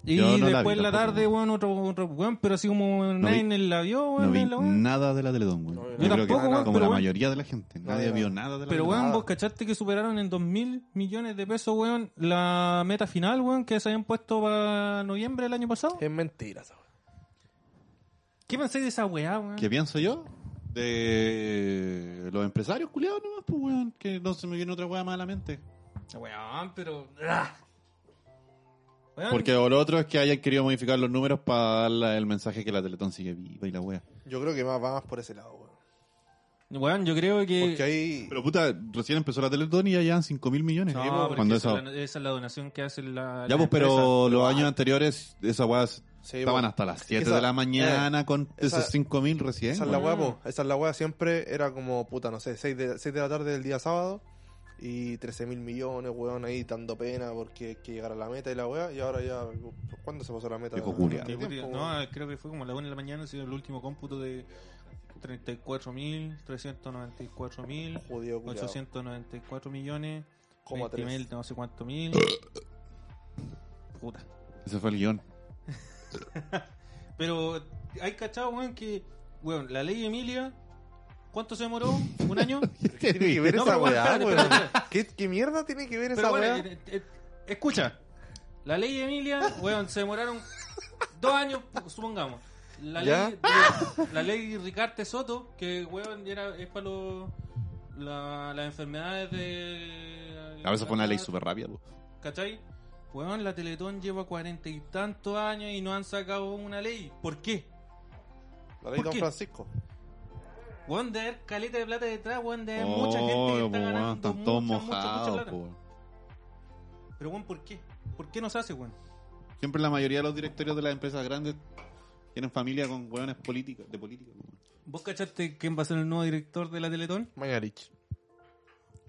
Speaker 2: Y
Speaker 1: Yo no la
Speaker 2: después
Speaker 1: vi
Speaker 2: en la
Speaker 1: tampoco.
Speaker 2: tarde, weón, otro, otro weón, pero así como nadie
Speaker 1: vi-
Speaker 2: en la vio, weón,
Speaker 1: No vi
Speaker 2: en la weón.
Speaker 1: nada de la Teletón, güey.
Speaker 3: No, yo
Speaker 1: Yo creo que
Speaker 2: tampoco,
Speaker 1: como
Speaker 2: weón, pero
Speaker 1: la
Speaker 2: weón.
Speaker 1: mayoría de la gente, nadie
Speaker 3: no.
Speaker 1: vio nada de la
Speaker 2: Pero
Speaker 1: Teletón.
Speaker 2: weón,
Speaker 3: nada.
Speaker 2: vos cachaste que superaron en 2.000 millones de pesos, weón, la meta final, weón, que se habían puesto para noviembre del año pasado.
Speaker 3: Es mentira esa weá.
Speaker 2: ¿Qué pensáis de esa weá, weón?
Speaker 1: ¿Qué pienso yo? De los empresarios culiados nomás, pues, weón. Que no se me viene otra weá más a la mente.
Speaker 2: Weón, pero. ¡Ah! Weón,
Speaker 1: Porque lo otro es que hayan querido modificar los números para dar el mensaje que la Teletón sigue viva y la weá.
Speaker 3: Yo creo que más va más por ese lado, weón.
Speaker 2: weón, yo creo que.
Speaker 3: Porque ahí.
Speaker 1: Pero puta, recién empezó la Teletón y ya llevan 5 mil millones.
Speaker 2: No,
Speaker 1: Sí, pues,
Speaker 2: porque
Speaker 1: cuando
Speaker 2: esa,
Speaker 1: esa-
Speaker 2: es la, esa es la donación que hace la.
Speaker 1: Ya,
Speaker 2: la
Speaker 1: pues, pero
Speaker 3: empresa-
Speaker 1: los
Speaker 3: Ah.
Speaker 1: años anteriores, esas weas
Speaker 3: Sí,
Speaker 1: estaban
Speaker 3: pues.
Speaker 1: hasta las
Speaker 3: Es que
Speaker 1: 7
Speaker 3: esa-
Speaker 1: de la mañana con
Speaker 3: esa-
Speaker 1: esos 5 mil recién.
Speaker 3: Esa es la
Speaker 1: weón.
Speaker 3: weá, po. Esa es la weá. Siempre era como, puta, no sé, 6 de, seis de la tarde del día sábado y 13 mil millones, weón, ahí dando pena porque hay que llegar a la meta y la weá. Y ahora ya, ¿cuándo se pasó la meta?
Speaker 1: Viejo culiao.
Speaker 3: ¿Qué
Speaker 2: Qué
Speaker 3: tiempo,
Speaker 2: puti-
Speaker 3: weón?
Speaker 2: pues, no, creo que fue como a la 1 de la mañana, ha sido el último cómputo de 34.000, 394.000,
Speaker 3: Judío, culiao.
Speaker 2: 894 millones,
Speaker 3: Coma
Speaker 2: 20.000,
Speaker 3: tres.
Speaker 2: no sé cuánto mil. Puta.
Speaker 1: Ese fue el guión.
Speaker 2: Pero hay cachado, weón, que, weón, la ley de Emilia, ¿cuánto se demoró? ¿Un año?
Speaker 3: ¿Qué tiene que ver
Speaker 2: No,
Speaker 3: esa
Speaker 2: pero
Speaker 3: weá,
Speaker 2: espérate,
Speaker 3: weón?
Speaker 2: espérate,
Speaker 3: ¿Qué, ¿Qué mierda tiene que ver
Speaker 2: Pero
Speaker 3: esa
Speaker 2: bueno,
Speaker 3: weá?
Speaker 2: eh, eh, escucha, la ley de Emilia, weón, se demoraron dos años, supongamos. La
Speaker 3: ¿Ya?
Speaker 2: ley, la ley Ricarte Soto, que weón era, es para los la- las enfermedades de...
Speaker 1: A veces fue una ley súper rápida, pues.
Speaker 2: ¿Cachai? Weón, la Teletón lleva cuarenta y tantos años y no han sacado una ley. ¿Por qué?
Speaker 3: La ley
Speaker 2: ¿Por
Speaker 3: Don
Speaker 2: qué?
Speaker 3: Francisco.
Speaker 2: Weón, de haber caleta de plata detrás, weón, de haber
Speaker 1: Oh,
Speaker 2: Eh, mucha gente que está
Speaker 1: pues,
Speaker 2: ganando
Speaker 1: weón, están todos
Speaker 2: mucha, mucha, mucha
Speaker 1: mojados,
Speaker 2: plata.
Speaker 1: pues, weón.
Speaker 2: Pero weón, ¿por qué? ¿Por qué no se hace, weón?
Speaker 1: Siempre la mayoría de los directorios de las empresas grandes tienen familia con hueones políticos, de política. pues, weón.
Speaker 2: ¿Vos cachaste quién va a ser el nuevo director de la Teletón?
Speaker 3: Mañarich.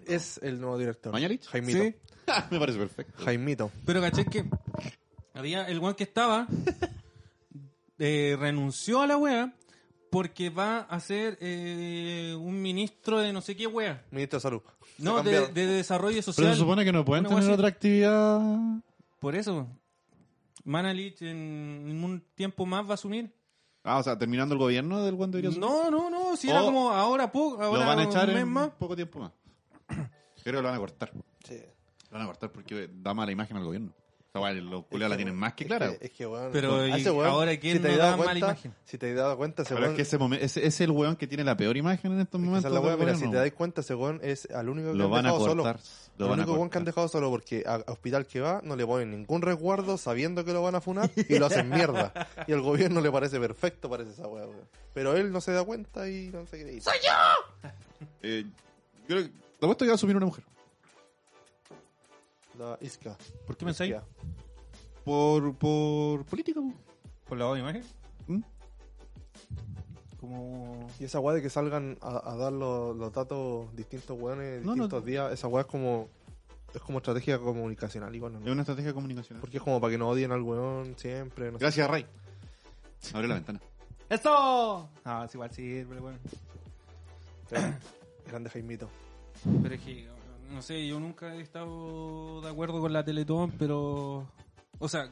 Speaker 3: Es el nuevo director.
Speaker 1: ¿Mañarich?
Speaker 3: Jaimito.
Speaker 2: Sí.
Speaker 1: Ah, Me parece perfecto.
Speaker 3: Jaimito.
Speaker 2: Pero caché que había el weón que estaba eh, renunció a la wea porque va a ser eh, un ministro de no sé qué wea.
Speaker 3: Ministro de Salud. Se
Speaker 2: No, de,
Speaker 3: cambiaron.
Speaker 2: de desarrollo social.
Speaker 1: que no pueden
Speaker 2: Una hueá tener así.
Speaker 1: actividad.
Speaker 2: Por eso. Manalich en un tiempo más va a asumir.
Speaker 1: Ah, o sea, terminando el gobierno del Juan debería asumir.
Speaker 2: No, no, no. Si era
Speaker 1: O
Speaker 2: como ahora poco,
Speaker 1: Lo
Speaker 2: ahora
Speaker 1: van a echar
Speaker 2: un mes
Speaker 1: en
Speaker 2: más.
Speaker 1: poco tiempo más. Yo creo que lo van a cortar. Lo
Speaker 3: Sí.
Speaker 1: van a cortar porque da mala imagen al gobierno. O sea, bueno, los culiados la tienen más que clara.
Speaker 3: Es que, es que, weón,
Speaker 2: Pero,
Speaker 3: a
Speaker 2: ¿y
Speaker 3: ese weón,
Speaker 2: ahora quién
Speaker 3: te
Speaker 2: no
Speaker 3: has
Speaker 2: da
Speaker 3: dado
Speaker 2: mala
Speaker 3: cuenta-
Speaker 2: imagen?
Speaker 3: Si te has dado cuenta, ese
Speaker 1: Pero
Speaker 3: weón.
Speaker 1: es que ese, momen- ese- es el weón que tiene la peor imagen en estos
Speaker 3: es que
Speaker 1: momentos.
Speaker 3: esa es la
Speaker 1: del
Speaker 3: weá, mira, si
Speaker 1: gobierno.
Speaker 3: te das cuenta, ese weón es al único que
Speaker 1: lo
Speaker 3: han
Speaker 1: van a
Speaker 3: dejado solo.
Speaker 1: cortar. Lo
Speaker 3: el
Speaker 1: van a
Speaker 3: único weón que han
Speaker 1: cortar.
Speaker 3: dejado solo porque a a hospital que va no le ponen ningún resguardo sabiendo que lo van a funar y lo hacen mierda. Y al gobierno le parece perfecto, parece esa weá, weón. Pero él no se da cuenta y no se cree. ¡Soy yo!
Speaker 1: Eh, creo que, lo puesto que va a asumir una mujer.
Speaker 3: La isca.
Speaker 2: ¿Por qué pensáis?
Speaker 3: Isquia.
Speaker 1: Por, por política, po.
Speaker 2: Por la imagen.
Speaker 1: ¿Mm?
Speaker 2: Como.
Speaker 3: Y esa weá de que salgan a, a dar los, los datos distintos weones,
Speaker 1: No, no.
Speaker 3: distintos días, esa weá es como. Es como estrategia comunicacional, igual, ¿no?
Speaker 1: Es una estrategia comunicacional.
Speaker 3: Porque es como para que no odien al weón siempre. No sé.
Speaker 1: Gracias, Ray. Abre la ventana.
Speaker 2: ¡Eso! Ah, es igual sí, pero bueno.
Speaker 3: Grande Jaimito.
Speaker 2: Pero es que, no sé, yo nunca he estado de acuerdo con la Teletón, pero. O sea,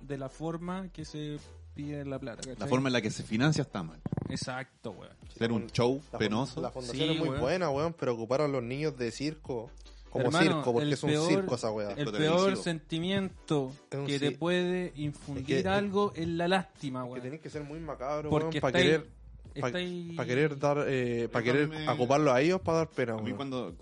Speaker 2: de la forma que se pide la plata, ¿cachai?
Speaker 1: La forma en la que se financia está mal.
Speaker 2: Exacto, weón.
Speaker 1: Ser un show
Speaker 3: La fun-
Speaker 1: penoso.
Speaker 3: La fundación
Speaker 2: Sí,
Speaker 3: es muy
Speaker 2: weón.
Speaker 3: buena, weón, pero ocuparon a los niños de circo como
Speaker 2: Hermano,
Speaker 3: circo, porque
Speaker 2: el
Speaker 3: es un
Speaker 2: peor-
Speaker 3: circo esa weá.
Speaker 2: El
Speaker 1: televisivo.
Speaker 2: peor sentimiento
Speaker 3: Es un
Speaker 2: que
Speaker 3: sí.
Speaker 2: te puede infundir
Speaker 3: Es que-
Speaker 2: algo es la lástima,
Speaker 3: Que
Speaker 2: weón.
Speaker 3: tenéis que ser muy macabro, weón,
Speaker 2: Porque
Speaker 3: para
Speaker 2: estáis-
Speaker 3: querer, para
Speaker 2: estáis-
Speaker 3: querer dar, eh, para
Speaker 1: Yo
Speaker 3: querer
Speaker 1: también me-
Speaker 3: ocuparlo a ellos para dar pena,
Speaker 1: A mí
Speaker 3: weón.
Speaker 1: cuando,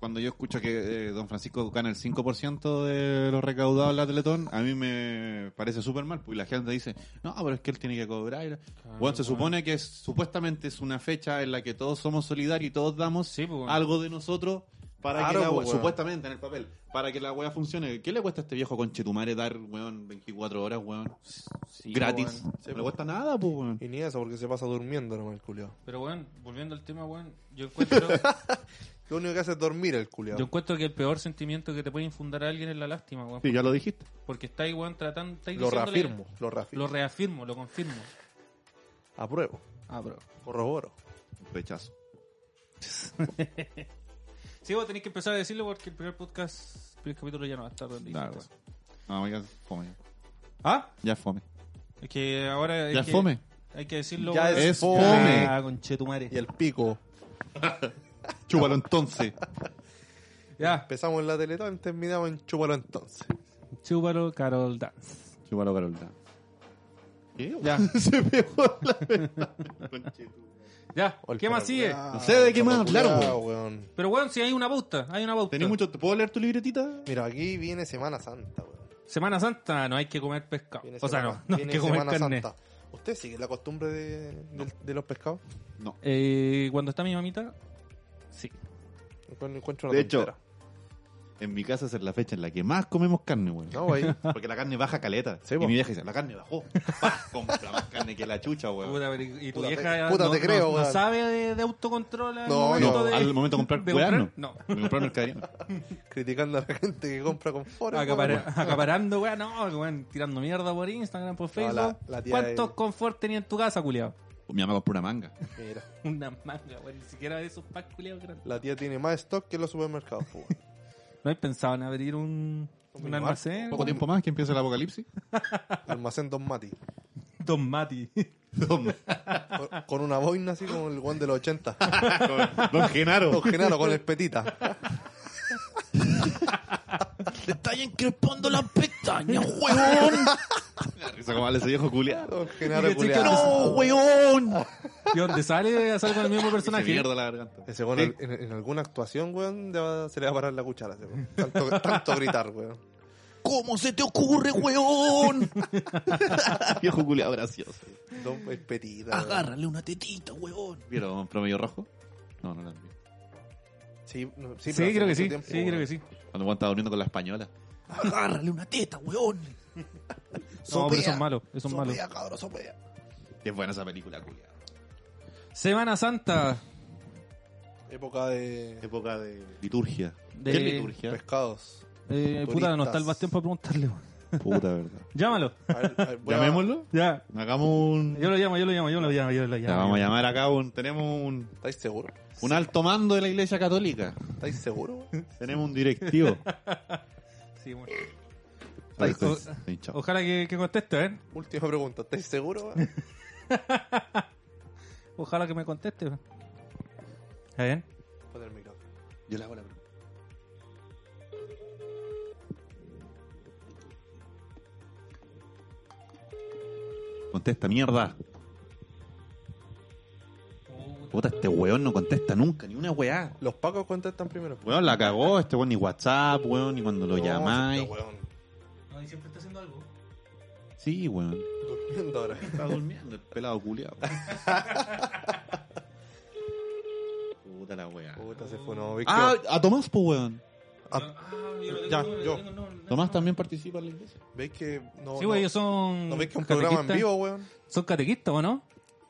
Speaker 1: cuando yo escucho que eh, Don Francisco gana el 5% de los recaudados en la Teletón, a mí me parece súper mal. Pues la gente dice, no, pero es que él tiene que cobrar. bueno, se
Speaker 2: weón.
Speaker 1: supone que es- supuestamente es una fecha en la que todos somos solidarios y todos damos
Speaker 2: Sí, pues, weón.
Speaker 1: algo de nosotros para
Speaker 3: Claro,
Speaker 1: que la
Speaker 3: pues,
Speaker 1: wea-
Speaker 3: weón.
Speaker 1: supuestamente en el papel, para que la wea funcione. ¿Qué le cuesta a este viejo conchetumare dar, weón, 24 horas, weón?
Speaker 2: Sí,
Speaker 1: gratis.
Speaker 2: weón.
Speaker 1: no le cuesta nada, pues, weón.
Speaker 3: Y ni eso, porque se pasa durmiendo nomás el culiao.
Speaker 2: Pero, weón, volviendo al tema, weón, yo encuentro,
Speaker 3: Lo único que hace es dormir el
Speaker 2: yo
Speaker 3: culiao.
Speaker 2: encuentro que el peor sentimiento que te puede infundar a alguien es la lástima, weón.
Speaker 1: Sí, ya lo dijiste.
Speaker 2: Porque estáis, weón, tratando. estáis
Speaker 3: Lo
Speaker 2: diciéndole-
Speaker 3: reafirmo, lo reafirmo.
Speaker 2: Lo reafirmo, lo confirmo.
Speaker 3: Apruebo,
Speaker 2: Ah, bro.
Speaker 3: corroboro.
Speaker 1: Rechazo.
Speaker 2: Sí, vos tenés que empezar a decirlo porque el primer podcast, el primer capítulo ya no va a estar donde dice,
Speaker 1: Claro.
Speaker 2: pues.
Speaker 1: No, oiga, fome.
Speaker 2: ¿Ah?
Speaker 1: Ya es fome.
Speaker 2: Es que ahora. es
Speaker 1: Ya es
Speaker 2: que-
Speaker 1: fome.
Speaker 2: Hay que decirlo.
Speaker 3: Ya
Speaker 2: weón.
Speaker 3: es
Speaker 1: Es
Speaker 3: fome.
Speaker 1: fome.
Speaker 2: Ah, conchetumare.
Speaker 3: Y el pico.
Speaker 1: Chúpalo entonces.
Speaker 2: Ya,
Speaker 3: Empezamos en la Teletón, terminamos en Chúpalo entonces.
Speaker 2: chúpalo, Carol Dance.
Speaker 1: Chúpalo, Carolina. ¿Qué?
Speaker 2: Ya.
Speaker 1: Se pegó la...
Speaker 2: Ya,
Speaker 3: O el
Speaker 2: ¿qué más
Speaker 3: perro
Speaker 2: sigue?
Speaker 3: culiao,
Speaker 1: No sé de qué más
Speaker 3: perro
Speaker 1: hablar,
Speaker 3: culiao, weón.
Speaker 2: Pero weón, si hay una pauta, hay una pauta.
Speaker 1: ¿Tenés mucho? ¿Te puedo leer tu libretita?
Speaker 3: Mira, aquí viene Semana Santa, weón.
Speaker 2: Semana Santa no hay que comer pescado.
Speaker 3: Viene
Speaker 2: o sea, no,
Speaker 3: Semana-
Speaker 2: no hay
Speaker 3: viene
Speaker 2: que comer
Speaker 3: Semana
Speaker 2: carne.
Speaker 3: Santa. ¿Usted sigue la costumbre de, del- de los pescados?
Speaker 1: No.
Speaker 2: Eh, cuando está mi mamita, sí.
Speaker 3: Encuentro- encuentro una
Speaker 1: De hecho,
Speaker 3: tontera.
Speaker 1: en mi casa esa es la fecha en la que más comemos carne, güey.
Speaker 3: No, güey.
Speaker 1: Porque la carne baja caleta.
Speaker 3: Sí,
Speaker 1: y
Speaker 3: po.
Speaker 1: mi vieja dice, la carne bajó. Pa, compra más carne que la chucha, güey.
Speaker 2: Puta, pero y y tu
Speaker 3: Puta,
Speaker 2: vieja
Speaker 3: te- puta,
Speaker 2: no,
Speaker 3: te
Speaker 2: no-
Speaker 3: creo,
Speaker 2: no
Speaker 3: weón.
Speaker 2: sabe de, de autocontrol al
Speaker 3: No,
Speaker 2: momento
Speaker 1: No,
Speaker 2: de,
Speaker 1: al momento de comprar,
Speaker 2: de
Speaker 1: weá, no.
Speaker 2: comprar, no.
Speaker 1: Me compraron el cadena.
Speaker 3: Criticando a la gente que compra con Forest.
Speaker 2: Acapara-
Speaker 3: weón.
Speaker 2: acaparando, weón, no, weón, tirando mierda por Instagram, por Facebook.
Speaker 3: la- la tía
Speaker 2: ¿Cuántos
Speaker 3: de-
Speaker 2: confort tenía en tu casa, culiao?
Speaker 1: Mi mamá compró una manga.
Speaker 3: Mira,
Speaker 2: Una manga, weón, ni siquiera de esos packs culiados grandes.
Speaker 3: la tía tiene más stock que los supermercados, po, weón.
Speaker 2: ¿No hay pensado en abrir un,
Speaker 3: Un
Speaker 2: un
Speaker 3: minibar.
Speaker 2: almacén?
Speaker 1: Poco tiempo más que empieza el apocalipsis.
Speaker 3: Almacén Don Mati.
Speaker 2: Don Mati.
Speaker 3: Con, con una boina así como el guan de los 80.
Speaker 1: Don Genaro.
Speaker 3: Don Genaro con espetita.
Speaker 1: La risa como vale ese viejo culiado.
Speaker 3: Don Genaro
Speaker 2: Y que chica,
Speaker 3: culiao.
Speaker 1: weón!
Speaker 2: ¿De dónde sale? Sale con el mismo personaje.
Speaker 1: mierda la garganta.
Speaker 3: Ese weón al- en, en alguna actuación, weón, le va- se le va a parar la cuchara. ese weón. Tanto, tanto gritar, weón.
Speaker 1: ¿Cómo se te ocurre, weón? viejo culiado gracioso.
Speaker 3: Don espetita. weón.
Speaker 4: una tetita, huevón.
Speaker 1: ¿Vieron promedio rojo? No, no la vi.
Speaker 3: Sí, no,
Speaker 2: Sí,
Speaker 3: pero hace
Speaker 2: creo que
Speaker 3: mucho
Speaker 2: sí.
Speaker 3: tiempo,
Speaker 2: sí,
Speaker 3: weón.
Speaker 2: creo que sí.
Speaker 1: Cuando Juan estaba durmiendo con la española.
Speaker 4: Agárrale una teta, huevón.
Speaker 2: No, pero eso es malo, eso es malo.
Speaker 4: cabrón, sopea.
Speaker 1: Es buena esa película, culiado.
Speaker 2: Semana Santa.
Speaker 3: Época de
Speaker 1: Época de liturgia.
Speaker 2: De-
Speaker 1: ¿Qué es liturgia?
Speaker 3: pescados.
Speaker 2: Eh, puta, no está el
Speaker 3: Turistas.
Speaker 2: Bastián para preguntarle. weón.
Speaker 1: Pues, Puta verdad.
Speaker 2: Llámalo.
Speaker 3: A ver, a ver, voy a-
Speaker 1: ¿Llamémoslo?
Speaker 2: Ya.
Speaker 1: Hagamos un...
Speaker 2: Yo lo llamo, yo lo llamo, yo lo llamo, yo lo llamo.
Speaker 1: Ya, vamos a llamar acá un... Tenemos un,
Speaker 3: ¿Estáis seguros?
Speaker 1: un alto mando de la iglesia católica.
Speaker 3: ¿Estáis seguros? weón?
Speaker 1: Tenemos un directivo.
Speaker 2: Sí, bueno.
Speaker 1: Ahí está,
Speaker 2: O-
Speaker 1: está hinchado.
Speaker 2: Ojalá que, que conteste, ¿eh?
Speaker 3: Última pregunta, ¿estáis seguros? weón?
Speaker 2: Ojalá que me conteste. weón. ¿Está bien?
Speaker 3: Pon el micrófono.
Speaker 1: Yo le hago la pregunta. Contesta, mierda. Puta, este weón no contesta nunca, ni una weá.
Speaker 3: Los pacos contestan primero.
Speaker 1: Weón la cagó, este weón ni WhatsApp, weón, ni cuando lo
Speaker 3: No,
Speaker 1: llamáis.
Speaker 3: este weón,
Speaker 2: No, y siempre está haciendo algo.
Speaker 1: Sí, weón.
Speaker 3: Durmiendo ahora.
Speaker 1: Está durmiendo el pelado culiado. Puta la weá.
Speaker 3: Puta, se fue no, ah, Víctor.
Speaker 1: Ah, a Tomás, pues weón.
Speaker 2: Ah,
Speaker 3: Ya, yo.
Speaker 1: Tomás también participa en la iglesia.
Speaker 3: ¿Veis que no,
Speaker 2: Sí, güey,
Speaker 3: no,
Speaker 2: ellos son.
Speaker 3: no veis que es un
Speaker 2: catequistas.
Speaker 3: programa en vivo, weón?
Speaker 2: Son catequistas, ¿o no?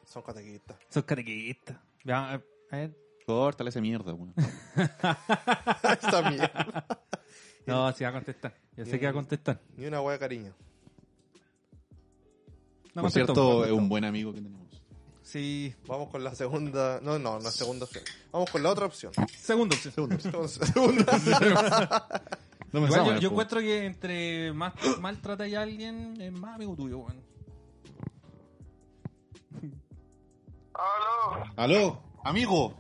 Speaker 3: Son catequistas.
Speaker 2: Son catequistas. Ya, eh, a ver.
Speaker 1: Córtale esa mierda, weón.
Speaker 3: Esta mierda.
Speaker 2: No, sí va a contestar. Yo sé que va a contestar.
Speaker 3: Ni una wea de cariño.
Speaker 2: No
Speaker 1: Por
Speaker 2: contestó.
Speaker 1: cierto, es
Speaker 3: eh,
Speaker 1: un buen amigo que tenemos.
Speaker 2: Sí.
Speaker 3: Vamos con la segunda. No, no, no es segunda opción. Vamos con la otra opción.
Speaker 2: Segundo opción.
Speaker 3: Entonces, segunda.
Speaker 1: Ah, No
Speaker 2: Igual yo,
Speaker 3: eh,
Speaker 2: yo encuentro que entre más maltratáis a alguien, es más amigo tuyo, weón.
Speaker 5: Aló,
Speaker 1: Aló, amigo.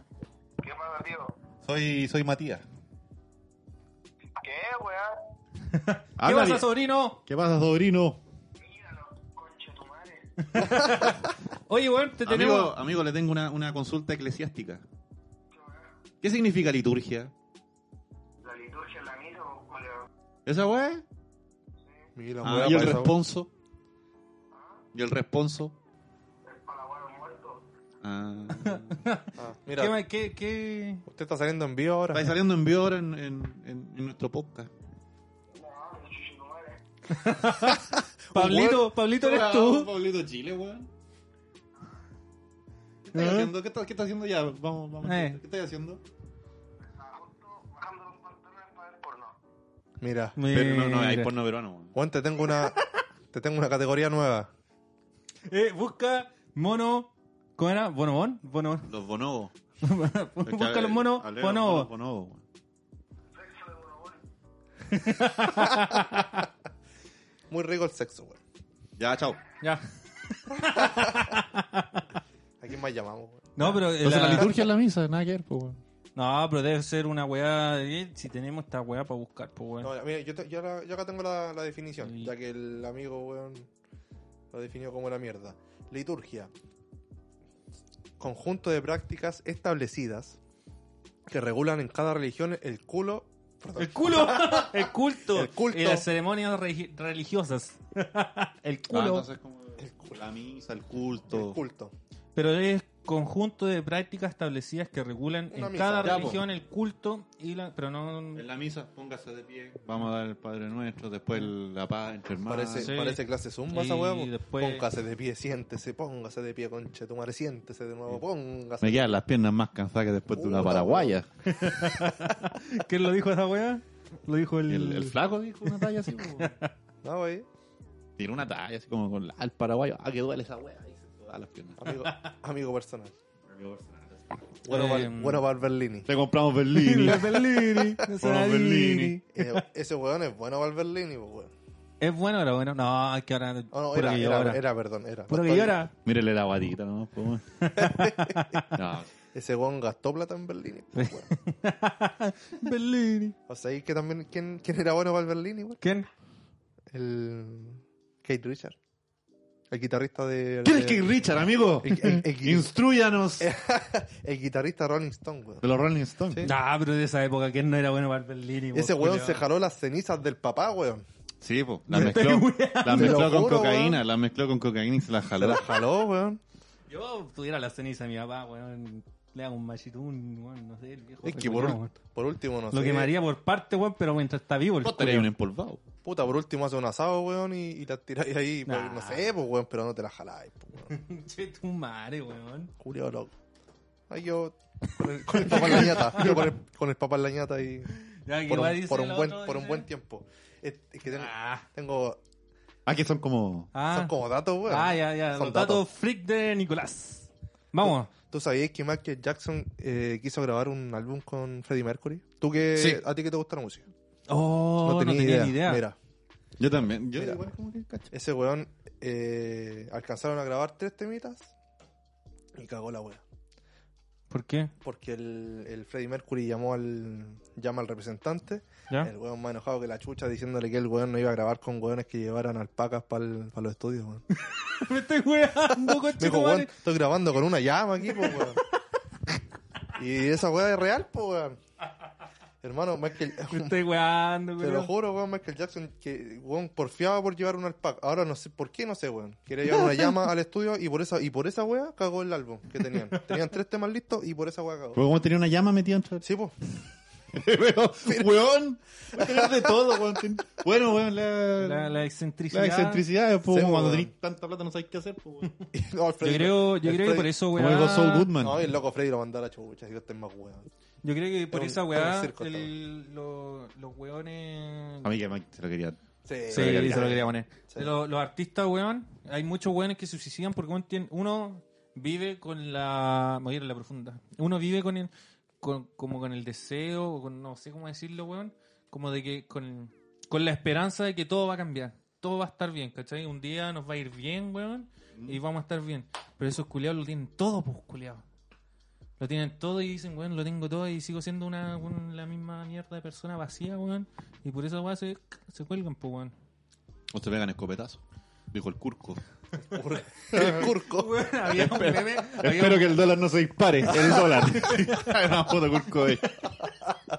Speaker 5: ¿qué pasa, tío?
Speaker 1: Soy, soy Matías.
Speaker 5: ¿Qué, weón?
Speaker 2: ¿Qué pasa, sobrino?
Speaker 1: ¿Qué pasa, sobrino?
Speaker 5: Míralo, concha tu madre.
Speaker 2: Oye, weón, te tenemos.
Speaker 1: Amigo, amigo, le tengo una, una consulta eclesiástica. ¿Qué significa liturgia?
Speaker 5: La liturgia en la misa, pues, culiao.
Speaker 1: ¿Esa
Speaker 2: Ah,
Speaker 1: weá?
Speaker 3: Mira,
Speaker 1: Ah,
Speaker 3: wea,
Speaker 1: y el
Speaker 3: pa' esa-
Speaker 1: responso. Y el responso.
Speaker 5: Es para los muertos.
Speaker 1: Ah.
Speaker 3: Ah,
Speaker 2: ¿Qué,
Speaker 3: mira,
Speaker 2: ma- qué, qué...
Speaker 3: usted está saliendo en vivo ahora.
Speaker 1: Estáis saliendo en vivo ahora en, en- en- en nuestro podcast.
Speaker 5: No, concha tu madre.
Speaker 2: Pablito, Pablito eres
Speaker 1: Ah,
Speaker 2: tú.
Speaker 1: Pablito Chile, weón. ¿Qué estás haciendo? ¿Qué estás, qué estás haciendo ya? Vamos, vamos.
Speaker 2: Eh.
Speaker 1: ¿Qué estás haciendo?
Speaker 5: Estaba justo bajando los pantalones para ver porno.
Speaker 3: Mira.
Speaker 1: Pero no, no, hay
Speaker 2: Mira.
Speaker 1: porno peruano, weón.
Speaker 3: Juan, te tengo una. Te tengo una categoría nueva.
Speaker 2: Eh, busca mono. ¿Cómo era? ¿Bonobón? Bonobón.
Speaker 1: Los bonobos.
Speaker 2: busca los monos.
Speaker 1: Hablé de los
Speaker 2: Bonobón.
Speaker 1: bonobos, weón.
Speaker 5: Sexo de uno, weón.
Speaker 3: Muy rico el sexo, weón.
Speaker 1: Ya, chao.
Speaker 2: Ya.
Speaker 3: ¿A quién más llamamos? güey?
Speaker 2: No, pero. eh,
Speaker 1: Entonces la,
Speaker 2: la-
Speaker 1: liturgia es la misa, nada que ver, pues, weón.
Speaker 2: No, pero debe ser una weá. de- Si tenemos esta weá para buscar, pues weón.
Speaker 3: No, mira, yo, te- yo la- yo acá tengo la, la definición,
Speaker 2: Sí.
Speaker 3: ya que el amigo, weón, lo definió como la mierda. Liturgia. Conjunto de prácticas establecidas que regulan en cada religión el culo. perdón,
Speaker 2: El culo, el culto,
Speaker 3: El culto.
Speaker 2: y las ceremonias regi- religiosas. el culo.
Speaker 1: Ah, entonces como la misa, el culto.
Speaker 3: el culto.
Speaker 2: Pero es conjunto de prácticas establecidas que regulan
Speaker 3: Una
Speaker 2: en
Speaker 3: misa.
Speaker 2: cada
Speaker 1: Ya, po.
Speaker 2: religión el culto y la... Pero no...
Speaker 1: En la misa, póngase de pie. Vamos a dar el Padre Nuestro, después el- la paz entre hermanos.
Speaker 3: Parece,
Speaker 2: Ah, sí.
Speaker 3: parece clase zumba esa
Speaker 2: Y
Speaker 3: weón.
Speaker 2: después-
Speaker 3: Póngase de pie, siéntese, póngase de pie, conche, tu madre, siéntese de nuevo, póngase.
Speaker 1: Me quedan las piernas más cansadas que después de una
Speaker 3: Puta,
Speaker 1: paraguaya.
Speaker 2: ¿Quién lo dijo esa weá? Lo dijo
Speaker 1: El, el flaco dijo una talla así, po, weón.
Speaker 3: No, wey.
Speaker 1: Tiró una talla así como con la- al paraguayo. Ah, que duele esa wea. Y se todas las piernas.
Speaker 3: Amigo, amigo personal.
Speaker 2: Eh,
Speaker 3: Bueno, para bueno para el Berlini.
Speaker 1: Te compramos Berlín.
Speaker 2: Bellini.
Speaker 1: Bellini.
Speaker 3: Eh, ese weón es bueno para el Berlini, pues, weón.
Speaker 2: ¿Es bueno o era bueno? No, es que ahora...
Speaker 3: Oh, no,
Speaker 2: puro
Speaker 3: era,
Speaker 2: que
Speaker 3: era,
Speaker 2: llora.
Speaker 3: era, perdón, era.
Speaker 2: Puro que
Speaker 3: Estoy-
Speaker 2: llora.
Speaker 1: Mírele la guatita nomás, po, weón. No,
Speaker 3: Ese weón gastó plata en pues, Berlín.
Speaker 2: Bellini.
Speaker 3: o sea, y que también, ¿quién, quién era bueno para el Berlín, weón?
Speaker 2: ¿Quién?
Speaker 3: El. Kate Richard. El guitarrista de.
Speaker 1: ¿Quién es
Speaker 3: de-
Speaker 1: King Richard, amigo?
Speaker 3: El, el- el gui-
Speaker 1: Instruyanos de
Speaker 3: el guitarrista Rolling Stone, weón.
Speaker 1: los Rolling Stones.
Speaker 3: Sí.
Speaker 2: Nah, pero de esa época, ¿quién no era bueno para el Bellini? vos,
Speaker 3: Ese weón
Speaker 2: culiao?
Speaker 3: se jaló las cenizas del papá, weón.
Speaker 1: Sí, po. La
Speaker 2: Me
Speaker 1: mezcló,
Speaker 2: estoy
Speaker 1: la
Speaker 3: Te
Speaker 1: mezcló
Speaker 3: lo
Speaker 1: con
Speaker 3: juro,
Speaker 1: cocaína,
Speaker 3: weón.
Speaker 1: la mezcló con cocaína y se la
Speaker 3: Se
Speaker 1: jaló.
Speaker 3: las jaló, weón.
Speaker 2: Yo tuviera la ceniza a mi papá, weón. Le hago un machitún, weón, no sé, el viejo.
Speaker 3: Es que
Speaker 2: reculeado,
Speaker 3: por,
Speaker 2: weón.
Speaker 3: por último, no
Speaker 2: Lo
Speaker 3: sé.
Speaker 2: quemaría por parte, weón, pero mientras está vivo el
Speaker 1: Vos tenés
Speaker 2: culiao.
Speaker 1: un empolvado.
Speaker 3: Puta, por último hace un asado, weón, y, y las tiráis ahí. pues,
Speaker 2: Nah.
Speaker 3: No sé, pues, weón, pero no te las jaláis, pues, weón.
Speaker 2: Che, tu madre, weón.
Speaker 3: Julio loco. Ay, yo con el, con el papá en la ñata. Yo con el, con el papá en la ñata y
Speaker 2: Ya, que
Speaker 3: por
Speaker 2: va,
Speaker 3: un,
Speaker 2: dice
Speaker 3: por
Speaker 2: el
Speaker 3: un, buen,
Speaker 2: otro,
Speaker 3: por un
Speaker 2: dice.
Speaker 3: buen tiempo. Es, es que tengo,
Speaker 2: Ah,
Speaker 3: tengo-
Speaker 1: Ah, que son como...
Speaker 2: ah,
Speaker 3: son como datos, weón.
Speaker 2: ah, ya, ya.
Speaker 3: Son
Speaker 2: Los datos. freak de Nicolás. Vamos.
Speaker 3: ¿Tú sabías que Michael Jackson eh, quiso grabar un álbum con Freddie Mercury? ¿Tú que
Speaker 1: Sí.
Speaker 3: a ti que te gusta la música?
Speaker 2: Oh, no tenía, ni idea.
Speaker 3: Mira,
Speaker 1: Yo también. Yo
Speaker 3: Mira.
Speaker 1: igual como que cacho.
Speaker 3: ese weón eh, alcanzaron a grabar tres temitas y cagó la weá.
Speaker 2: ¿Por qué?
Speaker 3: Porque el, el Freddie Mercury llamó al llama al representante
Speaker 2: ¿Ya?
Speaker 3: El weón más enojado que la chucha diciéndole que el weón no iba a grabar con weones que llevaran alpacas para los estudios, weón. Me
Speaker 2: Me estoy weando, coche,
Speaker 3: dijo, weón, estoy grabando con una llama aquí, po, weón. Y esa weá es real, po, weón. Hermano, Michael,
Speaker 2: Me estoy weando,
Speaker 3: te lo
Speaker 2: weón.
Speaker 3: juro, weón, Michael Jackson, que weón porfiaba por llevar una alpaca. Ahora no sé por qué, no sé, weón. Quería llevar una llama al estudio y por esa, y por esa weá cagó el álbum que tenían. Tenían tres temas listos y por esa weá cagó.
Speaker 1: Porque como tenía una llama metida dentro
Speaker 3: Sí, po.
Speaker 1: del... ¡Weón! Voy a tener de todo, weón. Ten- Bueno, weón, la...
Speaker 2: La,
Speaker 1: la
Speaker 2: la excentricidad.
Speaker 1: excentricidad, po,
Speaker 3: Sí,
Speaker 1: cuando
Speaker 3: weón.
Speaker 1: tenés tanta plata no sabes qué hacer, po, weón.
Speaker 3: No, el
Speaker 2: Yo
Speaker 3: Freddy-
Speaker 2: creo, yo creo que
Speaker 3: el Freddy-
Speaker 2: por eso,
Speaker 1: Como
Speaker 2: weón.
Speaker 1: dijo Saul Goodman.
Speaker 3: No, el loco Freddy lo mandó a la chucha, digo, este es más weón.
Speaker 2: Yo creo que por
Speaker 3: Es un-
Speaker 2: esa
Speaker 3: es un
Speaker 2: weá
Speaker 3: circo,
Speaker 2: el-
Speaker 3: esta
Speaker 2: lo- los weones.
Speaker 1: A mí que Mike se lo quería...
Speaker 3: Sí,
Speaker 2: Sí,
Speaker 1: lo quería
Speaker 2: se lo quería poner.
Speaker 3: Sí.
Speaker 2: Los, los artistas, weón, hay muchos weones que se suicidan porque weón, tienen- uno vive con la. Me voy a ir a la profunda. Uno vive con el. con- como con el deseo, o con, no sé cómo decirlo, weón. Como de que. Con, con la esperanza de que todo va a cambiar. Todo va a estar bien, ¿cachai? Un día nos va a ir bien, weón. Y vamos a estar bien. Pero esos culiados lo tienen todo, pues, culiados. Lo tienen todo y dicen, weón, lo tengo todo y sigo siendo una, un- la misma mierda de persona vacía, weón. Y por eso, weón, se, se cuelgan, pues, weón.
Speaker 1: O se pegan escopetazo. Dijo el curco.
Speaker 3: el curco.
Speaker 2: Weón, había un meme. había
Speaker 1: Espero
Speaker 2: un-
Speaker 1: que el dólar no se dispare. El dólar. una foto curco eh. ahí.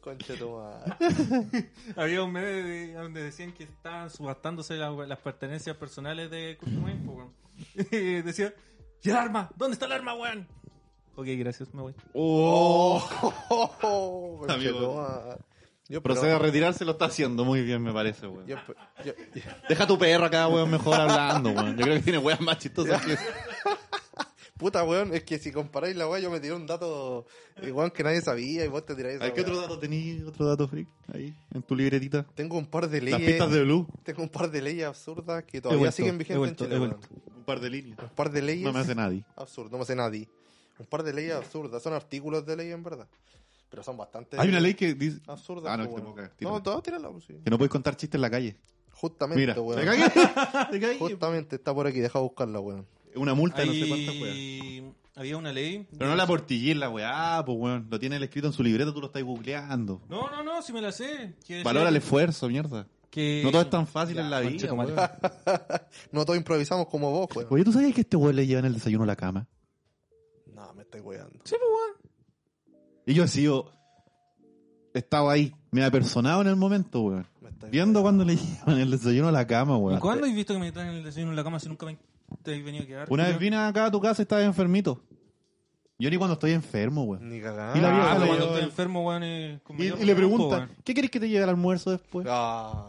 Speaker 3: Concha tu madre.
Speaker 2: Había un meme de- donde decían que estaban subastándose la- las pertenencias personales de Kurt Cobain, po, weón. Y decían, ¿y el arma? ¿Dónde está el arma, weón? Ok, gracias, me voy.
Speaker 1: Oh.
Speaker 3: Concha
Speaker 1: Amigo.
Speaker 3: tu madre. Yo
Speaker 1: Procede a
Speaker 3: espero-
Speaker 1: retirarse, lo está haciendo muy bien, me parece, weón.
Speaker 3: yo espe- yo- yo-
Speaker 1: Deja tu perro acá, weón, mejor hablando, weón. Yo creo que tiene weas más chistosas que eso.
Speaker 3: Puta, weón, es que si comparáis la weá, yo me tiré un dato igual que nadie sabía y vos te tiráis esa
Speaker 1: Ay, ¿Qué
Speaker 3: weá.
Speaker 1: otro dato tenías? ¿Otro dato freak? Ahí, en tu libretita.
Speaker 3: Tengo un par de
Speaker 1: Las
Speaker 3: leyes.
Speaker 1: pistas de Blue.
Speaker 3: Tengo un par de leyes absurdas que
Speaker 1: He
Speaker 3: todavía
Speaker 1: vuelto,
Speaker 3: siguen
Speaker 1: he
Speaker 3: vigentes
Speaker 1: vuelto,
Speaker 3: en Chile.
Speaker 1: he
Speaker 3: weón.
Speaker 1: vuelto. Un par de líneas.
Speaker 3: Un par de leyes
Speaker 1: No me hace nadie.
Speaker 3: absurdas, no me hace nadie. Un par de leyes absurdas, son artículos de ley en verdad. Pero son bastante
Speaker 1: Hay una ley que dice
Speaker 3: absurdas.
Speaker 1: Ah, no,
Speaker 3: pues,
Speaker 1: que te puedo
Speaker 3: weón.
Speaker 1: cagar,
Speaker 3: no,
Speaker 1: tírala.
Speaker 3: todo tírala, pues, sí.
Speaker 1: que no puedes contar chistes en la calle.
Speaker 3: Justamente,
Speaker 1: Mira,
Speaker 3: weón.
Speaker 1: te cagué, te cagué.
Speaker 3: Justamente está por aquí, deja buscarla, weón.
Speaker 1: Una multa, de no sé cuántas weas.
Speaker 2: Ahí había una ley.
Speaker 1: Pero no la portillé la weá, pues weón. Lo tiene él escrito en su libreta, tú lo estás googleando.
Speaker 2: No, no, no, si me la sé. Que decía
Speaker 1: Valora el esfuerzo, mierda.
Speaker 2: que-
Speaker 1: No todo es tan fácil en la
Speaker 2: conche
Speaker 1: vida.
Speaker 2: tu madre.
Speaker 1: weón.
Speaker 3: No todos improvisamos como vos, weón.
Speaker 1: Oye, ¿tú sabías que este weón le llevan el desayuno a la cama?
Speaker 3: No, me estoy weando.
Speaker 1: Y yo he sido. He estado ahí, me ha personado en el momento, weón.
Speaker 3: Me estáis
Speaker 1: Viendo cuando le llevan el desayuno a la cama,
Speaker 2: ¿Y
Speaker 1: weón.
Speaker 2: cuándo has visto que me traen el desayuno en la cama si nunca me te has venido a quedar?
Speaker 1: Una vez
Speaker 2: culiao?
Speaker 1: vine acá a tu casa y estabas enfermito. Yo ni cuando estoy enfermo, weón.
Speaker 3: Ni
Speaker 1: Y la vieja Ah,
Speaker 2: Ah, pero
Speaker 1: no,
Speaker 2: cuando
Speaker 1: yo-
Speaker 2: estoy enfermo, weón, eh, con
Speaker 1: Y,
Speaker 2: mayor
Speaker 1: y le
Speaker 2: razón, po,
Speaker 1: pregunta,
Speaker 2: pues, weón.
Speaker 1: ¿qué querés que te lleve al almuerzo después?
Speaker 3: Ah,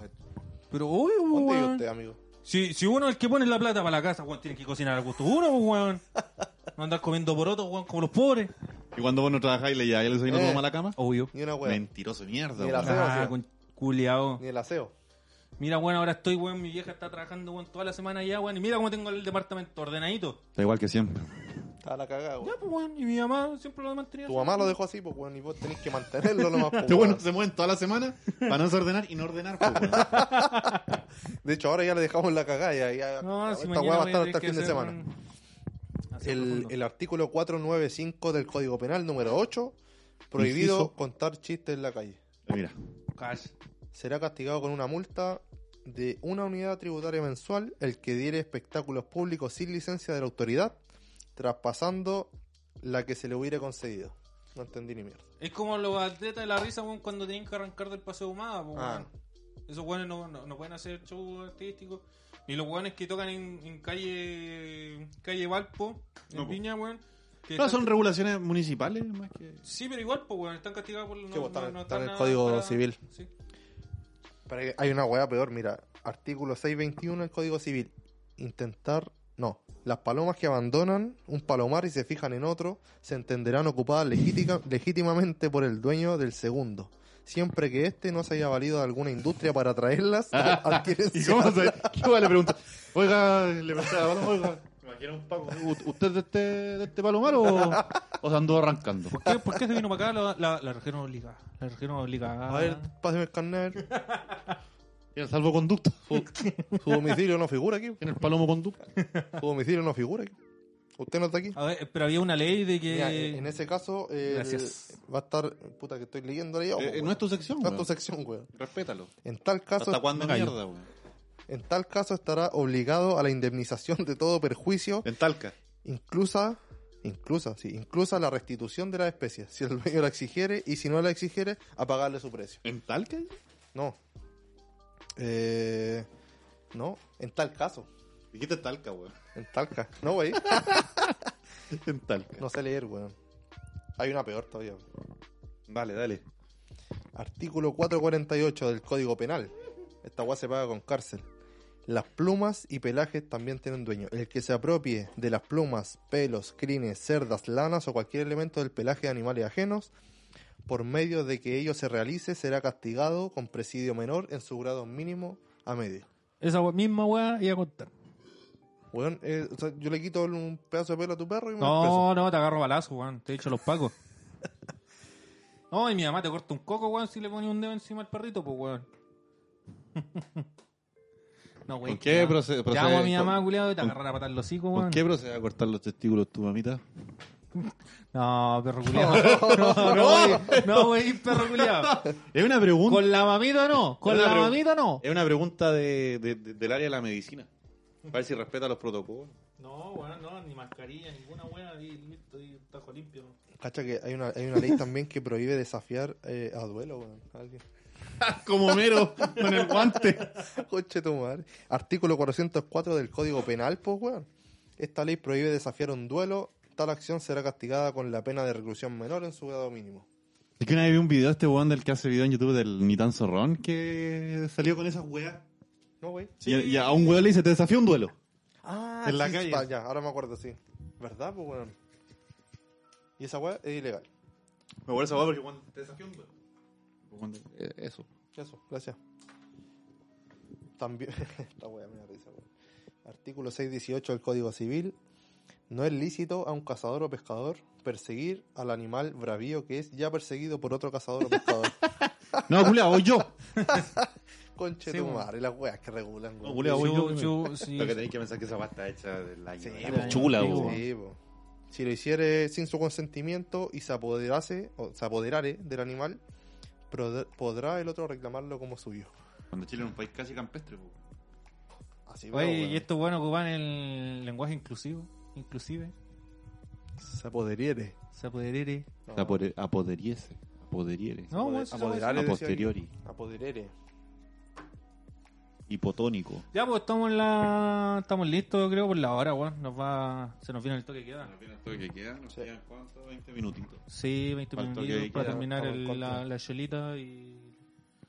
Speaker 2: Pero obvio, po,
Speaker 3: ¿dónde vive
Speaker 2: weón.
Speaker 3: usted, amigo?
Speaker 2: Si, si uno es el que pone la plata para la casa, weón, tiene que cocinar a gusto uno, po, weón. No andar comiendo porotos, weón, como los pobres.
Speaker 1: Y cuando vos no trabajáis, le lleváis el desayuno a
Speaker 3: Eh.
Speaker 1: tu mamá a la cama.
Speaker 2: Obvio.
Speaker 3: Ni
Speaker 1: Oh,
Speaker 3: una weón.
Speaker 1: Mentiroso de mierda,
Speaker 3: Ni la
Speaker 1: weón.
Speaker 3: fe- Aseo,
Speaker 2: Ah,
Speaker 3: aseo.
Speaker 2: con culiao.
Speaker 3: Ni el aseo.
Speaker 2: Mira, weón, ahora estoy, weón, mi vieja está trabajando, weón, toda la semana ya, weón. Y mira cómo tengo el departamento ordenadito.
Speaker 1: Da igual que siempre.
Speaker 3: Está la cagada,
Speaker 2: Ya,
Speaker 3: weón.
Speaker 2: pues, weón, y mi mamá siempre lo mantenía.
Speaker 3: Tu
Speaker 2: así.
Speaker 3: mamá lo dejó así, pues, weón. Y vos tenés que mantenerlo nomás, pues,
Speaker 1: Este bueno
Speaker 3: weón.
Speaker 1: se mueven toda la semana para no desordenar y no ordenar, pues, weón.
Speaker 3: De hecho, ahora ya le dejamos la cagada. Ya, ya-
Speaker 2: No,
Speaker 3: ya-
Speaker 2: si
Speaker 3: esta
Speaker 2: mañana
Speaker 3: weá va a
Speaker 2: voy
Speaker 3: estar hasta el
Speaker 2: tener
Speaker 3: fin de
Speaker 2: que hacer
Speaker 3: semana.
Speaker 2: un- hacer
Speaker 3: El,
Speaker 2: profundo.
Speaker 3: el artículo 495 del Código Penal número 8, prohibido
Speaker 1: Inciso.
Speaker 3: contar chistes en la calle.
Speaker 1: Mira,
Speaker 2: Cash.
Speaker 3: Será castigado con una multa de una unidad tributaria mensual el que diere espectáculos públicos sin licencia de la autoridad, traspasando la que se le hubiera concedido. No entendí ni mierda.
Speaker 2: Es como los atletas de la risa, weón, cuando tienen que arrancar del paseo humada, pues,
Speaker 3: Ah.
Speaker 2: weón. Esos weones no, no, no pueden hacer show artístico. Ni los weones que tocan en, en calle calle Valpo, en
Speaker 1: No, po.
Speaker 2: Viña, weón. que
Speaker 1: No,
Speaker 2: están-
Speaker 1: son regulaciones municipales más que.
Speaker 2: Sí, pero igual, pues, weón, están castigados por...
Speaker 3: Sí, pues, están- están en el
Speaker 2: nada
Speaker 3: Código Civil.
Speaker 2: Sí.
Speaker 3: Pero hay- hay una hueá peor, mira. Artículo 621 del Código Civil. Intentar. No. Las palomas que abandonan un palomar y se fijan en otro se entenderán ocupadas legítica- legítimamente por el dueño del segundo. Siempre que éste no se haya valido de alguna industria para traerlas, adquieren
Speaker 1: ¿Y
Speaker 3: su-
Speaker 1: cómo se.? ¿Qué weón le pregunta? Oiga, le pregunta a la paloma, oiga. Imagina un paco. ¿u- ¿Usted es de este, de este palomar o, o se andó arrancando?
Speaker 2: ¿Por qué, por qué se vino para acá la, la, la región obligada? La región obligada.
Speaker 3: A ver, páseme el carnet.
Speaker 1: ¿Y el salvoconducto?
Speaker 3: Su, su domicilio no figura aquí.
Speaker 1: ¿Tiene el palomo conducto?
Speaker 3: Su domicilio no figura aquí. Usted no está aquí.
Speaker 2: A ver, pero había una ley de que...
Speaker 3: Mira, en en ese caso, el-
Speaker 2: Eh, Gracias.
Speaker 3: va a estar. Puta, que estoy leyendo yo.
Speaker 1: Eh, eh, no es tu sección,
Speaker 3: No es tu
Speaker 1: weón.
Speaker 3: sección, weón.
Speaker 1: Respétalo.
Speaker 3: En tal caso.
Speaker 1: ¿Hasta cuándo
Speaker 3: me callo.
Speaker 1: mierda, weón?
Speaker 3: En tal caso estará obligado a la indemnización de todo perjuicio,
Speaker 1: En Talca.
Speaker 3: inclusa, inclusa, sí, inclusa la restitución de la especie, si el dueño la exigiere y si no la exigiere, a pagarle su precio.
Speaker 1: ¿En Talca?
Speaker 3: No. Eh, no, en tal caso.
Speaker 1: Dijiste Talca, weón.
Speaker 3: En tal caso. No, güey.
Speaker 1: En Talca.
Speaker 3: No sé leer, weón. Hay una peor todavía.
Speaker 1: Vale, dale.
Speaker 3: Artículo 448 del Código Penal. Esta guay se paga con cárcel. Las plumas y pelajes también tienen dueño. El que se apropie de las plumas, pelos, crines, cerdas, lanas o cualquier elemento del pelaje de animales ajenos, por medio de que ello se realice, será castigado con presidio menor en su grado mínimo a medio.
Speaker 2: Esa we- misma weá iba a contar.
Speaker 3: Weón, eh, o sea, yo le quito un pedazo de pelo a tu perro y me lo expreso.
Speaker 2: No, no, te agarro balazo, weón. Te he dicho los pacos. No, y mi mamá te corta un coco, weón, si le ponía un dedo encima al perrito, pues, weón. No,
Speaker 1: ¿Con
Speaker 2: weón.
Speaker 1: qué
Speaker 2: ya.
Speaker 1: procede-
Speaker 2: Te
Speaker 1: procede-
Speaker 2: hago a mi
Speaker 1: con-
Speaker 2: mamá, culiado, y te
Speaker 1: con-
Speaker 2: agarra la patada en los hocico,
Speaker 1: ¿Por
Speaker 2: weón.
Speaker 1: qué procede a cortar los testículos tu mamita?
Speaker 2: No, perro culiado. No, no, wey. No, wey, perro culiado.
Speaker 1: Es una pregunta.
Speaker 2: Con la mamita no. Con
Speaker 1: Es una
Speaker 2: la
Speaker 1: pregu-
Speaker 2: mamita no.
Speaker 1: Es una pregunta de, de- de- del área de la medicina. A ver si respeta los protocolos.
Speaker 2: No, weón, no, ni mascarilla, ninguna weá, ahí listo, ahí tajo limpio.
Speaker 3: Cacha que hay una, hay una ley también que prohíbe desafiar eh, a duelo, weón. a alguien.
Speaker 1: Como mero, con el guante.
Speaker 3: Coche tu madre. Artículo 404 del Código Penal, pues, weón. Esta ley prohíbe desafiar un duelo. Tal acción será castigada con la pena de reclusión menor en su grado mínimo.
Speaker 1: Es que una vez vi un video de este weón del que hace video en YouTube del Nitan Zorrón que salió con esas weas.
Speaker 3: ¿No, güey?
Speaker 1: Y, y a un weón le dice, te desafío un duelo.
Speaker 3: Ah,
Speaker 1: En la
Speaker 3: sí,
Speaker 1: calle.
Speaker 3: pa- ya, ahora me acuerdo, sí. ¿Verdad, pues, weón? Y esa weá es ilegal.
Speaker 1: Me acuerdo esa wea porque cuando te desafío un duelo. Eso.
Speaker 3: Eso, gracias. También. Esta weá me da risa, weón. Artículo 618 del Código Civil. No es lícito a un cazador o pescador perseguir al animal bravío que es ya perseguido por otro cazador o pescador.
Speaker 1: No, Julia, voy yo.
Speaker 3: conche
Speaker 2: Sí,
Speaker 3: tu
Speaker 2: bueno.
Speaker 3: madre, las weas que regulan,
Speaker 1: No,
Speaker 3: güey.
Speaker 1: bulea, voy yo
Speaker 2: Chu-
Speaker 1: primero.
Speaker 2: chu- sí.
Speaker 1: Lo que tenéis que pensar que esa pasta hecha del año.
Speaker 3: Sí,
Speaker 1: del
Speaker 3: pues,
Speaker 1: año
Speaker 2: chula,
Speaker 1: antiguo,
Speaker 2: pues.
Speaker 1: weón.
Speaker 3: Sí, po. Si lo hiciere sin su consentimiento y se apoderase o se apoderare del animal, prod- podrá el otro reclamarlo como suyo.
Speaker 1: Cuando Chile era un país casi campestre, pues.
Speaker 3: Así
Speaker 2: Oye,
Speaker 3: pero,
Speaker 2: y
Speaker 3: weón,
Speaker 2: estos bueno ocupan el lenguaje inclusivo, inclusive,
Speaker 3: se apoderiere.
Speaker 2: se apoderere.
Speaker 3: No,
Speaker 1: Apode- Apoderiese. Apoderiere.
Speaker 2: No, bueno, eso se puede
Speaker 3: apoderare.
Speaker 1: A
Speaker 3: decía
Speaker 1: posteriori.
Speaker 3: ahí. Apoderere.
Speaker 1: Hipotónico.
Speaker 2: decir. Ya, pues estamos en la estamos listos, creo, por la hora, weón. Nos va se nos viene el toque que queda.
Speaker 1: que queda? Nos
Speaker 3: Sí.
Speaker 1: quedan cuánto? 20 minutitos.
Speaker 2: Sí, 20
Speaker 1: Al toque
Speaker 2: minutos
Speaker 1: que
Speaker 2: para
Speaker 1: queda,
Speaker 2: terminar
Speaker 3: estamos
Speaker 2: el-
Speaker 3: en
Speaker 2: la,
Speaker 3: contra.
Speaker 2: la chelita y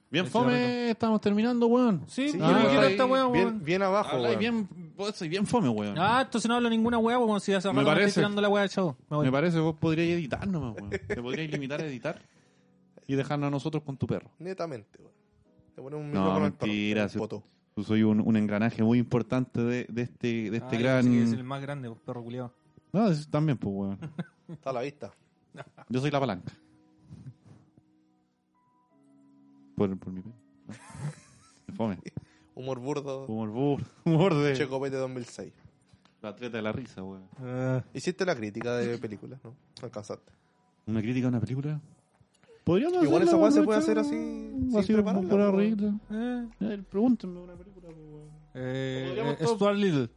Speaker 1: Bien,
Speaker 2: El
Speaker 1: fome,
Speaker 2: cigarrito.
Speaker 1: estamos terminando, weón.
Speaker 2: Sí,
Speaker 3: Sí,
Speaker 2: yo
Speaker 3: ah,
Speaker 2: no quiero
Speaker 3: habláis
Speaker 2: esta weá,
Speaker 3: Bien,
Speaker 2: weón.
Speaker 3: bien abajo,
Speaker 1: Habláis
Speaker 3: weón.
Speaker 1: bien, vos soy bien fome, weón.
Speaker 2: Ah, entonces no hablo ninguna weá, weón. Si hace
Speaker 1: Me
Speaker 2: rato me estoy
Speaker 1: parece.
Speaker 2: tirando la weá, chavo. Me voy.
Speaker 1: Me parece, vos podrías editar nomás, weón. Te podrías limitar a editar y dejarnos a nosotros con tu perro.
Speaker 3: Netamente, weón. Le ponemos un
Speaker 1: No,
Speaker 3: micrófono al perro,
Speaker 1: mentira,
Speaker 3: un
Speaker 1: se-
Speaker 3: poto.
Speaker 1: Yo soy un, un engranaje muy importante de, de este, de este
Speaker 2: Ah,
Speaker 1: gran...
Speaker 2: sí, es el más grande, pues, perro culiado.
Speaker 1: No, es- también, pues, weón.
Speaker 3: Está a la vista.
Speaker 1: Yo soy la palanca. Por, por mi pene. ¿no? Fome.
Speaker 3: Humor burdo.
Speaker 1: Humor, bur- humor de...
Speaker 3: Che Copete 2006.
Speaker 1: La atleta de la risa, weón.
Speaker 2: Eh.
Speaker 3: Hiciste la crítica de películas, ¿no? No alcanzaste.
Speaker 1: ¿Una crítica a una película? Podríamos
Speaker 3: Igual esa
Speaker 1: hacerla,
Speaker 3: weá se
Speaker 1: weón,
Speaker 3: puede hacer
Speaker 1: chao.
Speaker 3: así, sin
Speaker 1: Así,
Speaker 3: prepararla,
Speaker 1: por
Speaker 3: weón.
Speaker 1: arriba.
Speaker 2: Eh,
Speaker 1: Eh, Pregúntenme una película, pues, weón.
Speaker 2: eh,
Speaker 1: Podríamos
Speaker 2: eh, Stuart Little.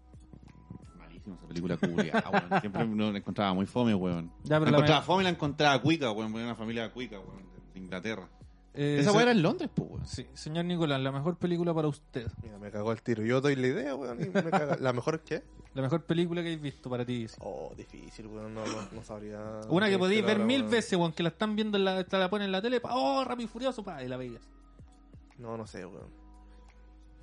Speaker 1: Malísima esa película culiada, weón. Siempre no la encontraba muy fome, weón.
Speaker 2: Ya, pero
Speaker 1: la
Speaker 2: la
Speaker 1: encontraba
Speaker 2: me-
Speaker 1: fome y la encontraba cuica, weón. Porque era una familia cuica, weón, de Inglaterra.
Speaker 2: Eh,
Speaker 1: Esa
Speaker 2: se-
Speaker 1: weá era en Londres, pues, weón.
Speaker 2: Sí, señor Nicolás, la mejor película para usted.
Speaker 3: Mira, me cagó el tiro. Yo doy la idea, weón. y me caga. ¿La mejor qué?
Speaker 2: La mejor película que habéis visto para ti. sí.
Speaker 3: Oh, difícil, weón. No, no, no sabría.
Speaker 2: Una
Speaker 1: Este,
Speaker 2: que podéis ver
Speaker 3: Claro,
Speaker 2: mil
Speaker 3: weón.
Speaker 2: veces, weón, que la están viendo, en la, te la ponen en la tele, pa, oh, rápido y furioso, pa, y la veías.
Speaker 3: No, no sé, weón.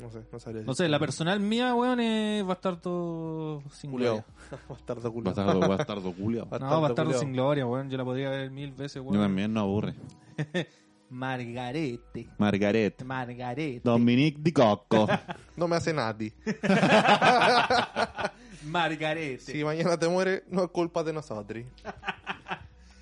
Speaker 3: No sé, no sabría.
Speaker 2: No sé, la personal mía, weón, es Bastardo sin
Speaker 3: Culeo.
Speaker 2: Gloria.
Speaker 3: Bastardo culeo.
Speaker 1: Bastardo, bastardo culiao.
Speaker 2: No, Bastardo
Speaker 3: culeo.
Speaker 2: sin Gloria, weón, yo la podría ver mil veces,
Speaker 1: Yo
Speaker 2: weón.
Speaker 1: también no aburre.
Speaker 2: Margarete.
Speaker 1: Margaret.
Speaker 2: Margarete.
Speaker 1: Dominique Di Cocco.
Speaker 3: No me hace nada, ti.
Speaker 2: Margarete.
Speaker 3: Si mañana te mueres, no es culpa de nosotros.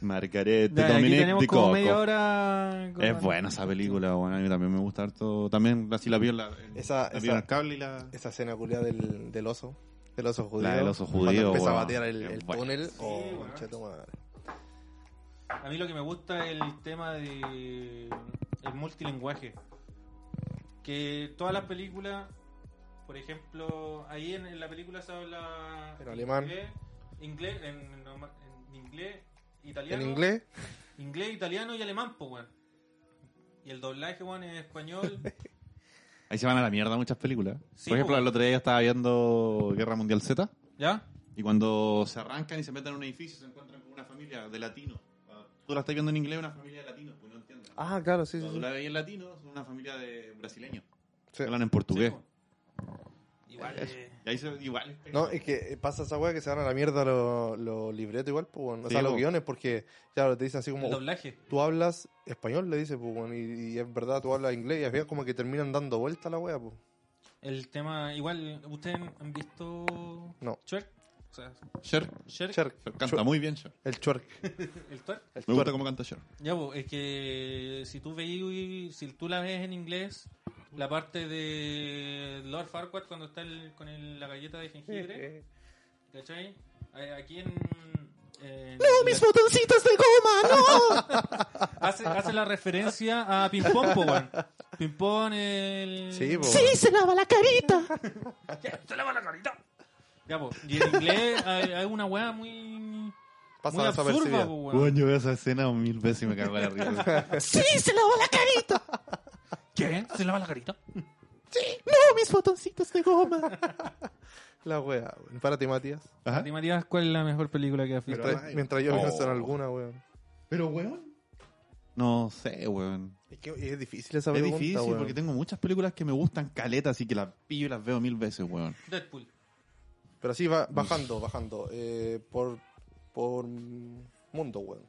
Speaker 1: Margaret.
Speaker 2: Ya, aquí
Speaker 1: Dominique
Speaker 2: tenemos
Speaker 1: Di
Speaker 2: como media
Speaker 1: Cocco.
Speaker 2: hora. con-
Speaker 1: Es buena esa película, weón. A mí también me gusta harto. También así la vi en la. en-
Speaker 3: Esa-
Speaker 1: la vi
Speaker 3: esa-
Speaker 1: en el cable y la.
Speaker 3: Esa escena culia del, del oso. Del oso judío.
Speaker 1: del oso judío,
Speaker 3: Cuando empieza
Speaker 1: weón.
Speaker 3: a batear el,
Speaker 1: Es
Speaker 3: el
Speaker 1: buena.
Speaker 3: túnel. Oh,
Speaker 2: weón.
Speaker 3: concha tu madre.
Speaker 2: A mí lo que me gusta es el tema de el multilinguaje. Que todas las películas, por ejemplo, ahí en, en la película se habla
Speaker 3: En alemán.
Speaker 2: inglés, inglés, en, en- en inglés,
Speaker 3: En
Speaker 2: italiano,
Speaker 3: inglés,
Speaker 2: inglés, italiano y alemán, pues, weón. Y el doblaje, weón, en español.
Speaker 1: Ahí se van a la mierda muchas películas.
Speaker 2: Sí, pues.
Speaker 1: Por ejemplo,
Speaker 2: po.
Speaker 1: el otro día yo estaba viendo Guerra Mundial Z.
Speaker 2: ¿Ya?
Speaker 1: Y cuando se arrancan y se meten en un edificio, se encuentran con una familia de latinos. Ah, Tú la estás viendo en inglés, una familia de latinos, pues no entiendes.
Speaker 3: Ah, claro, sí, sí.
Speaker 1: Cuando
Speaker 3: sí.
Speaker 1: tú la veis en latino, son una familia de brasileños.
Speaker 3: Sí.
Speaker 1: Hablan en portugués.
Speaker 2: Sí, pues, po. Igual. eh,
Speaker 1: y ahí se igual.
Speaker 3: No, es que pasa esa weá que se van a la mierda los los libretos igual, pues, weón. O
Speaker 1: Sí,
Speaker 3: sea, los
Speaker 1: po.
Speaker 3: guiones, porque, claro, te dicen así como,
Speaker 2: el doblaje.
Speaker 3: tú hablas español, le dice, pues, weón, y, y es verdad, tú hablas inglés, y al final como que terminan dando vuelta a la weá, pues.
Speaker 2: El tema, igual, ¿ustedes han visto.
Speaker 3: No.
Speaker 2: Shrek? O sea,
Speaker 1: Cher,
Speaker 2: Shrek,
Speaker 3: Cherk,
Speaker 1: canta muy bien Cher.
Speaker 3: el chuerk.
Speaker 2: el twerk.
Speaker 1: Me
Speaker 3: El
Speaker 1: gusta
Speaker 3: twerk.
Speaker 1: cómo canta Cher.
Speaker 2: Ya, po, es que si tú veis, si tú la ves en inglés, la parte de Lord Farquaad cuando está el- con el- la galleta de jengibre, ¿cachai? A- Aquí en... ¡No, mis botoncitos de goma, no! hace, hace la referencia a Ping Pong, po, weón. Ping Pong, el...
Speaker 3: Sí, pues.
Speaker 2: ¡Se lava la carita! Ya, po, y en inglés hay, hay una weá muy...
Speaker 3: Pasa
Speaker 2: muy absurda,
Speaker 3: desapercibida.
Speaker 2: po, weón.
Speaker 1: Bueno, yo veo esa escena mil veces y me cago en la risa.
Speaker 2: ¿Qué? ¿Se lava la carita?
Speaker 3: La weá, weón. Para ti, Matías.
Speaker 2: A ti, Matías, ¿cuál es la mejor película que has visto?
Speaker 3: Mientras, mientras yo
Speaker 1: Oh.
Speaker 3: pienso en alguna, weón.
Speaker 1: Pero, weón. No sé, weón.
Speaker 3: Es que es difícil esa
Speaker 1: Es
Speaker 3: pregunta,
Speaker 1: difícil
Speaker 3: weón.
Speaker 1: porque tengo muchas películas que me gustan caletas y que las pillo y las veo mil veces, weón.
Speaker 2: Deadpool.
Speaker 3: Pero así va bajando, bajando. Eh, por, por mundo, weón.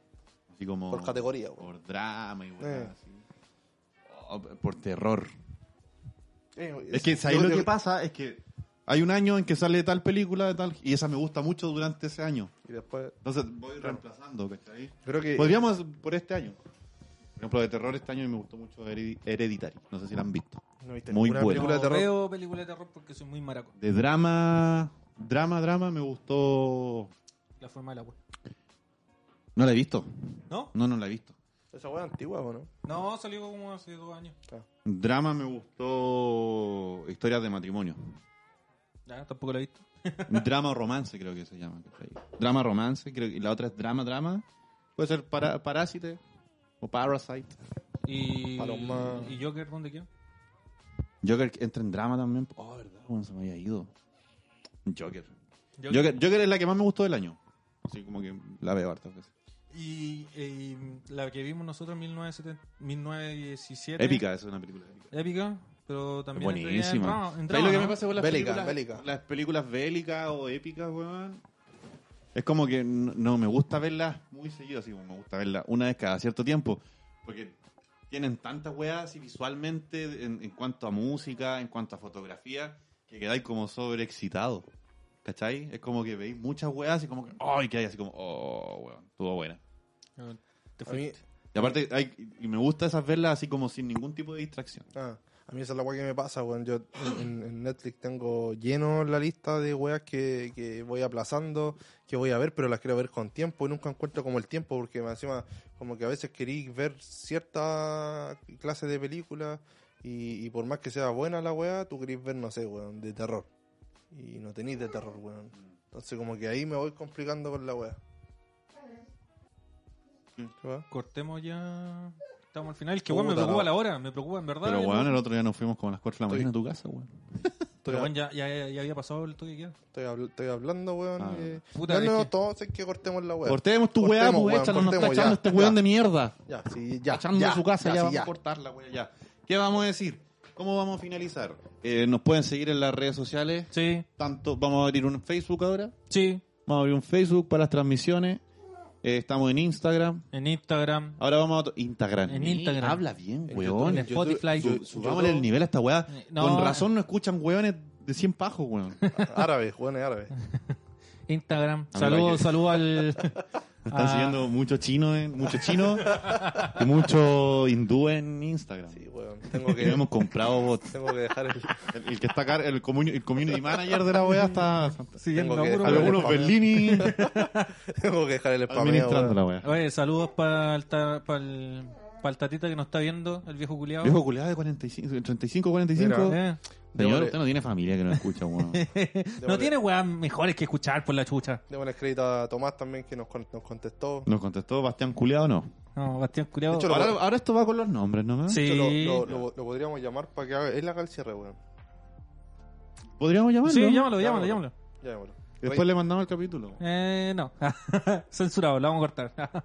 Speaker 1: Así como.
Speaker 3: Por categoría, weón.
Speaker 1: Por drama y weón.
Speaker 3: Eh.
Speaker 1: así. Oh, por terror.
Speaker 3: Eh,
Speaker 1: Es que ¿sabes
Speaker 3: yo
Speaker 1: lo
Speaker 3: creo
Speaker 1: que pasa es que hay un año en que sale tal película de tal y esa me gusta mucho durante ese año.
Speaker 3: Y después,
Speaker 1: Entonces voy reemplazando, ¿cachai?
Speaker 3: yo creo que
Speaker 1: Podríamos por este año. Por ejemplo, de terror este año me gustó mucho Heredi- Hereditary. No sé si la han visto.
Speaker 3: No viste
Speaker 1: Muy
Speaker 3: ninguna
Speaker 1: buena.
Speaker 3: película de
Speaker 2: no
Speaker 3: terror.
Speaker 2: veo películas de terror porque soy muy maraco.
Speaker 1: De drama, drama, drama, me gustó.
Speaker 2: La forma del agua.
Speaker 1: No la he visto.
Speaker 2: ¿No?
Speaker 1: No, no la he visto.
Speaker 3: Esa hueá es antigua, ¿o no?
Speaker 2: No, salió como hace dos años.
Speaker 1: Drama me gustó. Historias de matrimonio.
Speaker 2: Ya, tampoco la he visto.
Speaker 1: drama o romance, creo que se llama. ¿cachai? Drama romance, creo que y la otra es drama, drama. Puede ser para, Parásite o Parasite.
Speaker 2: Y,
Speaker 3: Paloma.
Speaker 2: y Joker, ¿dónde quedó?
Speaker 1: Joker entra en drama también. Oh, verdad, bueno, se me había ido. Joker.
Speaker 2: Joker.
Speaker 1: Joker. Joker es la que más me gustó del año. Así como que la veo hartas veces.
Speaker 2: Y, eh, la que vimos nosotros en 1970 1917.
Speaker 1: Épica, es una película épica.
Speaker 2: Épica, pero también. entraría en
Speaker 1: Buenísima.
Speaker 2: drama- en
Speaker 1: ¿Sabes
Speaker 2: drama,
Speaker 1: lo que
Speaker 2: ¿no?
Speaker 1: me pasa con las
Speaker 3: Bélica,
Speaker 1: películas?
Speaker 3: bélica.
Speaker 1: Las películas bélicas o épicas, weón. Es como que no, no me gusta verlas muy seguido, así como me gusta verlas una vez cada cierto tiempo. Porque tienen tantas weas y visualmente, en, en cuanto a música, en cuanto a fotografía, que quedáis como sobreexcitado. ¿Cachai? Es como que veis muchas weas y como que, ¡ay! que hay así como, ¡oh, weón! Estuvo buena.
Speaker 2: Te
Speaker 3: A mí,
Speaker 2: fuiste.
Speaker 1: Y aparte, hay- y me gusta esas verlas así como sin ningún tipo de distracción.
Speaker 3: ah, a mí esa es la hueá que me pasa, weón. Yo en- en, en Netflix tengo lleno la lista de weas que, que voy aplazando, que voy a ver, pero las quiero ver con tiempo y nunca encuentro como el tiempo, porque más encima, como que a veces querí ver cierta clase de película y, y por más que sea buena la wea, tú querís ver, no sé, weón, de terror. Y no tenéis de terror, weón. Entonces, como que ahí me voy complicando con la wea. ¿Qué va?
Speaker 2: Cortemos ya. Estamos al final. Que
Speaker 3: Puta
Speaker 2: bueno, me preocupa
Speaker 3: la-
Speaker 2: la hora. Me preocupa, en verdad.
Speaker 1: Pero,
Speaker 2: me
Speaker 1: weón,
Speaker 2: preocupa.
Speaker 1: el otro día nos fuimos como a las 4 de la mañana a tu casa, weón.
Speaker 2: Pero,
Speaker 3: Estoy-
Speaker 2: weón, ya, ya, ya había pasado el toque que queda.
Speaker 3: Estoy, habl- estoy hablando, weón.
Speaker 1: Ah.
Speaker 3: que-
Speaker 2: Puta,
Speaker 3: no,
Speaker 2: es
Speaker 3: no,
Speaker 2: que-
Speaker 3: todos es que cortemos la weá.
Speaker 1: Cortemos tu
Speaker 3: Cortemos,
Speaker 1: weá, pues
Speaker 3: weón,
Speaker 1: échanos, nos está
Speaker 3: cortemos,
Speaker 1: echando
Speaker 3: ya,
Speaker 1: este weón
Speaker 3: ya.
Speaker 1: de mierda.
Speaker 3: Ya, sí, ya.
Speaker 1: echando
Speaker 3: ya,
Speaker 1: en su casa, ya,
Speaker 3: sí,
Speaker 1: vamos a cortar la weá, ya. ¿Qué vamos a decir? ¿Cómo vamos a finalizar? Eh, nos pueden seguir en las redes sociales.
Speaker 2: Sí,
Speaker 1: Tanto, vamos a abrir un Facebook ahora.
Speaker 2: sí.
Speaker 1: Vamos a abrir un Facebook para las transmisiones. Eh, estamos en Instagram.
Speaker 2: En Instagram.
Speaker 1: Ahora vamos a otro- Instagram.
Speaker 2: En
Speaker 1: Ni
Speaker 2: Instagram.
Speaker 1: Habla bien,
Speaker 3: En
Speaker 1: weón.
Speaker 2: En
Speaker 3: YouTube-
Speaker 2: Spotify.
Speaker 3: Yo-
Speaker 1: Subamos
Speaker 3: YouTube-
Speaker 1: el nivel a esta weá.
Speaker 2: Eh, no,
Speaker 1: Con
Speaker 2: eh.
Speaker 1: razón no escuchan weones de 100 pajos, weón.
Speaker 3: Árabe, weón, es árabe.
Speaker 2: Instagram.
Speaker 1: me
Speaker 2: Saludos,
Speaker 1: parece.
Speaker 2: saludos al.
Speaker 1: Están
Speaker 2: a-
Speaker 1: siguiendo mucho chino, en, mucho chino y mucho hindú en Instagram.
Speaker 3: Sí, weón. Tengo que,
Speaker 1: hemos comprado bots.
Speaker 3: tengo que dejar el.
Speaker 1: El, el que está acá, el, comuni- el community manager de la OEA está
Speaker 2: siguiendo
Speaker 3: Tengo que
Speaker 2: a puro-
Speaker 3: dejarlo.
Speaker 1: algunos Berlini
Speaker 3: Tengo que dejar el spameo,
Speaker 1: administrando
Speaker 3: weón.
Speaker 1: la OEA.
Speaker 2: Oye, saludos para el, ta- pa el- pa el tatita que nos está viendo, el viejo culiado.
Speaker 1: Viejo culiado de 45, 35, 45.
Speaker 2: Eh.
Speaker 1: Señor,
Speaker 3: Démosle-
Speaker 1: usted no tiene familia que no escucha, weón.
Speaker 2: No tiene weas mejores que escuchar por la chucha.
Speaker 3: Démosle crédito a Tomás también que nos, con- nos contestó.
Speaker 1: Nos contestó Bastián Culeado, no.
Speaker 2: No, Bastián culiado.
Speaker 3: De hecho,
Speaker 1: Ahora, ahora esto va con los nombres, ¿no?
Speaker 2: Sí.
Speaker 3: De hecho, Lo, lo- lo- lo podríamos llamar para que haga. Él haga el cierre, weón.
Speaker 1: Podríamos llamarlo.
Speaker 2: Sí, llámalo, llámalo,
Speaker 3: Llámalo.
Speaker 2: llámalo.
Speaker 3: Llamémoslo.
Speaker 1: Después le mandamos el capítulo.
Speaker 2: Eh, no. Censurado, la vamos a cortar.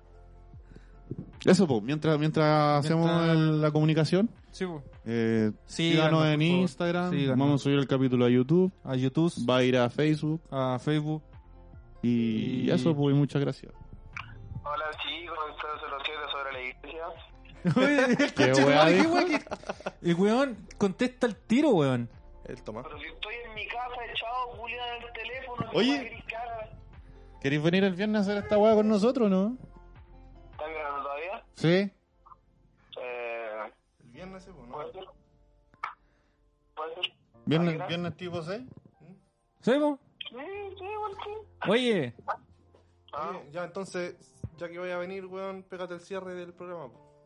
Speaker 1: Eso, pues, mientras, mientras hacemos el- la comunicación,
Speaker 2: sí, pues. po.
Speaker 1: eh,
Speaker 2: Sí,
Speaker 1: síganos
Speaker 2: por
Speaker 1: en
Speaker 2: favor.
Speaker 1: Instagram.
Speaker 2: Síganos.
Speaker 1: Vamos a subir el capítulo a YouTube.
Speaker 2: A YouTube,
Speaker 1: Va a ir a Facebook.
Speaker 2: a Facebook.
Speaker 1: Y, eso, pues, muchas gracias.
Speaker 5: Hola chicos, entonces los siete sobre la iglesia.
Speaker 2: Oye, el conche tu
Speaker 1: wea
Speaker 2: madre, qué
Speaker 1: dijo?
Speaker 2: wea que- El weón contesta el tiro, weón.
Speaker 3: El Tomás.
Speaker 5: Pero si estoy en mi casa echado culiado en el teléfono,
Speaker 1: Oye.
Speaker 5: me voy a gritar.
Speaker 1: ¿Queréis venir el viernes a hacer esta weá con nosotros, no?
Speaker 5: ¿Están grabando todavía?
Speaker 1: Sí.
Speaker 5: Eh,
Speaker 3: El viernes, sí, weón.
Speaker 5: ¿Puede ser? ¿Puede ser?
Speaker 1: ¿Viernes, viernes tipo 6?
Speaker 2: ¿Sí, po?
Speaker 5: Sí, sí, igual sí.
Speaker 2: Oye,
Speaker 5: Ah,
Speaker 3: Oye, Ya, entonces, ya que voy a venir, weón, pégate el cierre del programa, po.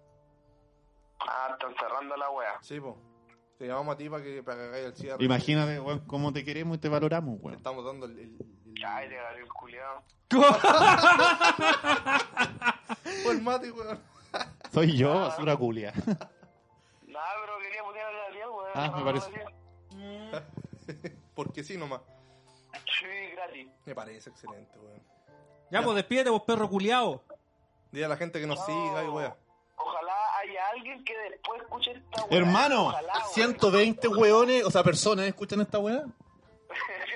Speaker 5: ah, están cerrando la wea.
Speaker 3: Sí, po. Te llamamos a ti para que, para que hagáis el cierre.
Speaker 1: Imagínate, weón, cómo te queremos y te valoramos,
Speaker 3: Te
Speaker 1: weón.
Speaker 3: estamos dando el. el, el-
Speaker 5: Ay, te agarré el culiado.
Speaker 3: Oh, el mate, weón.
Speaker 1: Soy yo, basura culia.
Speaker 5: Nada, pero quería poner a la weón.
Speaker 1: Ah, me parece.
Speaker 3: Porque sí, nomás.
Speaker 5: Sí, gratis.
Speaker 3: Me parece excelente, weón.
Speaker 2: ya, pues despídete, vos perro culiao.
Speaker 3: Dile a la gente que nos siga y weón.
Speaker 5: Ojalá haya alguien que después escuche esta weá.
Speaker 1: Hermano,
Speaker 5: Ojalá, weón.
Speaker 1: 120 weones, o sea, personas escuchan esta weá.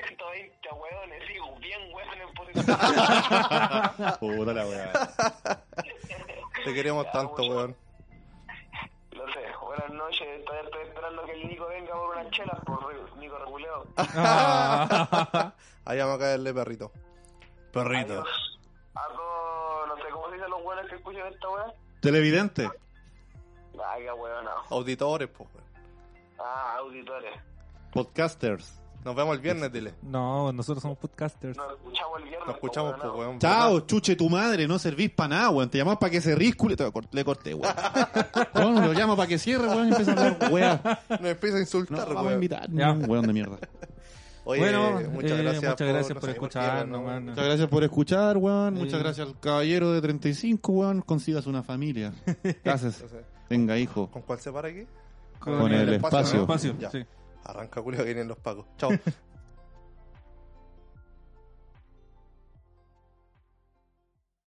Speaker 5: 120 weones, digo, bien weones por eso.
Speaker 1: Puta la weá.
Speaker 3: Te queremos tanto, weón.
Speaker 5: No sé, buenas noches, todavía estoy esperando que el Nico venga por una chela, por Nico reguleo.
Speaker 3: Ahí vamos a caerle, perrito. Perrito.
Speaker 5: Adiós. A todos, no sé cómo se dicen los buenos que escuchan esta weá.
Speaker 1: Televidente.
Speaker 5: Ay, qué weón, no.
Speaker 3: Auditores, pues, weón.
Speaker 5: Ah, auditores.
Speaker 1: Podcasters.
Speaker 3: Nos vemos el viernes, dile.
Speaker 6: No, nosotros somos podcasters.
Speaker 5: Nos escuchamos el viernes.
Speaker 3: Nos escuchamos,
Speaker 5: pues,
Speaker 3: pues,
Speaker 5: weón.
Speaker 3: weón.
Speaker 1: Chao, chuche tu madre, no servís para nada, weón. Te llamás para que se ríscule. Te cor- Le corté, weón. Bueno, lo llamo para que cierre, weón. y Empieza a hablar, weón.
Speaker 3: Nos empieza
Speaker 1: No,
Speaker 3: a insultar,
Speaker 1: vamos a
Speaker 3: weón.
Speaker 1: invitar.
Speaker 6: Ya.
Speaker 1: Un weón de mierda.
Speaker 3: Oye,
Speaker 6: Bueno,
Speaker 3: muchas
Speaker 6: eh,
Speaker 3: gracias.
Speaker 6: muchas gracias por
Speaker 3: no sé,
Speaker 6: escucharnos,
Speaker 3: qué,
Speaker 6: weón.
Speaker 1: Muchas gracias por escuchar, weón.
Speaker 6: Sí.
Speaker 1: Muchas gracias al caballero de 35, weón. Consigas una familia. Gracias.
Speaker 3: Entonces,
Speaker 1: Tenga hijo.
Speaker 3: ¿Con cuál se para aquí?
Speaker 1: Con el
Speaker 3: espacio.
Speaker 1: espacio.
Speaker 3: Ya.
Speaker 6: sí.
Speaker 3: Arranca, Julio, que vienen los pacos. Chao.